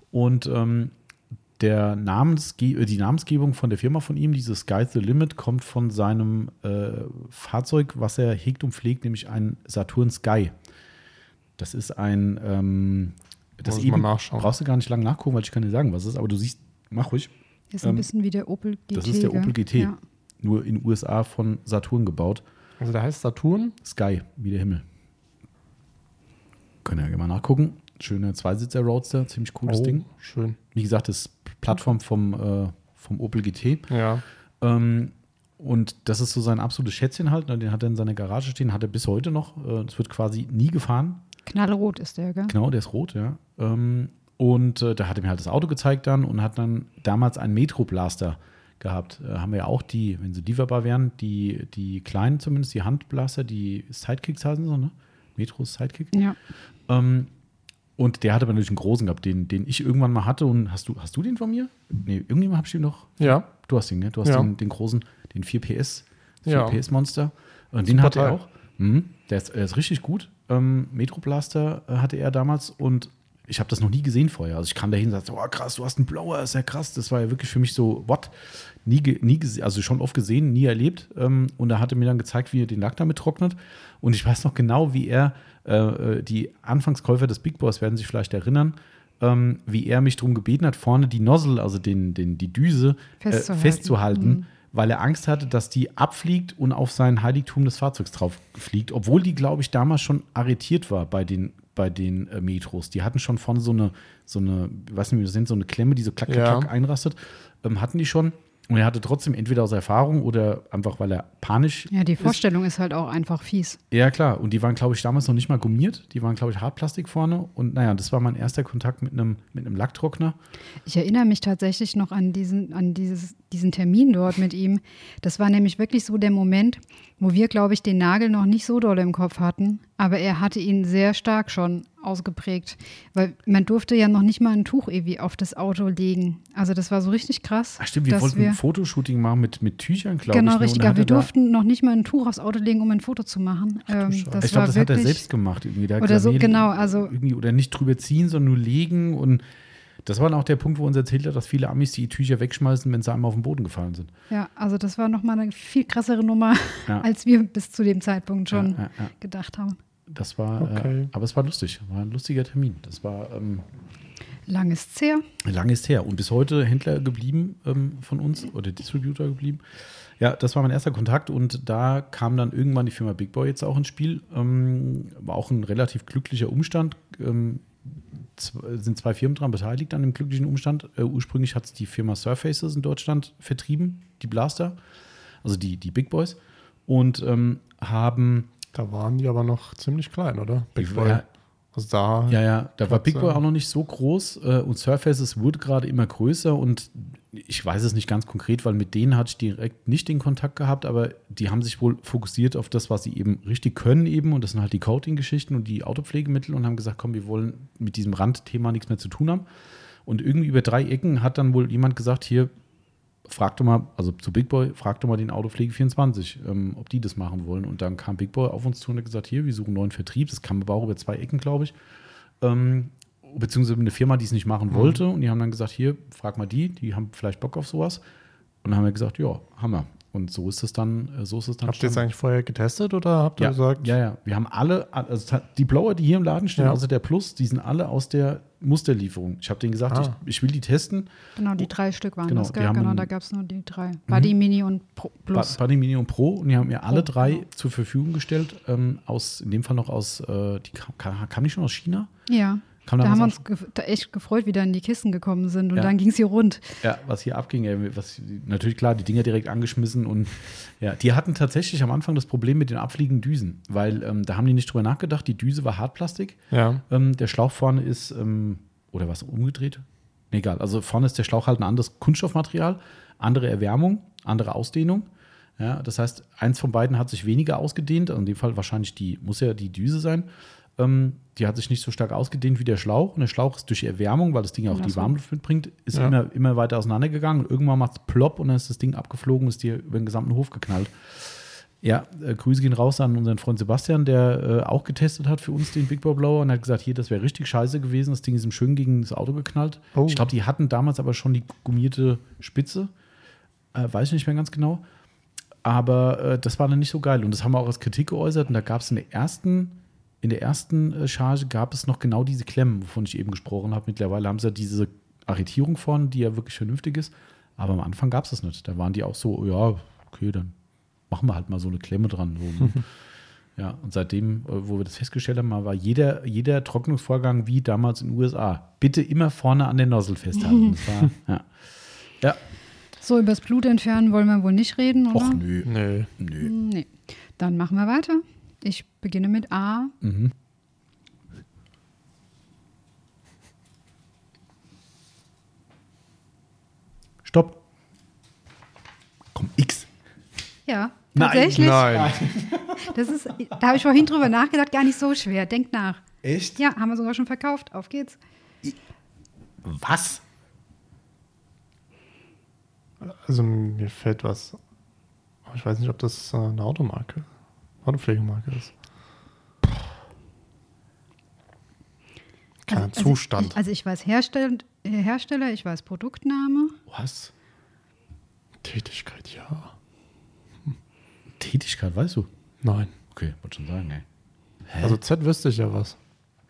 Und ähm, der Namensge äh, die Namensgebung von der Firma von ihm, dieses Sky's the Limit, kommt von seinem äh, Fahrzeug, was er hegt und pflegt, nämlich ein Saturn Sky. Das ist ein ähm, das
Muss ich mal
eben,
nachschauen.
brauchst du gar nicht lange nachgucken, weil ich kann dir sagen, was es ist, aber du siehst, mach ruhig.
Ist ein
Ähm,
bisschen wie der Opel GT.
Das ist der
gell?
Opel GT.
Ja.
Nur in den USA von Saturn gebaut.
Also der heißt Saturn.
Sky, wie der Himmel. Können ja mal nachgucken. Schöner Zweisitzer-Roadster, ziemlich cooles
Oh,
Ding.
Schön.
Wie gesagt, das ist Plattform vom, äh, vom Opel GT.
Ja.
Ähm, und das ist so sein absolutes Schätzchen halt. ne, Den hat er in seiner Garage stehen, hat er bis heute noch. Äh, Es wird quasi nie gefahren.
Knallrot ist der, gell?
Genau, der ist rot, ja. Ähm, und äh, da hat er mir halt das Auto gezeigt dann und hat dann damals einen Metro Blaster gehabt. Äh, haben wir ja auch die, wenn sie lieferbar wären, die, die kleinen zumindest, die Handblaster, die Sidekicks heißen so, ne? Metro Sidekick.
Ja.
Ähm, und der hatte aber natürlich einen großen gehabt, den, den ich irgendwann mal hatte. Und hast du, hast du den von mir? Nee, irgendjemand hab ich den noch.
Ja.
Du hast den, ne? Du hast
Ja.
den, den großen, den 4 PS, 4
Ja.
PS Monster. Und den
Super
hat er
Teil.
auch. Mhm. Der, ist, der ist richtig gut. Ähm, Metro Blaster äh, hatte er damals und ich habe das noch nie gesehen vorher. Also ich kam dahin und sagte, oh krass, du hast einen Blower, ist ja krass. Das war ja wirklich für mich so, what? Nie, ge- nie gesehen, also schon oft gesehen, nie erlebt. Ähm, und da hat er mir dann gezeigt, wie er den Lack damit trocknet. Und ich weiß noch genau, wie er, äh, äh, die Anfangskäufer des Big Boys werden sich vielleicht erinnern, ähm, wie er mich darum gebeten hat, vorne die Nozzle, also den, den, die Düse,
Festzuhalten. Mhm.
festzuhalten, äh, festzuhalten weil er Angst hatte, dass die abfliegt und auf sein Heiligtum des Fahrzeugs drauf fliegt, obwohl die, glaube ich, damals schon arretiert war bei den, bei den äh, Metros. Die hatten schon vorne so eine, so eine, ich weiß nicht, wie das sind, so eine Klemme, die so klack, klack,
Ja.
klack einrastet, ähm, hatten die schon. Und er hatte trotzdem entweder aus Erfahrung oder einfach, weil er panisch
Ja, die
ist,
Vorstellung ist halt auch einfach fies.
ja, klar. Und die waren, glaube ich, damals noch nicht mal gummiert. Die waren, glaube ich, Hartplastik vorne. Und naja, das war mein erster Kontakt mit einem, mit einem Lacktrockner.
Ich erinnere mich tatsächlich noch an diesen, an dieses, diesen Termin dort mit ihm. Das war nämlich wirklich so der Moment, wo wir, glaube ich, den Nagel noch nicht so doll im Kopf hatten, aber er hatte ihn sehr stark schon ausgeprägt, weil man durfte ja noch nicht mal ein Tuch irgendwie auf das Auto legen. Also das war so richtig krass.
Ach stimmt, wir
dass
wollten
wir,
ein Fotoshooting machen mit, mit Tüchern, glaube
Genau,
ich. ne? Und
richtig.
dann
Aber wir
hat er da-
durften noch nicht mal ein Tuch aufs Auto legen, um ein Foto zu machen. ähm, das
ich glaube,
war
das hat
wirklich,
er selbst gemacht. Irgendwie. Der hat
Oder so,
nee,
genau, also-
Irgendwie, oder nicht drüber ziehen, sondern nur legen. Und das war dann auch der Punkt, wo uns erzählt hat, dass viele Amis die Tücher wegschmeißen, wenn sie einmal auf den Boden gefallen sind.
Ja, also das war nochmal eine viel krassere Nummer,
Ja.
als wir bis zu dem Zeitpunkt schon
Ja, ja, ja.
gedacht haben.
Das war, äh,
Okay.
aber es war lustig. War ein lustiger Termin. Das war ähm,
Lang ist's her.
Lang ist her und bis heute Händler geblieben ähm, von uns oder Distributor geblieben. Ja, das war mein erster Kontakt und da kam dann irgendwann die Firma Big Boy jetzt auch ins Spiel. Ähm, war auch ein relativ glücklicher Umstand. Ähm, zw- sind zwei Firmen daran beteiligt an dem glücklichen Umstand. Äh, ursprünglich hat es die Firma Surfaces in Deutschland vertrieben, die Blaster, also die, die Big Boys. Und ähm, haben,
Da waren die aber noch ziemlich klein, oder? Big
Die
Boy.
war-
Also da.
ja, ja, da war
Kannst
Big Boy
sagen.
auch noch nicht so groß äh, und Surfaces wurde gerade immer größer und ich weiß es nicht ganz konkret, weil mit denen hatte ich direkt nicht den Kontakt gehabt, aber die haben sich wohl fokussiert auf das, was sie eben richtig können eben und das sind halt die Coating-Geschichten und die Autopflegemittel und haben gesagt, komm, wir wollen mit diesem Randthema nichts mehr zu tun haben. Und irgendwie über drei Ecken hat dann wohl jemand gesagt, hier, frag doch mal, also zu Big Boy, frag doch mal den Autopflege24, ähm, ob die das machen wollen. Und dann kam Big Boy auf uns zu und hat gesagt, hier, wir suchen einen neuen Vertrieb. Das kam aber auch über zwei Ecken, glaube ich. Ähm, beziehungsweise eine Firma, die es nicht
Mhm.
machen wollte. Und die haben dann gesagt, hier, frag mal die, die haben vielleicht Bock auf sowas. Und dann haben wir gesagt, ja, Hammer. Und so ist es dann, äh, so ist es dann.
Habt ihr es
entstanden.
eigentlich vorher getestet oder habt ihr
ja,
gesagt?
ja, ja. Wir haben alle, also die Blower, die hier im Laden stehen,
Ja.
außer der Plus, die sind alle aus der Musterlieferung. Ich habe denen gesagt,
Ah.
ich, ich will die testen.
Genau, die drei Stück waren
Genau,
das,
die
gell?
haben Mhm.
Genau,
einen-
da gab es nur die drei. Buddy, Mini und Pro Plus.
Buddy Mini und Pro und die haben mir alle
Pro,
drei
genau.
zur Verfügung gestellt. Ähm, aus, in dem Fall noch aus, äh, die kam, kam, kam die schon aus China?
ja.
Kam
da
was
haben wir
aus-
uns ge- da echt gefreut, wie dann die Kisten gekommen sind. Und
Ja.
dann ging es hier rund.
Ja, was hier abging, ey, was, natürlich klar, die Dinger direkt angeschmissen und ja, die hatten tatsächlich am Anfang das Problem mit den abfliegenden Düsen, weil ähm, da haben die nicht drüber nachgedacht, die Düse war Hartplastik,
Ja.
ähm, der Schlauch vorne ist, ähm, oder was, umgedreht? Nee, egal, also vorne ist der Schlauch halt ein anderes Kunststoffmaterial, andere Erwärmung, andere Ausdehnung. Ja, das heißt, eins von beiden hat sich weniger ausgedehnt, also in dem Fall wahrscheinlich die, muss ja die Düse sein. Ähm, die hat sich nicht so stark ausgedehnt wie der Schlauch. Und der Schlauch ist durch die Erwärmung, weil das Ding auch
Ach
die
so.
Warmluft mitbringt, ist
Ja.
immer, immer weiter auseinandergegangen. Und irgendwann macht es plopp und dann ist das Ding abgeflogen und ist dir über den gesamten Hof geknallt. Ja, äh, Grüße gehen raus an unseren Freund Sebastian, der äh, auch getestet hat für uns den Big Boy Blower und hat gesagt, hier, das wäre richtig scheiße gewesen. Das Ding ist ihm schön gegen das Auto geknallt.
Oh.
Ich glaube, die hatten damals aber schon die gummierte Spitze. Äh, weiß ich nicht mehr ganz genau. Aber äh, das war dann nicht so geil. Und das haben wir auch als Kritik geäußert. Und da gab es in der ersten, in der ersten äh, Charge gab es noch genau diese Klemmen, wovon ich eben gesprochen habe. Mittlerweile haben sie ja diese Arretierung vorne, die ja wirklich vernünftig ist. Aber am Anfang gab es das nicht. Da waren die auch so, ja, okay, dann machen wir halt mal so eine Klemme dran. So, ne? ja, und seitdem, äh, wo wir das festgestellt haben, war jeder, jeder Trocknungsvorgang wie damals in den USA. Bitte immer vorne an der Nozzle festhalten. Das war, ja. ja.
So, übers Blut entfernen wollen wir wohl nicht reden, oder? Hm,
Och, nö,
Nö.
nö.
Nee. Dann machen wir weiter. Ich beginne mit A.
Hm. Stopp. Komm, X.
Ja,
Nein.
tatsächlich.
Nein.
Das ist, da habe ich vorhin drüber nachgedacht, gar nicht so schwer. Denkt nach.
Echt?
Ja, haben wir sogar schon verkauft. Auf geht's.
Was?
Also mir fällt was. Aber Ich weiß nicht, ob das äh, eine Automarke, Autopflegemarke ist. Kein
Also-
Zustand.
Also ich, also ich weiß Herstell äh, Hersteller, ich weiß Produktname.
Was?
Tätigkeit, ja.
Tätigkeit, weißt du?
Nein.
Okay, wollte schon sagen, ey.
Also Z wüsste ich ja was.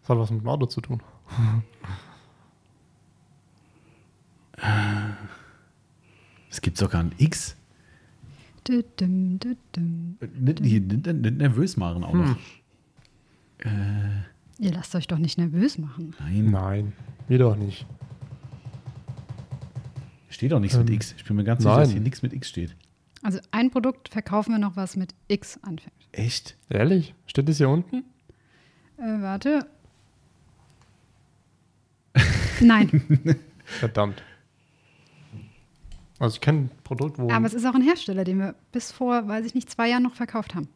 Das hat was mit dem Auto zu tun.
Es gibt sogar ein X.
Düdüm, düdüm.
Nicht, nicht, nicht, nicht nervös machen auch noch.
Ihr lasst euch doch nicht nervös machen.
Nein,
Nein. Wir doch nicht.
steht auch nichts mit
Ähm,
X. Ich bin mir ganz sicher, dass
nein.
hier nichts mit X steht.
Also ein Produkt verkaufen wir noch, was mit X anfängt.
Echt?
Ehrlich? Steht das hier unten?
Äh, warte. Nein,
Verdammt. Also ich kenne ein Produkt, wo.
Ah, aber es ist auch ein Hersteller, den wir bis vor, weiß ich nicht, zwei Jahren noch verkauft haben.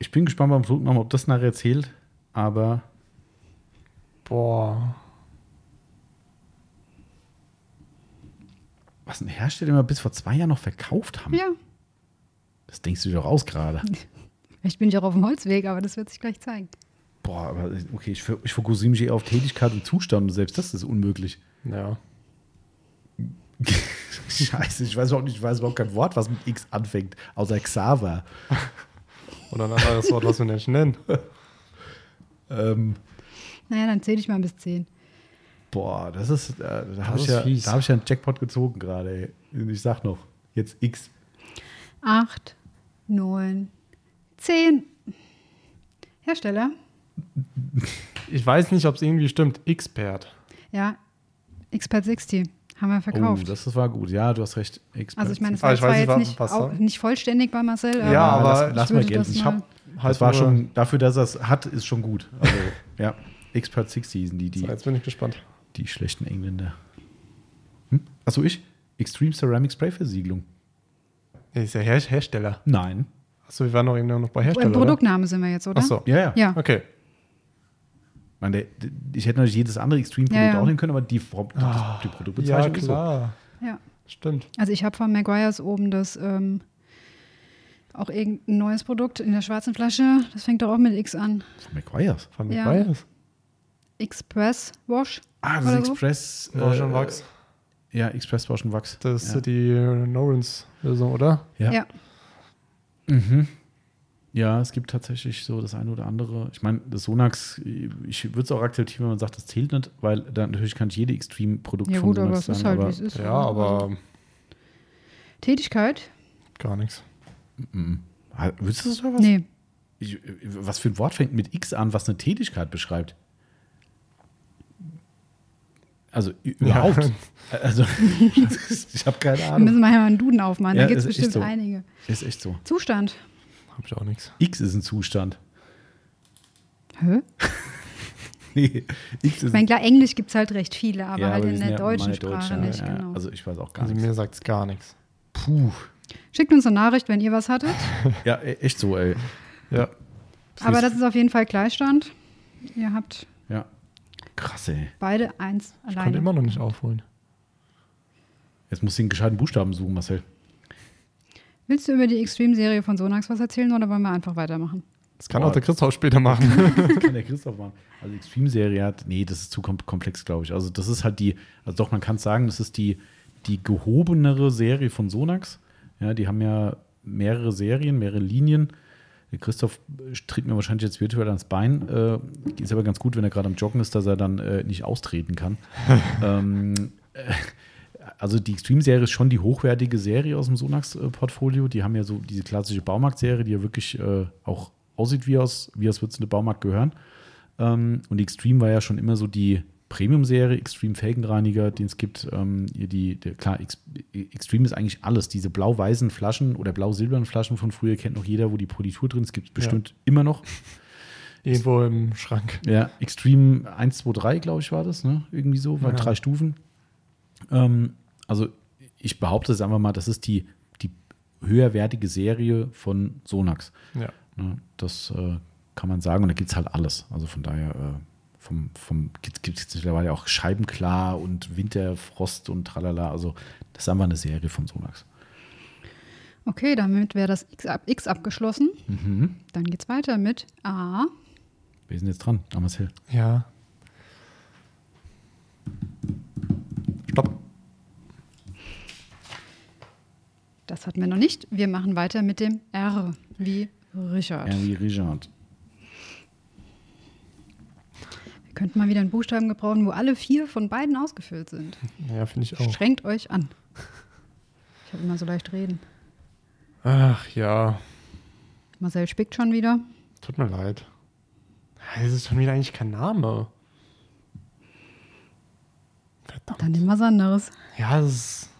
Ich bin gespannt beim Flugnamen, ob das nachher zählt, aber
boah.
was ein Hersteller immer bis vor zwei Jahren noch verkauft haben,
Ja,
das denkst du dir doch raus gerade.
vielleicht bin ich auch auf dem Holzweg, aber das wird sich gleich zeigen.
Boah, aber okay, ich, fo- ich fokussiere mich eher auf Tätigkeit und Zustand und selbst das ist unmöglich.
Ja.
Scheiße, ich weiß auch nicht, ich weiß überhaupt kein Wort, was mit X anfängt, außer Xaver.
Oder ein anderes Wort, was wir nicht nennen.
Ähm,
Naja, dann zähle ich mal bis zehn.
boah, das ist, äh, da habe
Das
ich,
ist
ja,
fies.
da hab ich ja einen Jackpot gezogen gerade. ey. Ich sag noch, jetzt X.
Acht, neun, zehn. Hersteller.
Ich weiß nicht, ob es irgendwie stimmt. Expert.
Ja, Expert 60 haben wir verkauft.
Oh, das, das war gut. Ja, du hast recht. X
also ich meine, es
Ah,
war
ich
zwar
weiß
jetzt
nicht, wa-
nicht,
was
au-
da-
nicht vollständig bei Marcel, aber
Ja,
ja,
aber
lass, lass
ich
mal
würde
gelten.
das
Ich
mal- Oh,
hab,
Halt
das war
nur-
schon, dafür, dass er es hat, ist schon gut. Also, ja, Expert 60 sind die,
So,
die,
jetzt bin ich gespannt.
die schlechten Engländer. Hm? Achso, ich? Extreme Ceramic Spray Versiegelung.
Ja, Ist ja Her Hersteller.
Nein.
Achso, wir waren doch eben noch bei Hersteller.
Beim Produktnamen sind wir jetzt, oder?
Oder? Achso.
Ja, ja.
Ja.
Okay.
Ich, meine, der, ich hätte natürlich jedes andere Extreme-Produkt
Ja, ja.
auch nehmen können, aber die, Form- die, die
Ah, Ja,
Produktbezeichnung ist so.
klar.
Ja.
Stimmt.
Also ich habe von Maguires oben das ähm, auch irgendein neues Produkt in der schwarzen Flasche. Das fängt doch auch mit X an.
Von McGuire's.
Fand
Ja.
ich weiß.
Express Wash.
Ah, das
Oder
ist
so?
Express.
War schon Wachs.
Äh, ja, Express Wash und Wachs.
Das ist
ja.
die Norins-Lösung, oder?
Ja.
Ja.
Mhm. Ja, es gibt tatsächlich so das eine oder andere. Ich meine, das Sonax, ich würde es auch akzeptieren, wenn man sagt, das zählt nicht, weil dann natürlich kann ich jede Extreme-Produkt
Ja
von
gut, aber
Sonax
es ist
sagen,
halt, wie
aber
es ist.
Ja, aber
Tätigkeit?
gar nichts.
Mhm. Ah, Willst du das oder was?
Nee.
Ich, was für ein Wort fängt mit X an, was eine Tätigkeit beschreibt? Also ü- überhaupt. Also ich habe keine
Wir
Ahnung.
müssen mal mal einen Duden aufmachen.
Ja,
da gibt es
ist echt
bestimmt
so.
einige.
Ist echt so.
Zustand.
Hab ich auch nichts.
X ist ein Zustand.
Hä?
Nee, X
Ich
ist
meine, klar, Englisch gibt es halt recht viele, aber
Ja,
halt
aber wir
in
sind
der
ja
deutschen
meine
Sprache
Deutsche,
nicht.
ja, ja.
Genau.
Also ich weiß auch gar
Also
nichts.
mir sagt's gar nichts.
Puh.
Schickt uns eine Nachricht, wenn ihr was hattet.
Ja, e- echt so, ey.
Ja.
aber das ist auf jeden Fall Gleichstand. Ihr habt
Ja. Krass, ey.
beide eins
Ich konnte
alleine.
immer noch nicht aufholen.
Jetzt musst du den gescheiten Buchstaben suchen, Marcel.
Willst du über die Extreme-Serie von Sonax was erzählen oder wollen wir einfach weitermachen?
Das kann
Boah.
auch der Christoph später machen.
Das kann der Christoph machen. Also die Extreme-Serie hat, nee, das ist zu kom komplex, glaube ich. Also das ist halt die, also doch, man kann sagen, das ist die, die gehobenere Serie von Sonax. Ja, die haben ja mehrere Serien, mehrere Linien. Der Christoph äh, tritt mir wahrscheinlich jetzt virtuell ans Bein. Äh, ist aber ganz gut, wenn er gerade am Joggen ist, dass er dann äh, nicht austreten kann. ähm, also die Extreme-Serie ist schon die hochwertige Serie aus dem Sonax-Portfolio. Die haben ja so diese klassische Baumarkt-Serie, die ja wirklich äh, auch aussieht wie aus, wie aus würde es in den Baumarkt gehören. Ähm, und Extreme war ja schon immer so die Premium-Serie, Extreme Felgenreiniger, den es gibt. Ähm, hier die, der, klar, Ex Extreme ist eigentlich alles. Diese blau-weißen Flaschen oder blau-silbernen Flaschen von früher kennt noch jeder, wo die Politur drin ist. Gibt es bestimmt immer noch.
Irgendwo im Schrank.
Ja, Extreme 1, 2, 3, glaube ich, war das, ne? Irgendwie so, bei
Ja.
drei Stufen. Ähm, also, ich behaupte es einfach mal, das ist die, die höherwertige Serie von Sonax.
Ja.
Ne? Das äh, kann man sagen. Und da gibt es halt alles. Also von daher äh, vom, vom, gibt es mittlerweile auch Scheibenklar und Winterfrost und tralala. Also, das ist einfach eine Serie von Sonax.
Okay, damit wäre das X, ab, X abgeschlossen.
Mhm.
Dann geht's weiter mit A.
Wir sind jetzt dran, Amas Hill.
Ja. Stopp.
Das hatten wir noch nicht. Wir machen weiter mit dem R wie Richard.
Henry Richard.
Wir könnten mal wieder einen Buchstaben gebrauchen, wo alle vier von beiden ausgefüllt sind.
Ja, finde ich
Oh.
auch.
Strengt euch an. Ich habe immer so leicht reden.
Ach ja.
Marcel spickt schon wieder.
Tut mir leid. Es ist schon wieder eigentlich kein Name. Verdammt.
Dann nehmen wir was anderes.
Ja, das ist.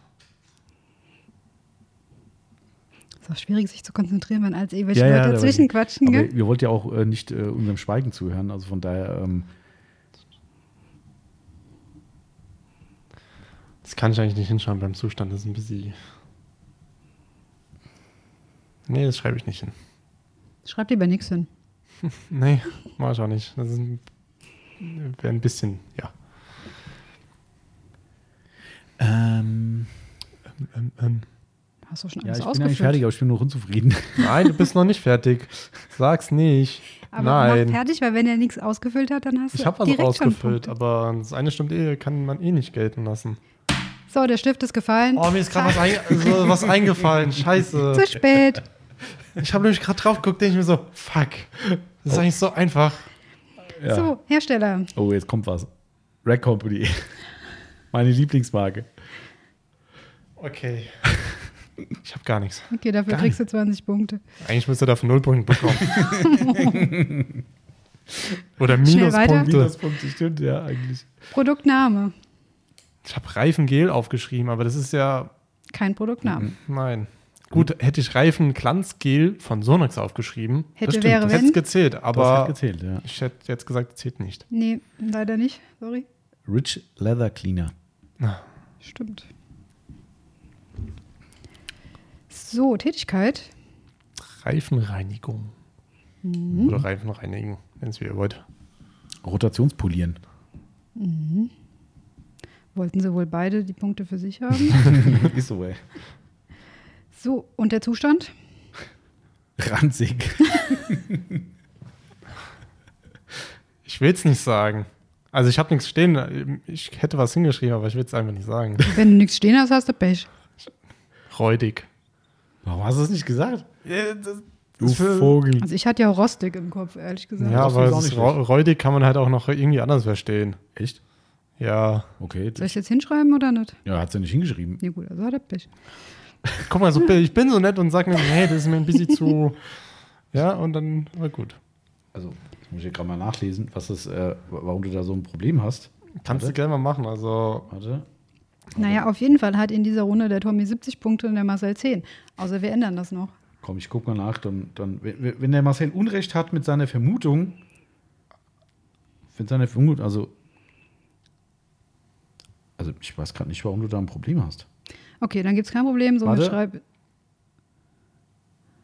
Ist auch schwierig, sich zu konzentrieren, wenn alles irgendwelche
Ja, ja,
Leute
aber-
dazwischen quatschen,
Aber
gell?
ihr wollt ja auch äh, nicht äh, unserem Schweigen zuhören. Also von daher. Ähm,
Das kann ich eigentlich nicht hinschreiben beim Zustand. Das ist ein bisschen. Nee, das schreibe ich nicht hin.
Schreibt lieber nichts hin.
Nee, mach ich auch nicht. Das ist ein, wäre ein bisschen, ja.
ähm,
Ähm, ähm.
Hast du schon
Ja,
alles
ich bin eigentlich fertig,
ausgefüllt?
aber ich bin noch unzufrieden.
Nein, du bist noch nicht fertig. Sag's nicht.
Aber mach
Nein.
fertig, weil wenn er nichts ausgefüllt hat, dann hast du
Ich habe was
direkt
ausgefüllt,
schon Punkte.
aber das eine stimmt eh, kann man eh nicht gelten lassen.
So, der Stift ist gefallen.
Oh, mir ist gerade was, ein, so was eingefallen. Scheiße.
Zu spät.
Ich habe nämlich gerade drauf geguckt, denke ich mir so, fuck. Das ist eigentlich so einfach.
Ja.
So, Hersteller.
Oh, jetzt kommt was. Rack Company. Meine Lieblingsmarke.
Okay. Ich habe gar nichts.
Okay, dafür
Geil.
kriegst du 20 Punkte.
Eigentlich müsste dafür Nullpunkte bekommen. Oder
Schnell weiter.
Minuspunkte.
Minuspunkte, stimmt, ja, eigentlich.
Produktname.
Ich habe Reifengel aufgeschrieben, aber das ist ja
Kein Produktname.
Mhm. Nein. Gut, hätte ich Reifen Glanzgel von Sonax aufgeschrieben.
Hätte,
das stimmt,
wäre,
das
wenn.
hätte es gezählt,
Das
aber
hat gezählt, ja.
ich hätte jetzt gesagt, das zählt nicht.
Nee, leider nicht. Sorry.
Rich Leather Cleaner.
Stimmt. So, Tätigkeit.
Reifenreinigung.
Mhm.
Oder Reifenreinigen, nennen es wie ihr wollt.
Rotationspolieren.
Wollten sie wohl beide die Punkte für sich haben?
Ist so, ey.
so, und der Zustand?
Ranzig.
Ich will es nicht sagen. Also ich habe nichts stehen. Ich hätte was hingeschrieben, aber ich will es einfach nicht sagen.
Wenn du nichts stehen hast, hast du Pech.
Räudig.
Warum hast du es nicht gesagt? Du
ist für-
Vogel.
Also ich hatte ja rostig im Kopf, ehrlich gesagt.
Ja,
das
aber
ist auch
es ist
nicht
rau- räudig kann man halt auch noch irgendwie anders verstehen.
Echt?
Ja.
Okay.
Soll ich jetzt hinschreiben oder nicht?
Ja, hat sie ja nicht hingeschrieben.
Ja gut, also hat er Pech.
Guck mal, so, ich bin so nett und sag mir, hey, das ist mir ein bisschen zu. Ja, und dann war gut.
Also, jetzt muss ich gerade mal nachlesen, was das, äh, warum du da so ein Problem hast.
Kannst du gerne mal machen. Also,
Warte.
Naja, auf jeden Fall hat in dieser Runde der Tommy 70 Punkte und der Marcel 10. Außer wir ändern das noch.
Komm, ich guck mal nach. Dann, dann, wenn wenn der Marcel Unrecht hat mit seiner Vermutung, mit seiner Vermutung, also, also ich weiß gerade nicht, warum du da ein Problem hast.
Okay, dann gibt es kein Problem. So
Warte.
schreib.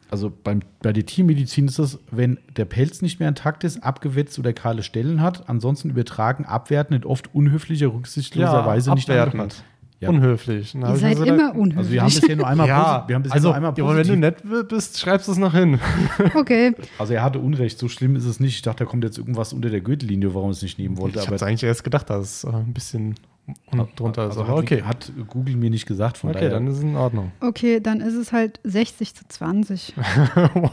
Also beim, bei der Tiermedizin ist das, wenn der Pelz nicht mehr intakt ist, abgewetzt oder kahle Stellen hat, ansonsten übertragen, abwertend, oft unhöflicher, rücksichtsloser
ja,
Weise nicht
abwertend.
Ja.
Unhöflich.
Ihr seid immer unhöflich.
Also wir haben bisher nur einmal
ja,
posi- wir haben bisher
also,
nur einmal
ja, aber wenn du
positiv.
nett wi- bist, schreibst du es noch hin.
okay.
Also er hatte Unrecht, so schlimm ist es nicht. Ich dachte, da kommt jetzt irgendwas unter der Gürtellinie, warum er es nicht nehmen wollte.
ich
aber
hab's eigentlich erst gedacht, dass es äh, ein bisschen unten drunter ist.
also
Aber
hat,
okay,
hat Google mir nicht gesagt, von
okay
daher.
dann ist es in Ordnung.
Okay, dann ist es halt 60 zu 20.
wow.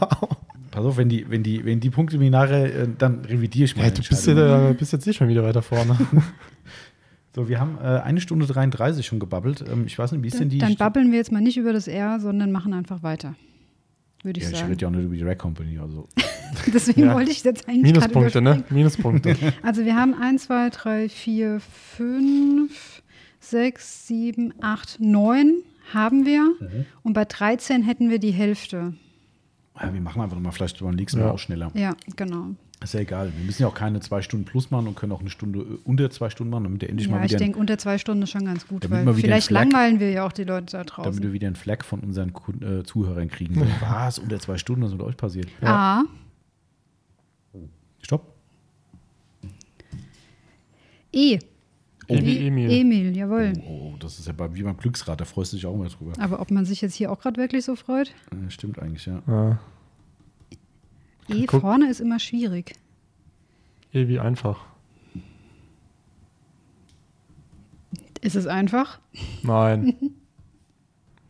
Pass auf, wenn die, wenn die, wenn die Punkte mir nachher, äh, dann revidiere ich meine
Hey, du bist, ja,
Entscheidung.
da- bist jetzt eh schon wieder weiter vorne.
So, wir haben äh, eine Stunde 33 schon gebabbelt. Ähm, ich weiß nicht, wie ist denn die?
Dann babbeln wir jetzt mal nicht über das R, sondern machen einfach weiter. Würde ich
ja, ich
sagen.
rede ja auch nicht über die Rack Company. Also.
Deswegen
Ja.
wollte ich jetzt eigentlich gerade
Minuspunkte, ne? Minuspunkte.
überspringen. Also wir haben 1, 2, 3, 4, 5, 6, 7, 8, 9 haben wir. Und bei 13 hätten wir die Hälfte.
Ja, wir machen einfach nochmal vielleicht beim nächsten
Ja.
Mal auch schneller.
Ja, genau.
Ist ja egal. Wir müssen ja auch keine zwei Stunden plus machen und können auch eine Stunde äh, unter zwei Stunden machen, damit der endlich
ja,
mal
ich
wieder,
denke, unter zwei Stunden ist schon ganz gut,
Damit
weil
mal wieder ein
vielleicht
Slack-
langweilen wir ja auch die Leute da
einen, damit
draußen.
wir wieder einen Flag von unseren Kun- äh, Zuhörern kriegen. So, Was? Unter zwei Stunden? Was ist mit euch passiert?
A.
Stopp.
E.
Wie
Wie
Emil.
Emil, jawohl.
Oh, das ist ja bei, wie beim Glücksrad, da freust du dich auch immer drüber.
Aber ob man sich jetzt hier auch gerade wirklich so freut?
Äh, Stimmt eigentlich, ja.
Ja,
E
Guck.
vorne ist immer schwierig.
eh wie einfach.
Ist es einfach?
Nein.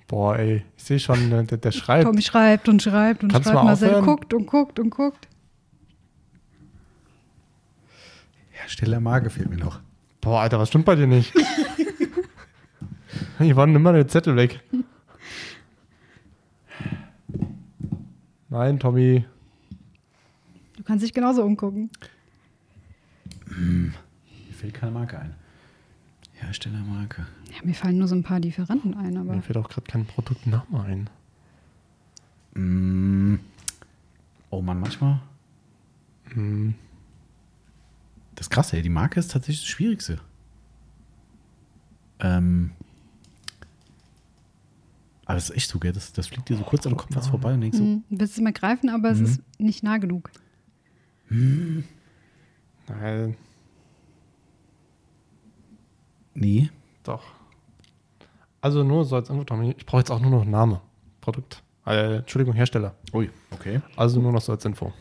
Boah, ey. Ich sehe schon, äh, der, der schreibt.
Tommy schreibt und schreibt und
Kannst du
schreibt.
mal
Marcel
aufhören?
guckt und guckt und guckt.
Hersteller Mage fehlt mir noch.
Boah, Alter, was stimmt bei dir nicht? Hier waren immer der Zettel weg. Nein, Tommy.
Du kannst dich genauso umgucken.
Mir fällt keine Marke ein. Herstellermarke.
Ja, mir fallen nur so ein paar Lieferanten ein,
Mir
aber
fällt auch gerade kein Produktname ein.
Mm. Oh Mann, manchmal.
Hm.
Das ist krass, ey. Die Marke ist tatsächlich das Schwierigste. Ähm. Aber das ist echt so, gell? Das, das fliegt dir so kurz am Kopf was vorbei und denkst so,
hm, willst du mal greifen, aber es ist nicht nah genug.
Nein,
nee.
doch. Also nur so als Antwort, Tommy. Ich brauche jetzt auch nur noch Name. Produkt. Äh, Entschuldigung, Hersteller.
Ui, okay.
Also nur noch so als Info.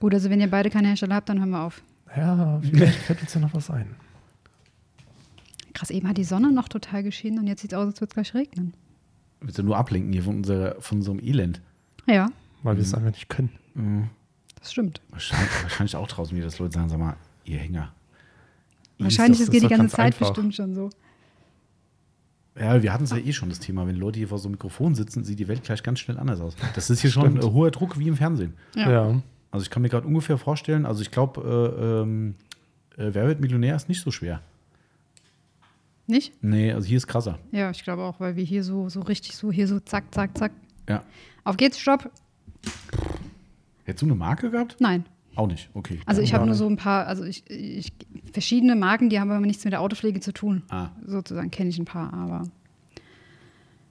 Gut, also wenn ihr beide keine Hersteller habt, dann hören wir auf.
Ja, vielleicht fällt uns ja noch was ein.
Krass, eben hat die Sonne noch total geschienen und jetzt sieht es aus, als würde es gleich regnen.
Willst du nur ablenken hier von, unserer, von unserem Elend?
Ja,
Weil wir es einfach nicht können.
das stimmt.
Wahrscheinlich, wahrscheinlich auch draußen wieder, dass Leute sagen, sag mal, ihr Hänger.
Wahrscheinlich,
das-
es geht
das
die
ist doch
ganze Zeit
ganz einfach.
bestimmt schon so.
Ja, wir hatten es ja eh schon, das Thema. Wenn Leute hier vor so einem Mikrofon sitzen, sieht die Welt gleich ganz schnell anders aus. Das ist hier schon äh, hoher Druck wie im Fernsehen.
Ja.
ja.
Also ich kann mir gerade ungefähr vorstellen, also ich glaube, äh, ähm, äh, Wer wird Millionär ist nicht so schwer.
Nicht?
Nee, also hier ist krasser.
Ja, ich glaube auch, weil wir hier so, so richtig so, hier so zack, zack, zack.
Ja.
Auf geht's, stopp.
Hättest du eine Marke gehabt?
Nein.
Auch nicht, okay.
Also ich habe
Ja.
nur so ein paar, also ich, ich verschiedene Marken, die haben aber nichts mit der Autopflege zu tun.
Ah.
Sozusagen kenne ich ein paar, aber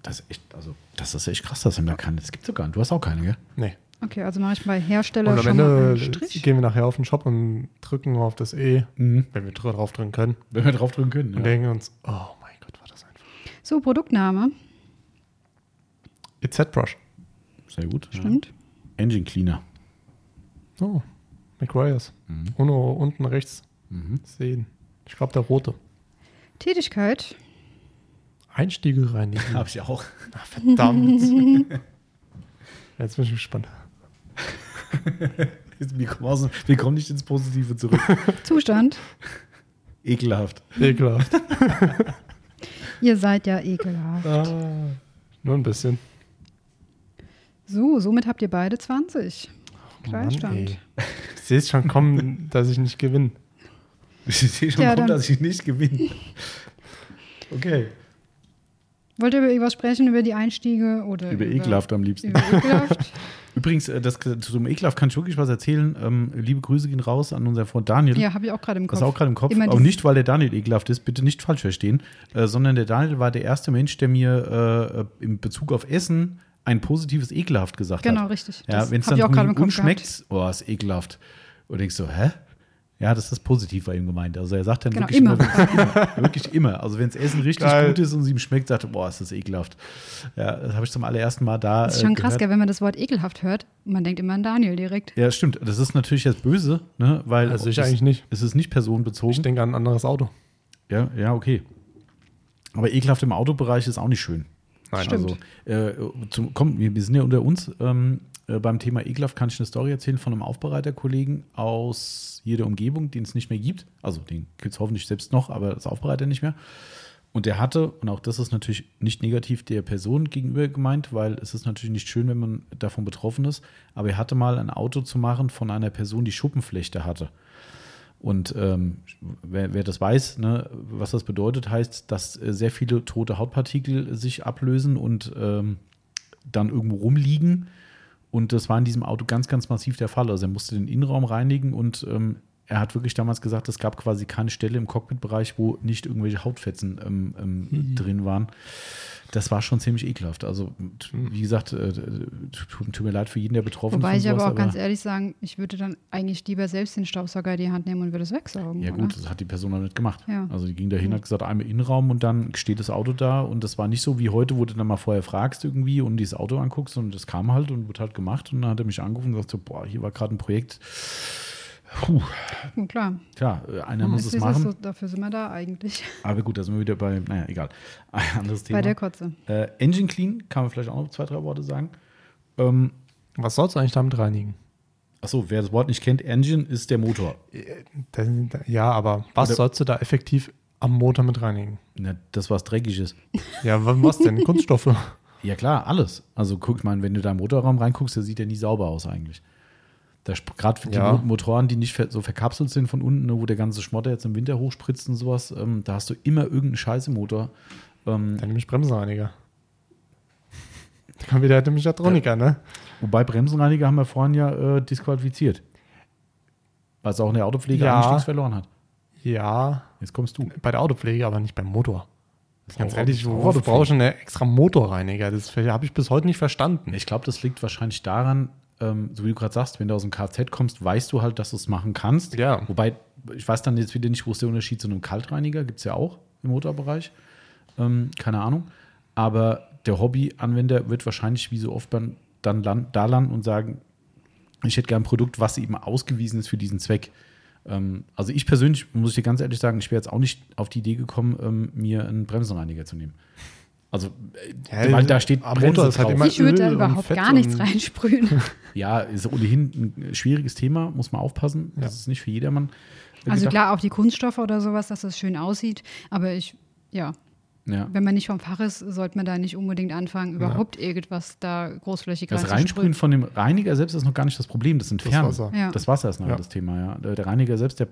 Das ist echt, also, das ist echt krass, dass ihm da keine. Das gibt es gar nicht. Du hast auch keine, gell?
Nee.
Okay, also mache ich bei Hersteller
Und am
schon mal
Ende
einen Strich.
gehen wir nachher auf den Shop und drücken auf das E, wenn wir dr- drauf drücken können.
Wenn wir draufdrücken können.
Und
Ja.
denken uns, oh mein Gott, war das einfach.
So, Produktname.
EZ Brush.
Sehr gut. Ja.
Stimmt.
Engine Cleaner.
Oh, McGuire's. Ohne unten rechts sehen. Ich glaube, der rote.
Tätigkeit.
Einstiege reinigen.
ich auch.
Ach, verdammt. Jetzt bin ich gespannt.
Wir kommen, aus, wir kommen nicht ins Positive zurück.
Zustand.
Ekelhaft.
Ekelhaft.
Ihr seid ja ekelhaft.
ah, nur ein bisschen.
So, somit habt ihr beide 20. Gleichstand.
Oh ey. Ich sehe es schon kommen, dass ich nicht gewinne.
Ich sehe schon,
Ja,
warum,
dann-
dass ich nicht gewinne. Okay.
Wollt ihr über irgendwas sprechen, über die Einstiege oder
Über ekelhaft am liebsten.
Über ekelhaft.
Übrigens, äh, das, zu so einem Ekelhaft kann ich wirklich was erzählen. Ähm, liebe Grüße gehen raus an unseren Freund Daniel.
ja, habe ich auch gerade im Kopf.
Das ist auch gerade im Kopf.
Immer
Aber
dieses-
nicht, weil der Daniel ekelhaft ist, bitte nicht falsch verstehen, äh, sondern der Daniel war der erste Mensch, der mir äh, in Bezug auf Essen ein positives ekelhaft gesagt hat.
Genau, richtig.
Ja,
Das
wenn es
hab
dann
ich auch gerade im
so
Kopf
schmeckt, oh, ist ekelhaft. Und denkst so, hä? Ja, das ist positiv bei ihm gemeint. Also er sagt dann
Genau,
wirklich
immer.
immer, wirklich immer. Also wenn das Essen richtig
Geil.
gut ist und es ihm schmeckt, sagt er, boah, ist das ekelhaft. Ja, das habe ich zum allerersten Mal da.
Das
äh,
ist schon krass,
gehört.
gell, wenn man das Wort ekelhaft hört. Man denkt immer an Daniel direkt.
Ja, stimmt. Das ist natürlich jetzt böse, ne? Weil
Also ich
es,
eigentlich nicht.
Es ist nicht personenbezogen.
Ich denke an ein anderes Auto.
Ja, ja, okay. Aber ekelhaft im Autobereich ist auch nicht schön.
Nein,
Stimmt.
Also, äh, zum, komm, wir, wir sind ja unter uns. Ähm, äh, beim Thema ekelhaft kann ich eine Story erzählen von einem Aufbereiterkollegen aus jeder Umgebung, den es nicht mehr gibt. Also, den gibt es hoffentlich selbst noch, aber das Aufbereiter nicht mehr. Und der hatte, und auch das ist natürlich nicht negativ der Person gegenüber gemeint, weil es ist natürlich nicht schön, wenn man davon betroffen ist, aber er hatte mal ein Auto zu machen von einer Person, die Schuppenflechte hatte. Und ähm, wer, wer das weiß, ne, was das bedeutet, heißt, dass äh, sehr viele tote Hautpartikel sich ablösen und ähm, dann irgendwo rumliegen. Und das war in diesem Auto ganz, ganz massiv der Fall. Also er musste den Innenraum reinigen und ähm, er hat wirklich damals gesagt, es gab quasi keine Stelle im Cockpitbereich, wo nicht irgendwelche Hautfetzen ähm, ähm, drin waren. Das war schon ziemlich ekelhaft. Also, t- wie gesagt, äh, tut, tut mir leid für jeden, der betroffen
Wobei
ist.
ich
von
aber auch
sowas,
ganz ehrlich sagen, ich würde dann eigentlich lieber selbst den Staubsauger in die Hand nehmen und würde es wegsaugen.
Ja,
oder?
gut, das hat die Person noch nicht gemacht.
Ja.
Also, die ging dahin, hat gesagt, einmal Innenraum und dann steht das Auto da. Und das war nicht so wie heute, wo du dann mal vorher fragst irgendwie und dieses Auto anguckst. Und das kam halt und wurde halt gemacht. Und dann hat er mich angerufen und gesagt: so, Boah, hier war gerade ein Projekt. Puh,
Gut, klar.
klar, äh, einer muss
Ist
es
Hm, es
machen.
so, dafür sind wir da eigentlich.
Aber gut, da sind wir wieder bei, naja, egal. Ein anderes Thema.
Bei der Kotze.
äh, Engine Clean, kann man vielleicht auch noch zwei, drei Worte sagen.
Was sollst du eigentlich damit reinigen?
Achso, wer das Wort nicht kennt, Engine ist der Motor.
Dann- Ja, aber was
Oder-
sollst du da effektiv am Motor mit reinigen?
Na, das, was dreckig ist.
Ja, wa- was denn? Kunststoffe?
Ja, klar, alles. Also guck mal, wenn du da im Motorraum reinguckst, der sieht ja nie sauber aus eigentlich. Da gerade die
Ja.
Mo- Motoren, die nicht ver so verkapselt sind von unten, ne, wo der ganze Schmotter jetzt im Winter hochspritzt und sowas, ähm, da hast du immer irgendeinen Scheiß im Motor. Ähm,
Dann nehme ich Bremsenreiniger. Da kommt wieder der Mechatroniker, ne?
wobei Bremsenreiniger haben wir vorhin ja äh, disqualifiziert. Weil es auch in der Autopflege
Ja.
eigentlich nichts verloren hat.
Ja,
Jetzt kommst du.
bei der Autopflege, aber nicht beim Motor. Ganz
Auch
ehrlich,
Auto-
worauf
Autopflege.
brauche ich denn einen extra Motorreiniger? Das habe ich bis heute nicht verstanden.
Ich glaube, das liegt wahrscheinlich daran, ähm, so wie du gerade sagst, wenn du aus dem KZ kommst, weißt du halt, dass du es machen kannst.
Ja.
Wobei, ich weiß dann jetzt wieder nicht, wo ist der Unterschied zu einem Kaltreiniger, gibt es ja auch im Motorbereich. Ähm, keine Ahnung. Aber der Hobbyanwender wird wahrscheinlich wie so oft dann, dann land, da landen und sagen, ich hätte gern ein Produkt, was eben ausgewiesen ist für diesen Zweck. Ähm, also ich persönlich, muss ich dir ganz ehrlich sagen, ich wäre jetzt auch nicht auf die Idee gekommen, ähm, mir einen Bremsenreiniger zu nehmen. Also, äh,
Ja,
weil da steht
am Motor ist halt
drauf.
immer
Ich würde da
Öl und
überhaupt
Fett
gar nichts
und-
reinsprühen.
Ja, ist ohnehin ein schwieriges Thema, muss man aufpassen. Das ist nicht für jedermann.
Also
gedacht.
klar, auch die Kunststoffe oder sowas, dass das schön aussieht. Aber ich, ja,
Ja.
wenn man nicht vom Fach ist, sollte man da nicht unbedingt anfangen, überhaupt irgendwas da großflächig
Das
reinzusprühen.
Reinsprühen von dem Reiniger selbst ist noch gar nicht das Problem, das sind
Das
Ferne.
Wasser.
Ja.
Das Wasser ist noch
Ja.
das Thema, ja. Der der Reiniger selbst, der,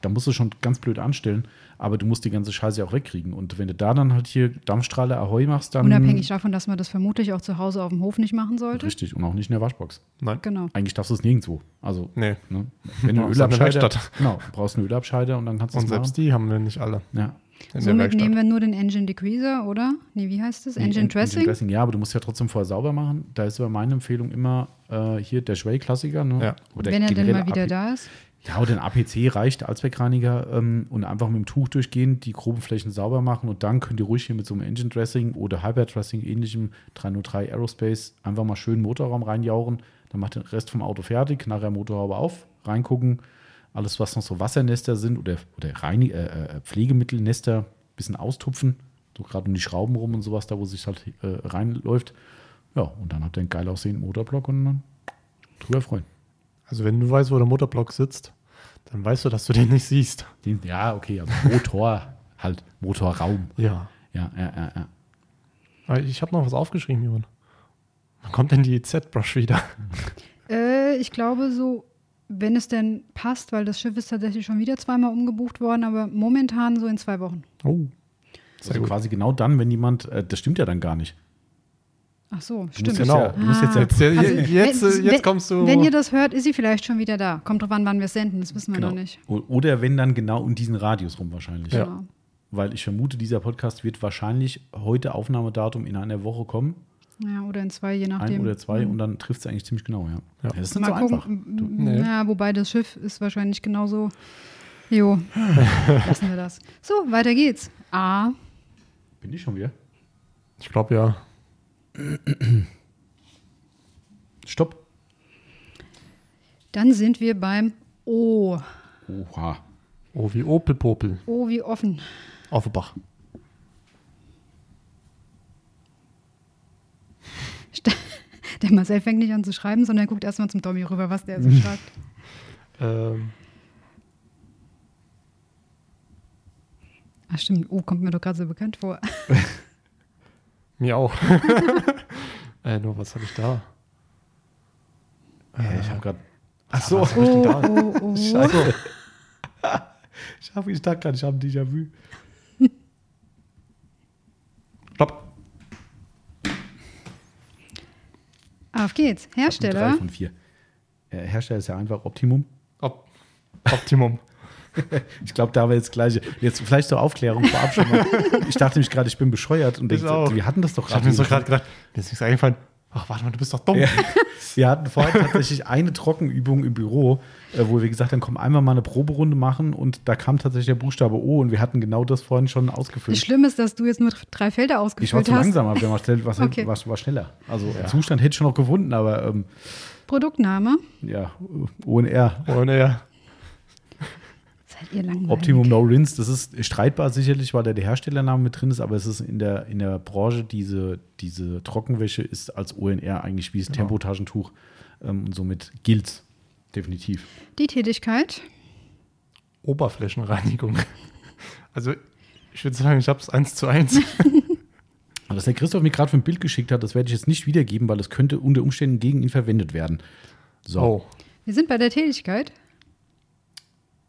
da musst du schon ganz blöd anstellen, aber du musst die ganze Scheiße ja auch wegkriegen. Und wenn du da dann halt hier Dampfstrahler Ahoi machst, dann.
Unabhängig davon, dass man das vermutlich auch zu Hause auf dem Hof nicht machen sollte.
Richtig, und auch nicht in der Waschbox.
Nein.
Genau.
Eigentlich darfst du es nirgendwo. Also,
Nee.
ne? wenn du einen
Außer in der
Ölabscheider.
Werkstatt.
Genau, du brauchst einen Ölabscheider und dann kannst du
Und
es machen.
selbst die haben wir nicht alle.
Ja.
in der
Somit
Werkstatt.
nehmen wir nur den Engine Degreaser, oder? Nee, wie heißt das?
Nee,
Engine
En-
Dressing?
Engine Dressing, ja, aber du musst ja trotzdem vorher sauber machen. Da ist aber meine Empfehlung immer äh, hier der Schwell-Klassiker. Ne?
Ja.
Oder
Wenn er denn
generell
mal wieder
AP
da ist.
Ja, oder ein APC reicht, Allzweckreiniger, ähm, und einfach mit dem Tuch durchgehen, die groben Flächen sauber machen und dann könnt ihr ruhig hier mit so einem Engine Dressing oder Hyperdressing ähnlichem 303 Aerospace einfach mal schön Motorraum reinjauchen. Dann macht den Rest vom Auto fertig, nachher Motorhaube auf, reingucken. Alles, was noch so Wassernester sind oder, oder Reinig äh, äh, Pflegemittelnester, bisschen austupfen. So gerade um die Schrauben rum und sowas, da wo sich halt äh, reinläuft. Ja, und dann habt ihr einen geil aussehenden Motorblock und dann drüber freuen.
Also wenn du weißt, wo der Motorblock sitzt, dann weißt du, dass du den nicht siehst.
Den, ja, okay, also Motor, halt Motorraum.
Ja.
Ja, ja, ja, ja.
Ich habe noch was aufgeschrieben, Johann. Wann kommt denn die Z-Brush wieder?
Äh, ich glaube so, wenn es denn passt, weil das Schiff ist tatsächlich schon wieder zweimal umgebucht worden, aber momentan so in zwei Wochen.
Oh.
Also quasi genau dann, wenn jemand, äh, das stimmt ja dann gar nicht.
Ach so,
Du musst
stimmt.
jetzt
Genau.
Ja, du musst jetzt,
Ah.
ja-
Jetzt, jetzt,
Also,
jetzt,
wenn-
äh,
jetzt
wenn-
kommst du.
Wenn ihr das hört, ist sie vielleicht schon wieder da. Kommt drauf an, wann wir es senden, das wissen wir
genau.
noch nicht.
O- Oder wenn dann genau um diesen Radius rum wahrscheinlich.
Ja.
Genau.
Weil ich vermute, dieser Podcast wird wahrscheinlich heute Aufnahmedatum in einer Woche kommen.
Ja, oder in zwei, je
Ein
nachdem.
oder zwei und dann trifft es eigentlich ziemlich genau, ja.
Ja.
das ist nicht
Mhm. Mal
so
gucken.
einfach.
M-
Nee.
Ja, wobei das Schiff ist wahrscheinlich genauso. Jo, lassen wir das. So, weiter geht's. A.
Bin ich schon wieder?
ich glaube ja.
Stopp.
Dann sind wir beim O.
Oha.
Oh, wie Opel Popel.
O wie offen.
Offenbach.
St- Der Marcel fängt nicht an zu schreiben, sondern guckt erstmal zum Tommy rüber, was der so schreibt.
Ähm,
Ach stimmt, O kommt mir doch gerade so bekannt vor.
mir auch. äh, nur was habe ich da?
Äh, ich habe gerade. Ach so,
O, O, O.
Scheiße. ich, hab, ich dachte gerade, ich habe ein Déjà-vu.
Stopp.
Auf geht's.
Drei
Hersteller.
von vier. Äh, Hersteller ist ja einfach Optimum.
Op Optimum.
Ich glaube, da war jetzt gleich. Jetzt vielleicht zur Aufklärung vorab schon mal. Ich dachte nämlich gerade, ich bin bescheuert und
Ich
denk,
auch.
wir hatten das doch
ich habe mir so gerade gedacht, mir ist nichts eingefallen. Ach, warte mal, du bist doch dumm.
Ja. Wir hatten vorher tatsächlich eine Trockenübung im Büro, äh, wo wir gesagt haben, komm einmal mal eine Proberunde machen und da kam tatsächlich der Buchstabe O und wir hatten genau das vorhin schon
Das
ausgefüllt.
Schlimme ist, dass du jetzt nur drei Felder
Ich war
ausgefüllt
zu
hast.
langsam, aber der Marcel war,
Okay.
war, war schneller. Also Zustand hätte ich schon noch gefunden, aber ähm,
Produktname.
ja, O und R.
Und er,
Seid ihr langweilig?
Optimum No Rinse, das ist streitbar sicherlich, weil da der Herstellername mit drin ist, aber es ist in der, in der Branche, diese, diese Trockenwäsche ist als ONR eigentlich wie das Tempotaschentuch ähm, und somit gilt's. Definitiv.
Die Tätigkeit.
Oberflächenreinigung. Also, ich würde sagen, ich habe es eins zu eins.
Und dass der Christoph mir gerade für ein Bild geschickt hat, das werde ich jetzt nicht wiedergeben, weil das könnte unter Umständen gegen ihn verwendet werden. So,
Oh.
Wir sind bei der Tätigkeit.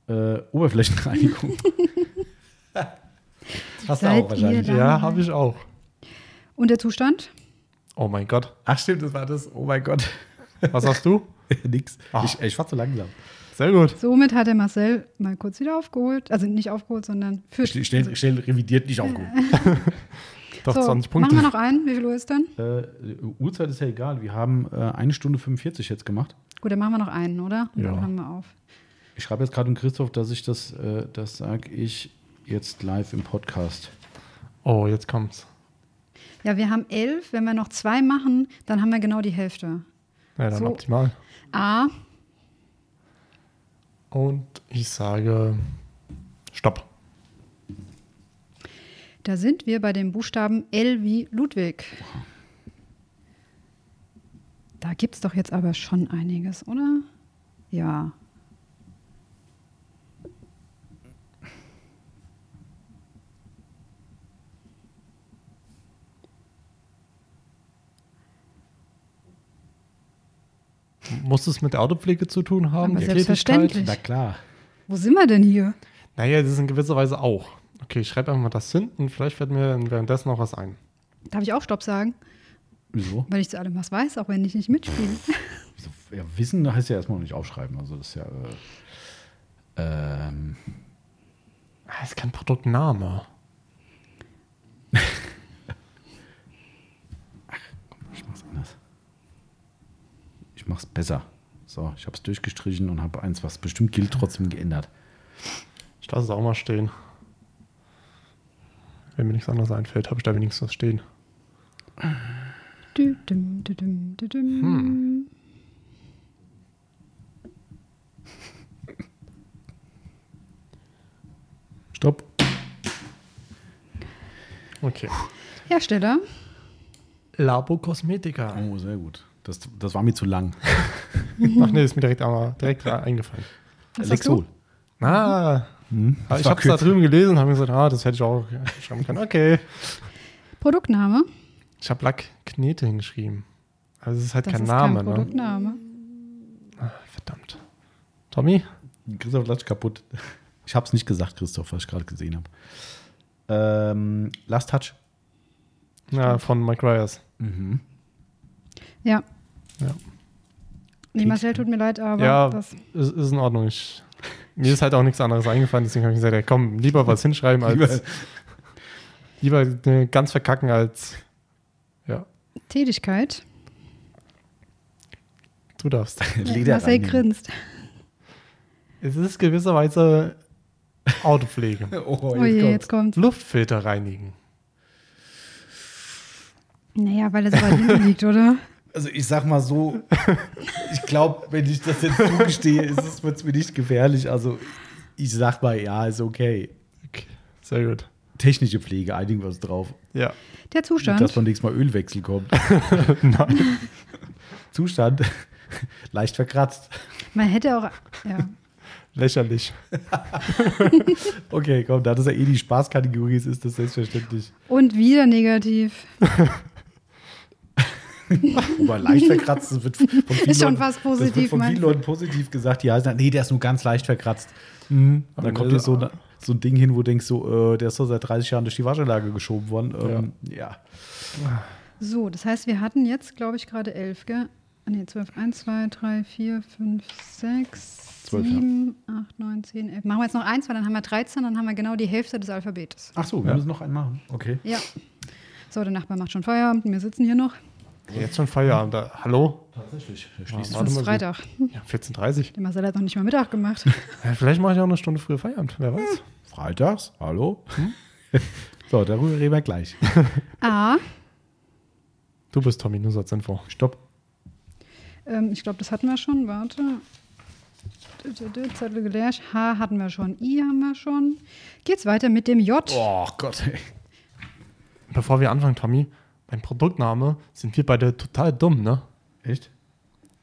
äh, Oberflächenreinigung. das passt
Seid ihr da?
Ja, habe ich auch.
Und der Zustand?
Oh mein Gott.
Ach stimmt, das war das. Oh mein Gott.
Was sagst du?
Nix.
Ah.
Ich, ich fahr zu langsam.
Sehr gut.
Somit hat der Marcel mal kurz wieder aufgeholt. Also nicht aufgeholt, sondern für.
Schnell, schnell, schnell revidiert, nicht aufgehoben.
Doch
so,
20
machen wir
Punkte.
noch einen. Wie viel Uhr ist dann?
Äh, Uhrzeit ist ja egal. Wir haben äh, eine Stunde 45 jetzt gemacht.
Gut, dann machen wir noch einen, oder? Und
Ja.
dann hören wir auf.
Ich schreibe jetzt gerade an Christoph, dass ich das, äh, das sage ich jetzt live im Podcast.
Oh, jetzt kommt's.
Ja, wir haben elf. Wenn wir noch zwei machen, dann haben wir genau die Hälfte.
Ja, dann
So.
optimal.
A.
Und ich sage Stopp.
Da sind wir bei dem Buchstaben L wie Ludwig. Da gibt es doch jetzt aber schon einiges, oder? Ja.
Muss es mit der Autopflege zu tun haben?
Aber
die
selbstverständlich.
Tätigkeit?
Na klar.
Wo sind wir denn hier?
Naja, das ist in gewisser Weise auch. Okay, ich schreibe einfach mal das hin und vielleicht fällt mir dann währenddessen noch was ein.
Darf ich auch Stopp sagen?
Wieso?
Weil ich zu allem was weiß, auch wenn ich nicht mitspiele.
Wieso? Ja, Wissen heißt ja erstmal noch nicht aufschreiben. Also das ist ja. Äh, ähm,
Ah, ist kein Produktname.
mach's besser. So, ich habe es durchgestrichen und habe eins, was bestimmt gilt, trotzdem geändert.
Ich lasse es auch mal stehen. Wenn mir nichts anderes einfällt, habe ich da wenigstens was stehen.
Dü, düm, dü, düm, dü, düm.
Hm.
Stopp.
Okay.
Hersteller.
Labo Kosmetika.
Oh, sehr gut. Das, das war mir zu lang.
Ach nee, ist mir direkt, aber direkt eingefallen.
Was sagst
Lexol.
Ah,
das
ich
war
habe es da
kürzer.
drüben gelesen und habe mir gesagt, ah, das hätte ich auch schreiben können. Okay.
Produktname.
Ich habe Lack Knete hingeschrieben. Also es ist halt
Das
kein
ist
Name,
kein
ne? Ah,
Produktname.
Verdammt. Tommy?
Christoph lacht kaputt. Ich habe es nicht gesagt, Christoph, was ich gerade gesehen habe. Ähm, Last Touch.
Ja, von Mike Ryers.
Mhm.
Ja.
Ja.
Nee, Marcel, tut mir leid, aber
ja,
das,
ist, ist in Ordnung. Ich, mir ist halt auch nichts anderes eingefallen, deswegen habe ich gesagt, ja, komm, lieber was hinschreiben als lieber, äh, ganz verkacken als ja,
Tätigkeit.
du darfst.
Leder
Marcel
reinigen.
grinst.
Es ist gewisserweise Autopflege.
Oh,
Oh je, jetzt kommt's.
Luftfilter reinigen.
Naja, weil das bei hinten liegt, oder?
Also ich sag mal so, ich glaube, wenn ich das jetzt zugestehe, wird es wird's mir nicht gefährlich. Also ich sag mal, ja, ist okay.
Okay, sehr gut.
Technische Pflege, einigen wir uns drauf.
Ja.
Der Zustand.
Dass beim nächsten Mal Ölwechsel kommt. Zustand, leicht verkratzt.
Man hätte auch. Ja.
Lächerlich.
Okay, komm, da das ja eh die Spaßkategorie ist, ist das selbstverständlich.
Und wieder negativ.
Wobei leicht verkratzt das wird von vielen
Ist schon
Leuten-
fast
Das wird
positiv,
von vielen
meinst du?
Leuten positiv gesagt. Ja, nee, der ist nur ganz leicht verkratzt.
Aber
Mhm. Dann kommt
ne-
jetzt so, ne- so ein Ding hin, wo du denkst, so, äh, der ist doch seit 30 Jahren durch die Waschanlage geschoben worden. Ähm, ja.
So, das heißt, wir hatten jetzt, glaube ich, gerade elf, gell? Ne, zwölf. Eins, zwei, drei, vier, fünf, sechs,
Zwölf, ja.
sieben, acht, neun, zehn, elf. Machen wir jetzt noch eins, weil dann haben wir 13, dann haben wir genau die Hälfte des Alphabetes.
Ach so, wir müssen noch einen machen. Okay.
Ja. So, der Nachbar macht schon Feierabend, wir sitzen hier noch.
Also Jetzt schon Feierabend. da- Hallo?
Tatsächlich.
schließt-
Schließt
Es
Warte mal,
ist
so-
Freitag.
Ja, 14.30
Der Marcel hat noch nicht mal Mittag gemacht.
Ja, vielleicht mache ich auch eine Stunde früher Feierabend, wer weiß.
Freitags? Hallo? Hm? so, darüber reden wir gleich.
A.
Du bist Tommy, nur so als Info.
Stopp.
Ähm, ich glaube, das hatten wir schon. Warte. Dö, dö, dö, Zettel geleert. H hatten wir schon. I haben wir schon. Geht's weiter mit dem J.
Oh Gott, ey.
Bevor wir anfangen, Tommy, beim Produktname sind wir beide total dumm, ne?
Echt?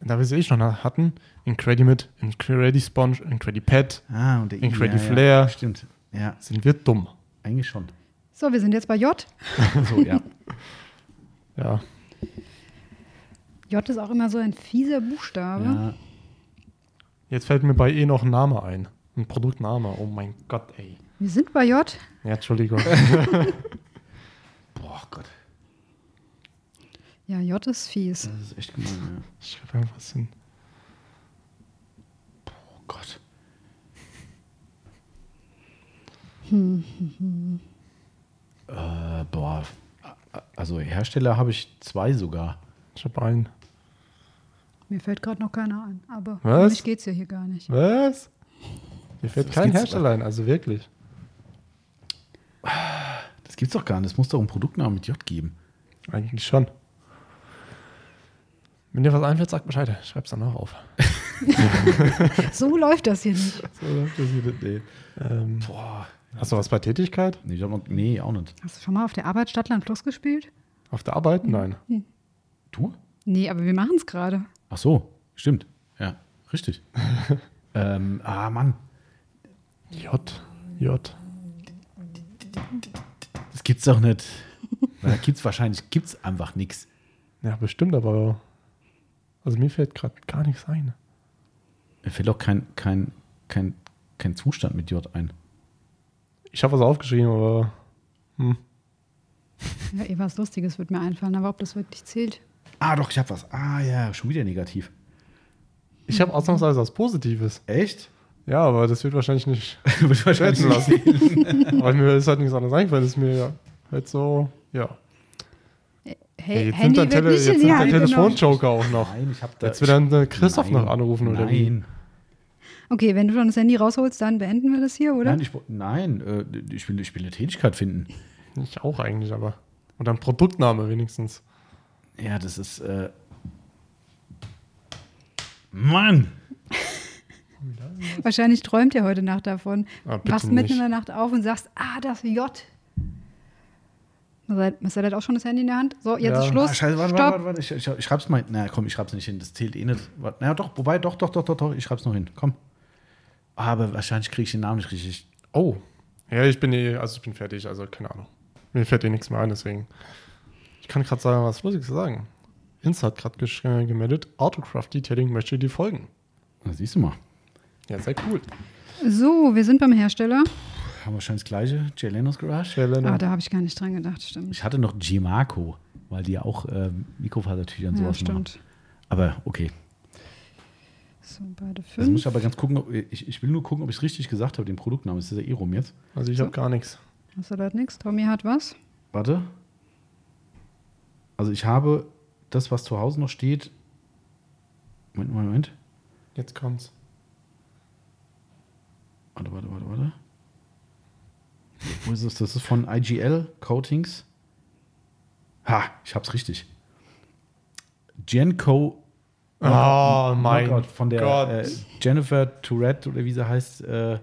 Da wir sie eh schon hatten, Incredimate, Incredisponge, Incredipad,
Ah, und der
Incrediflair.
Ja, ja. Stimmt. Ja,
sind wir dumm.
eigentlich schon.
So, wir sind jetzt bei J.
so, ja.
Ja,
J ist auch immer so ein fieser Buchstabe.
ja.
jetzt fällt mir bei E noch ein Name ein. Ein Produktname, oh mein Gott, ey.
Wir sind bei J.
Ja, Entschuldigung.
Boah Gott,
Ja, J ist fies.
das ist echt gemein, ja.
Ich schreibe irgendwas hin.
Oh Gott. äh, boah, also Hersteller habe ich zwei sogar.
Ich habe einen.
Mir fällt gerade noch keiner ein. Aber
Was?
um mich geht's ja hier gar nicht.
Was? Mir fällt
Was
kein
geht's
Hersteller ein, also wirklich.
Das gibt's doch gar nicht. Es muss doch einen Produktnamen mit J geben.
Eigentlich schon. Wenn dir was einfällt, sag Bescheid. Ich Schreib's danach auf.
So läuft das hier nicht.
So läuft das hier. Nee.
Ähm,
Boah.
hast du was bei Tätigkeit?
Nee, ich hab noch, nee, auch nicht.
Hast du schon mal auf der Arbeit Stadtland Plus gespielt?
Auf der Arbeit? Nein.
Du?
Nee, aber wir machen's gerade.
Ach so, stimmt. Ja, richtig. ähm, ah, Mann.
J. J.
Das gibt's doch nicht. Weil da gibt's wahrscheinlich gibt's einfach nichts.
Ja, bestimmt, aber. Also mir fällt gerade gar nichts ein.
Mir fällt auch kein, kein, kein, kein Zustand mit J ein.
Ich habe was aufgeschrieben, aber. Hm.
Ja, eh was Lustiges wird mir einfallen, aber ob das wirklich zählt.
Ah, doch, ich hab was. Ah, ja, schon wieder negativ.
Ich habe ausnahmsweise was Positives.
Echt?
Ja, aber das wird wahrscheinlich nicht
Wird wahrscheinlich
schätzen
nicht.
lassen. Weil mir ist halt nichts anderes eingefallen. Das ist mir halt so. Ja. Ja,
Hey,
jetzt
Handy
sind
wird
dann Tele
nicht in
jetzt
die
sind dann
Hand genommen.
Telefonjoker auch noch.
Nein, ich habe da.
Jetzt will dann äh, Christoph
Nein,
noch anrufen oder wie?
Nein,
Okay, wenn du dann das Handy rausholst, dann beenden wir das hier, oder?
nein, ich, wo- nein äh, ich, will, ich will eine Tätigkeit finden.
Ich auch eigentlich, aber. Und dann Produktname wenigstens.
Ja, das ist. Äh Mann!
Wahrscheinlich träumt ihr heute Nacht davon.
Ah, bitte
Wachst mitten
nicht.
in der Nacht auf und sagst, ah, das J. Marcel Marcel hat halt auch schon das Handy in der Hand. So, jetzt
Ja.
ist Schluss.
Ah, scheiße, warte,
Stopp.
warte, warte, warte. Ich, ich, ich schreib's mal. Na komm, ich schreib's nicht hin. Das zählt eh nicht. Warte, Na doch, wobei, doch, doch, doch, doch, doch. Ich schreib's noch hin. Komm. Ah, Aber wahrscheinlich kriege ich den Namen nicht richtig.
Oh. Ja, ich bin eh, also ich bin fertig, also keine Ahnung. Mir fällt eh nichts mehr ein, deswegen. Ich kann gerade sagen, was Lustiges sagen. Insta hat gerade gesch- äh, gemeldet, Autocraft Detailing möchte die folgen.
Na, siehst du mal.
Ja, sehr cool.
So, wir sind beim Hersteller.
Haben wir wahrscheinlich das gleiche. Jay Leno's Garage.
Challenge.
Ah, da habe ich gar nicht dran gedacht, stimmt.
Ich hatte noch Gimaco, weil die ja auch ähm, Mikrofasertücher und
Ja,
sowas machen.
stimmt.
Aber okay.
So, beide
Das muss
fünf.
ich aber ganz gucken. Ob, ich, ich will nur gucken, ob ich richtig gesagt habe, den Produktnamen. Das ist ja eh rum jetzt.
Also ich habe gar nichts.
Hast du da nichts? Tommy hat was?
Warte. Also ich habe das, was zu Hause noch steht. Moment, Moment, Moment.
Jetzt kommt's.
Warte, warte, warte, warte. Wo ist es? Das ist von IGL Coatings. Ha, ich hab's richtig. Genco
Oh, mein
Knockout von der
Gott.
Äh, Jennifer Tourette oder wie sie heißt. Äh,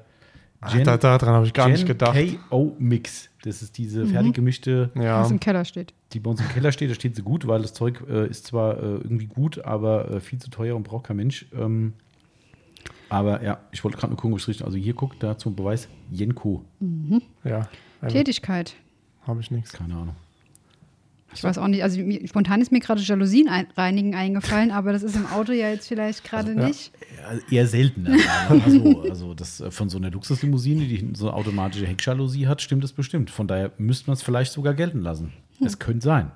Ach, da, daran habe ich gar nicht
Gen
gedacht.
KO Mix. Das ist diese fertig gemischte,
Was
Ja.
im Keller steht.
die bei uns im Keller steht. Da steht sie gut, weil das Zeug äh, ist zwar äh, irgendwie gut, aber äh, viel zu teuer und braucht kein Mensch. Ähm, aber ja, ich wollte gerade nur gucken, ob ich richtig. Also hier guckt da zum Beweis Jenko.
Ja. Also,
Tätigkeit.
habe ich nichts.
Keine Ahnung.
Ich weiß auch nicht, also mir, spontan ist mir gerade Jalousien ein, reinigen eingefallen, aber das ist im Auto ja jetzt vielleicht gerade
ja.
nicht.
Also, Ja, Eher selten. Also, also das äh, von so einer Luxuslimousine, die hinten so eine automatische Heckschalousie hat, stimmt das bestimmt. Von daher müsste man es vielleicht sogar gelten lassen.
Hm.
Es könnte sein.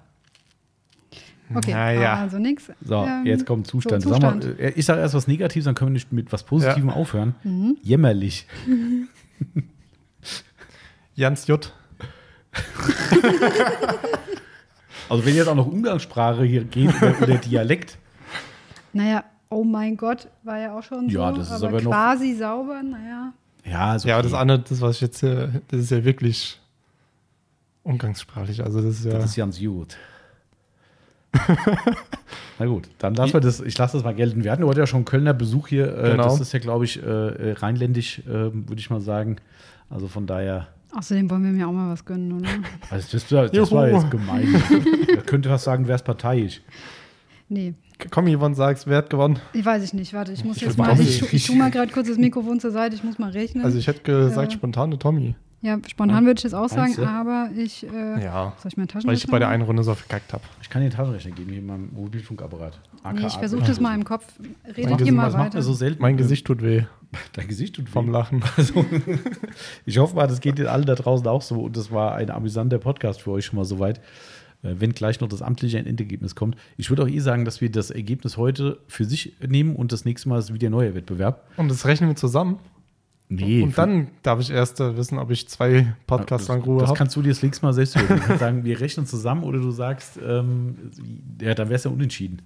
Okay,
Na ja.
also nix.
So,
Ähm,
jetzt kommt Zustand.
So, Zustand.
Sag mal, äh, ich sage erst was Negatives, dann können wir nicht mit was Positivem aufhören.
Mhm.
Jämmerlich.
Jans J.
Also wenn jetzt auch noch Umgangssprache hier geht oder, oder Dialekt.
naja, oh mein Gott, war ja auch schon
Ja,
so,
das ist
aber,
aber noch-
quasi sauber, naja.
Ja, ist
Ja,
okay.
das andere, das, was ich jetzt hier, das ist ja wirklich umgangssprachlich. Also das ist ja.
Das ist ganz gut. Na gut, dann lassen wir das, ich lasse das mal gelten. Wir hatten heute ja schon Kölner Besuch hier. Äh,
Genau.
Das ist ja, glaube ich, äh, äh, rheinländisch, äh, würde ich mal sagen. Also von daher,
Außerdem wollen wir mir auch mal was gönnen, oder?
also das, war- das war
Juhu.
jetzt gemein. Man könnte fast sagen, wäre es parteiisch.
nee,
Komm, Yvonne, sag's, wer hat gewonnen?
ich weiß ich nicht, warte, ich muss
Ich
jetzt
weiß
mal,
auch
ich,
nicht.
ich tue mal gerade kurz das Mikrofon zur Seite, ich muss mal rechnen.
Also ich hätte gesagt,
Ja.
spontane Tommy.
ja, spontan würde ich jetzt auch sagen,
Meinst du?
aber ich, äh,
Ja.
soll ich meine Taschenrechner
Weil ich bei der
machen?
einen Runde so verkackt habe.
Ich kann den Taschenrechner geben hier in meinem Mobilfunkapparat.
Nee,
AKA.
ich versuche das mal im Kopf,
Mein
redet
Gesicht-
ihr mal
was Also macht
weiter.
mir so selten?
Mein Gesicht tut weh
Dein Gesicht tut
vom
weh.
Lachen.
Also, ich hoffe mal, das geht den allen da draußen auch so. Und das war ein amüsanter Podcast für euch schon mal soweit. Äh, Wenn gleich noch das amtliche Endergebnis kommt. Ich würde auch eh sagen, dass wir das Ergebnis heute für sich nehmen und das nächste Mal ist wieder ein neuer Wettbewerb.
Und das rechnen wir zusammen.
Nee.
Und dann darf ich erst äh, wissen, ob ich zwei
das,
Podcasts lang Ruhe
Ah, das
habe.
kannst du dir das nächste Mal selbst überlegen. Du kannst sagen, wir rechnen zusammen oder du sagst, ähm, ja, dann wäre es ja unentschieden.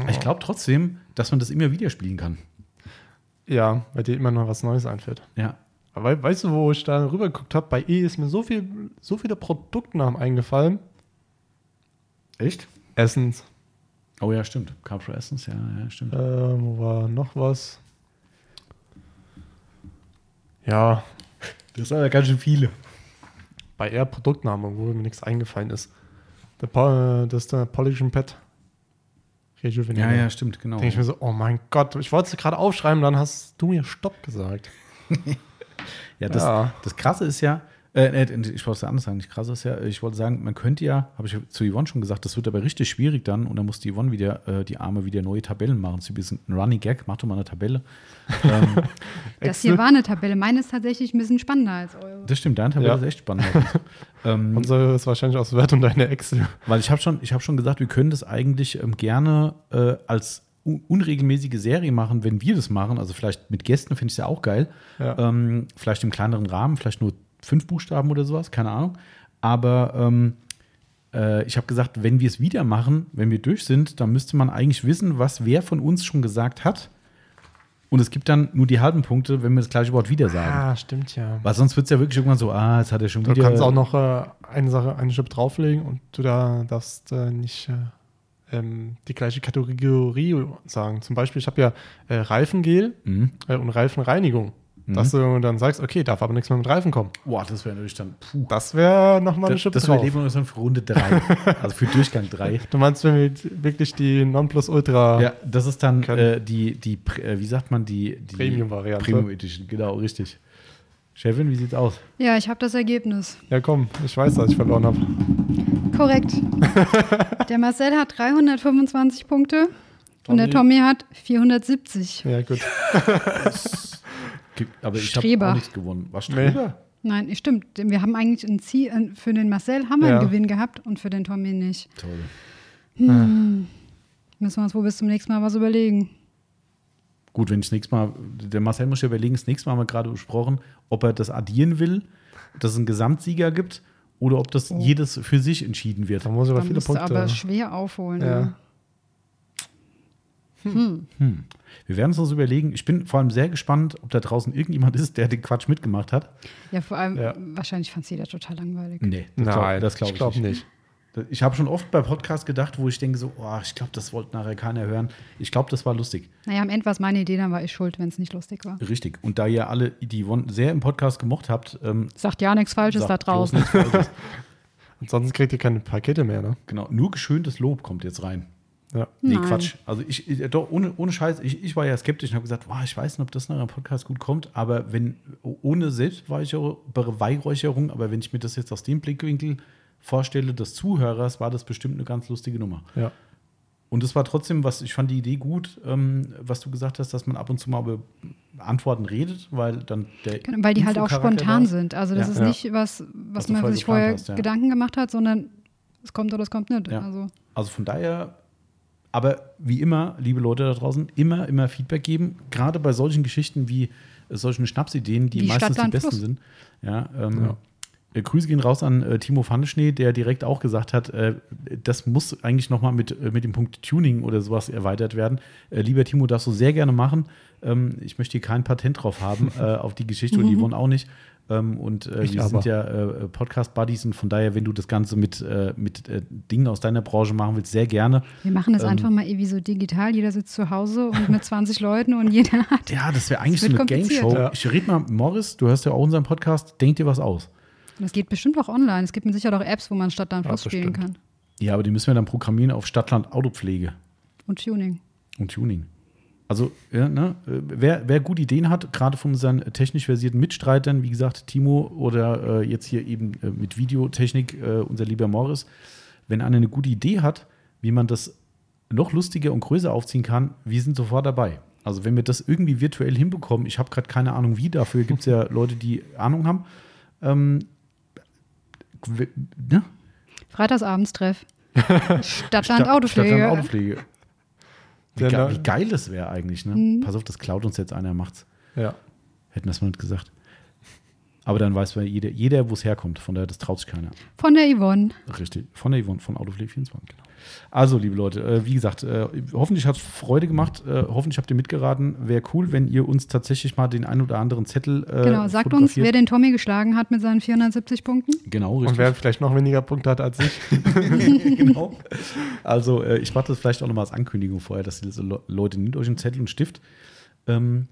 Aber Ich glaube trotzdem, dass man das immer wieder spielen kann.
Ja, weil dir immer noch was Neues einfällt.
Ja.
Aber wei- weißt du, wo ich da rübergeguckt habe? Bei E ist mir so, viel, so viele Produktnamen eingefallen.
Echt?
Essens.
Oh ja, stimmt. Capro Essence, ja, ja, stimmt.
Äh, wo war noch was? Ja,
Das sind ja ganz schön viele.
bei eher Produktnamen, wo mir nichts eingefallen ist. Der Pol- äh, das ist der Polishing Pad.
Ja, ja, stimmt, genau.
Denke ich mir so, oh mein Gott, ich wollte es gerade aufschreiben, dann hast du mir Stopp gesagt.
Ja, das,
Ja.
das Krasse ist ja, äh, nee, ich wollte es ja anders sagen, nicht krasse ist ja, ich wollte sagen, man könnte ja, habe ich zu Yvonne schon gesagt, das wird aber richtig schwierig dann und dann muss die Yvonne wieder äh, die Arme wieder neue Tabellen machen. Sie ist ein Running Gag, mach doch mal eine Tabelle. Ähm,
Das
ne?
hier war eine Tabelle, meine ist tatsächlich ein bisschen spannender als eure.
Das stimmt, deine Tabelle
Ja.
ist echt spannend. Ähm, Mhm.
Unsere ist wahrscheinlich aus Wert und deine Excel.
Weil ich habe schon, ich hab schon gesagt, wir können das eigentlich ähm, gerne äh, als un unregelmäßige Serie machen, wenn wir das machen. Also vielleicht mit Gästen finde ich es ja auch geil.
Ja.
Ähm, vielleicht im kleineren Rahmen, vielleicht nur fünf Buchstaben oder sowas, keine Ahnung. Aber ähm, Äh, ich habe gesagt, wenn wir es wieder machen, wenn wir durch sind, dann müsste man eigentlich wissen, was wer von uns schon gesagt hat. Und es gibt dann nur die halben Punkte, wenn wir das gleiche Wort wieder sagen.
Ah, stimmt ja.
Weil sonst wird es ja wirklich irgendwann so, ah, jetzt hat er schon
Du
wieder.
kannst auch noch äh, eine Sache, einen Chip drauflegen und du da darfst äh, nicht äh, ähm, die gleiche Kategorie sagen. Zum Beispiel, ich habe ja äh, Reifengel
Mhm.
äh, und Reifenreinigung. Dass du dann sagst, okay, darf aber nichts mehr mit Reifen kommen.
Boah, das wäre natürlich dann, puh.
Das wäre nochmal ein
Das,
Chip
das
drauf.
überleben wir uns dann für Runde 3. also für Durchgang 3.
Du meinst, wenn wir jetzt wirklich die Nonplusultra
Ja, das ist dann
Kann-
äh, die, die, Pr- äh, wie sagt man, die, die
Premium-Variante.
Premium Edition, genau, richtig. Chefin, wie sieht's aus?
Ja, ich habe das Ergebnis.
Ja, komm, ich weiß, dass ich verloren habe.
Korrekt. der Marcel hat 325 Punkte und der
Tommy.
Tommy hat 470.
Ja, gut.
Gibt- Aber ich habe
Streber.
auch nichts gewonnen. Was
Nee.
Nein, stimmt. Wir haben eigentlich ein Ziel äh, für den Marcel haben wir
Ja.
einen Gewinn gehabt und für den Tommy nicht.
Toll.
Müssen wir uns wohl bis zum nächsten Mal was überlegen.
Gut, wenn ich nächstes Mal, der Marcel muss ja überlegen, das nächste Mal haben wir gerade besprochen, ob er das addieren will, dass es einen Gesamtsieger gibt oder ob das jedes für sich entschieden wird.
Da muss ich aber
Da
viele
musst du
Punkte.
aber schwer aufholen. ne?
ja.
Ja.
Wir werden uns das überlegen. Ich bin vor allem sehr gespannt, ob da draußen irgendjemand ist, der den Quatsch mitgemacht hat.
ja, vor allem,
Ja.
wahrscheinlich fand es jeder total langweilig.
Nee, das glaube
Nein,
das glaub ich,
glaub
nicht. Ich habe schon oft bei Podcasts gedacht, wo ich denke so, oh, ich glaube, das wollte nachher keiner hören. Ich glaube, das war lustig.
Naja, am Ende war es meine Idee, dann war ich schuld, wenn es nicht lustig war.
Richtig. Und da ihr alle die Yvonne sehr im Podcast gemocht habt, ähm,
Sagt ja nichts Falsches da
sagt
draußen.
bloß nichts Falsches.
Ansonsten kriegt ihr keine Pakete mehr, ne?
genau, nur geschöntes Lob kommt jetzt rein.
Ja.
Nee,
Nein.
Quatsch. Also ich, ich doch, ohne, ohne Scheiß, ich, ich war ja skeptisch und habe gesagt, wow, ich weiß nicht, ob das nach einem Podcast gut kommt, aber wenn, ohne Selbstbeweihräucherung, aber wenn ich mir das jetzt aus dem Blickwinkel vorstelle, des Zuhörers, war das bestimmt eine ganz lustige Nummer.
ja.
Und es war trotzdem was, ich fand die Idee gut, ähm, was du gesagt hast, dass man ab und zu mal über Antworten redet, weil dann der.
Genau, Weil die halt auch
Info-Charakter da
spontan
ist.
sind. Also das
Ja.
ist
Ja.
nicht was, was,
Was du
man
vorher
sich vorher
geplant hast, ja.
Gedanken gemacht hat, sondern es kommt oder es kommt nicht.
Ja.
Also
Also von daher, aber wie immer, liebe Leute da draußen, immer, immer Feedback geben. Gerade bei solchen Geschichten wie äh, solchen Schnapsideen, die
Wie
meistens
Stadt, Land,
die besten
Fluss.
sind. Ja, ähm, äh, Grüße gehen raus an äh, Timo Pfandeschnee, der direkt auch gesagt hat, äh, das muss eigentlich nochmal mit, äh, mit dem Punkt Tuning oder sowas erweitert werden. Äh, lieber Timo, darfst du sehr gerne machen. Ähm, ich möchte hier kein Patent drauf haben, äh, auf die Geschichte und die wollen auch nicht. Ähm, und äh,
Ich
wir
aber.
sind ja äh, Podcast-Buddies und von daher, wenn du das Ganze mit, äh, mit äh, Dingen aus deiner Branche machen willst, sehr gerne.
wir machen das
Ähm.
einfach mal irgendwie so digital. Jeder sitzt zu Hause und mit 20 Leuten und jeder hat.
Ja, das wäre eigentlich so
Das wird
eine Game
kompliziert.
Show.
Ja.
Ich rede mal, Morris, du hörst ja auch unseren Podcast, denk dir was aus.
Und das geht bestimmt auch online. Es gibt mit Sicherheit auch Apps, wo man statt dann
Ja,
Fluss spielen
bestimmt.
kann.
Ja, aber die müssen wir dann programmieren auf Stadtland Autopflege
Und Tuning.
und Tuning. Also, ja, ne, äh, wer, wer gute Ideen hat, gerade von unseren technisch versierten Mitstreitern, wie gesagt, Timo oder äh, jetzt hier eben äh, mit Videotechnik, äh, unser lieber Morris, wenn einer eine gute Idee hat, wie man das noch lustiger und größer aufziehen kann, wir sind sofort dabei. Also wenn wir das irgendwie virtuell hinbekommen, ich habe gerade keine Ahnung wie, dafür gibt es ja Leute, die Ahnung haben. Ähm, w- ne?
Freitagsabendstreff. Stadtland
Stadt- Stadtland
Autopflege.
Autopflege. Wie,
Der
ge
Neu-
wie geil das wäre eigentlich, ne? Pass auf, das klaut uns jetzt einer, macht's.
ja.
Hätten das mal nicht gesagt. Aber dann weiß man jeder, jeder wo es herkommt. Von daher, das traut sich keiner.
Von der Yvonne.
Richtig. Von der Yvonne, von Autopflege 24, genau. Also, liebe Leute, äh, wie gesagt, äh, hoffentlich hat es Freude gemacht. Äh, hoffentlich habt ihr mitgeraten. Wäre cool, wenn ihr uns tatsächlich mal den einen oder anderen Zettel äh,
Genau, sagt uns, wer
fotografiert.
den Tommy geschlagen hat mit seinen 470 Punkten.
Genau, richtig.
Und wer vielleicht noch weniger Punkte hat als ich.
genau. Also, äh, ich mache das vielleicht auch nochmal als Ankündigung vorher, dass diese Le Leute nehmt euch einen Zettel und Stift. Ähm,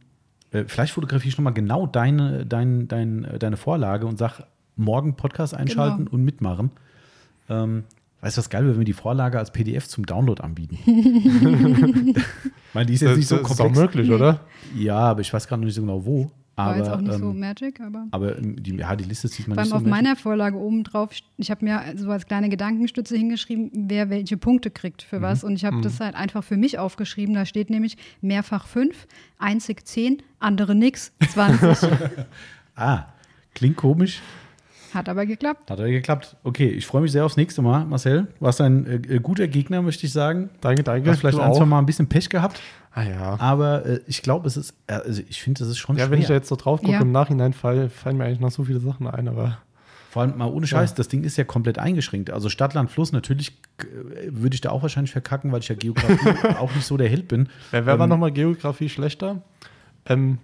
äh, vielleicht fotografiere ich nochmal genau deine, dein, dein, äh, deine Vorlage und sag, morgen Podcast einschalten
Genau.
und mitmachen. Ähm, weißt du, was geil wäre, wenn wir die Vorlage als PDF zum Download anbieten? ich meine, die ist jetzt nicht so
ist auch
komplex.
möglich, oder?
Ja, aber ich weiß gerade noch nicht so genau wo.
War jetzt
Aber,
auch nicht so
ähm,
magic, aber.
aber ähm, die, ja, die Liste sieht man
Vor
nicht
allem
so.
auf
mit.
meiner Vorlage oben drauf, ich habe mir so als kleine Gedankenstütze hingeschrieben, wer welche Punkte kriegt
Mhm.
für was. Und ich habe das halt einfach für mich aufgeschrieben. Da steht nämlich mehrfach fünf, einzig zehn, andere nix, 20.
ah, klingt komisch.
Hat aber geklappt.
Hat er geklappt. Okay, ich freue mich sehr aufs nächste Mal, Marcel. Warst ein äh, äh, guter Gegner, möchte ich sagen.
Danke, danke.
Hast vielleicht
du
ein, zwei
auch.
Mal ein bisschen Pech gehabt,
Ah ja.
aber äh, ich glaube, es ist, äh, also ich finde, das ist schon
Ja,
schwer.
wenn ich da jetzt so drauf gucke,
Ja.
im Nachhinein fall, fallen mir eigentlich noch so viele Sachen ein, aber
Vor allem mal ohne Scheiß, das Ding ist ja komplett eingeschränkt. Also Stadt, Land, Fluss, natürlich äh, würde ich da auch wahrscheinlich verkacken, weil ich ja Geografie auch nicht so der Held bin.
Wer, wer war
Ähm,
nochmal Geografie schlechter? Ähm,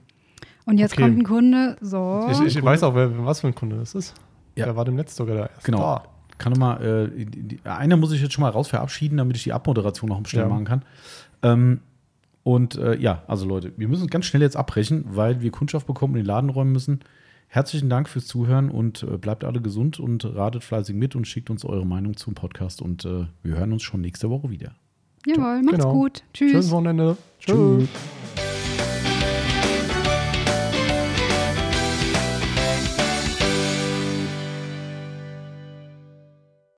Und jetzt
Okay.
kommt ein Kunde, so.
ich ich weiß auch, wer, was für ein Kunde das ist.
Oh. Ja.
Der war demnächst sogar der erste. Ah.
Genau.
Da.
Kann doch mal, äh, die, die, einer muss ich jetzt schon mal raus verabschieden, damit ich die Abmoderation noch schnell
Ja.
machen kann. Ähm, und äh, ja, also Leute, wir müssen ganz schnell jetzt abbrechen, weil wir Kundschaft bekommen und den Laden räumen müssen. Herzlichen Dank fürs Zuhören und äh, bleibt alle gesund und ratet fleißig mit und schickt uns eure Meinung zum Podcast und äh, wir hören uns schon nächste Woche wieder.
Jawohl, macht's
Genau.
gut. Tschüss.
Schönes Wochenende. Tschüss.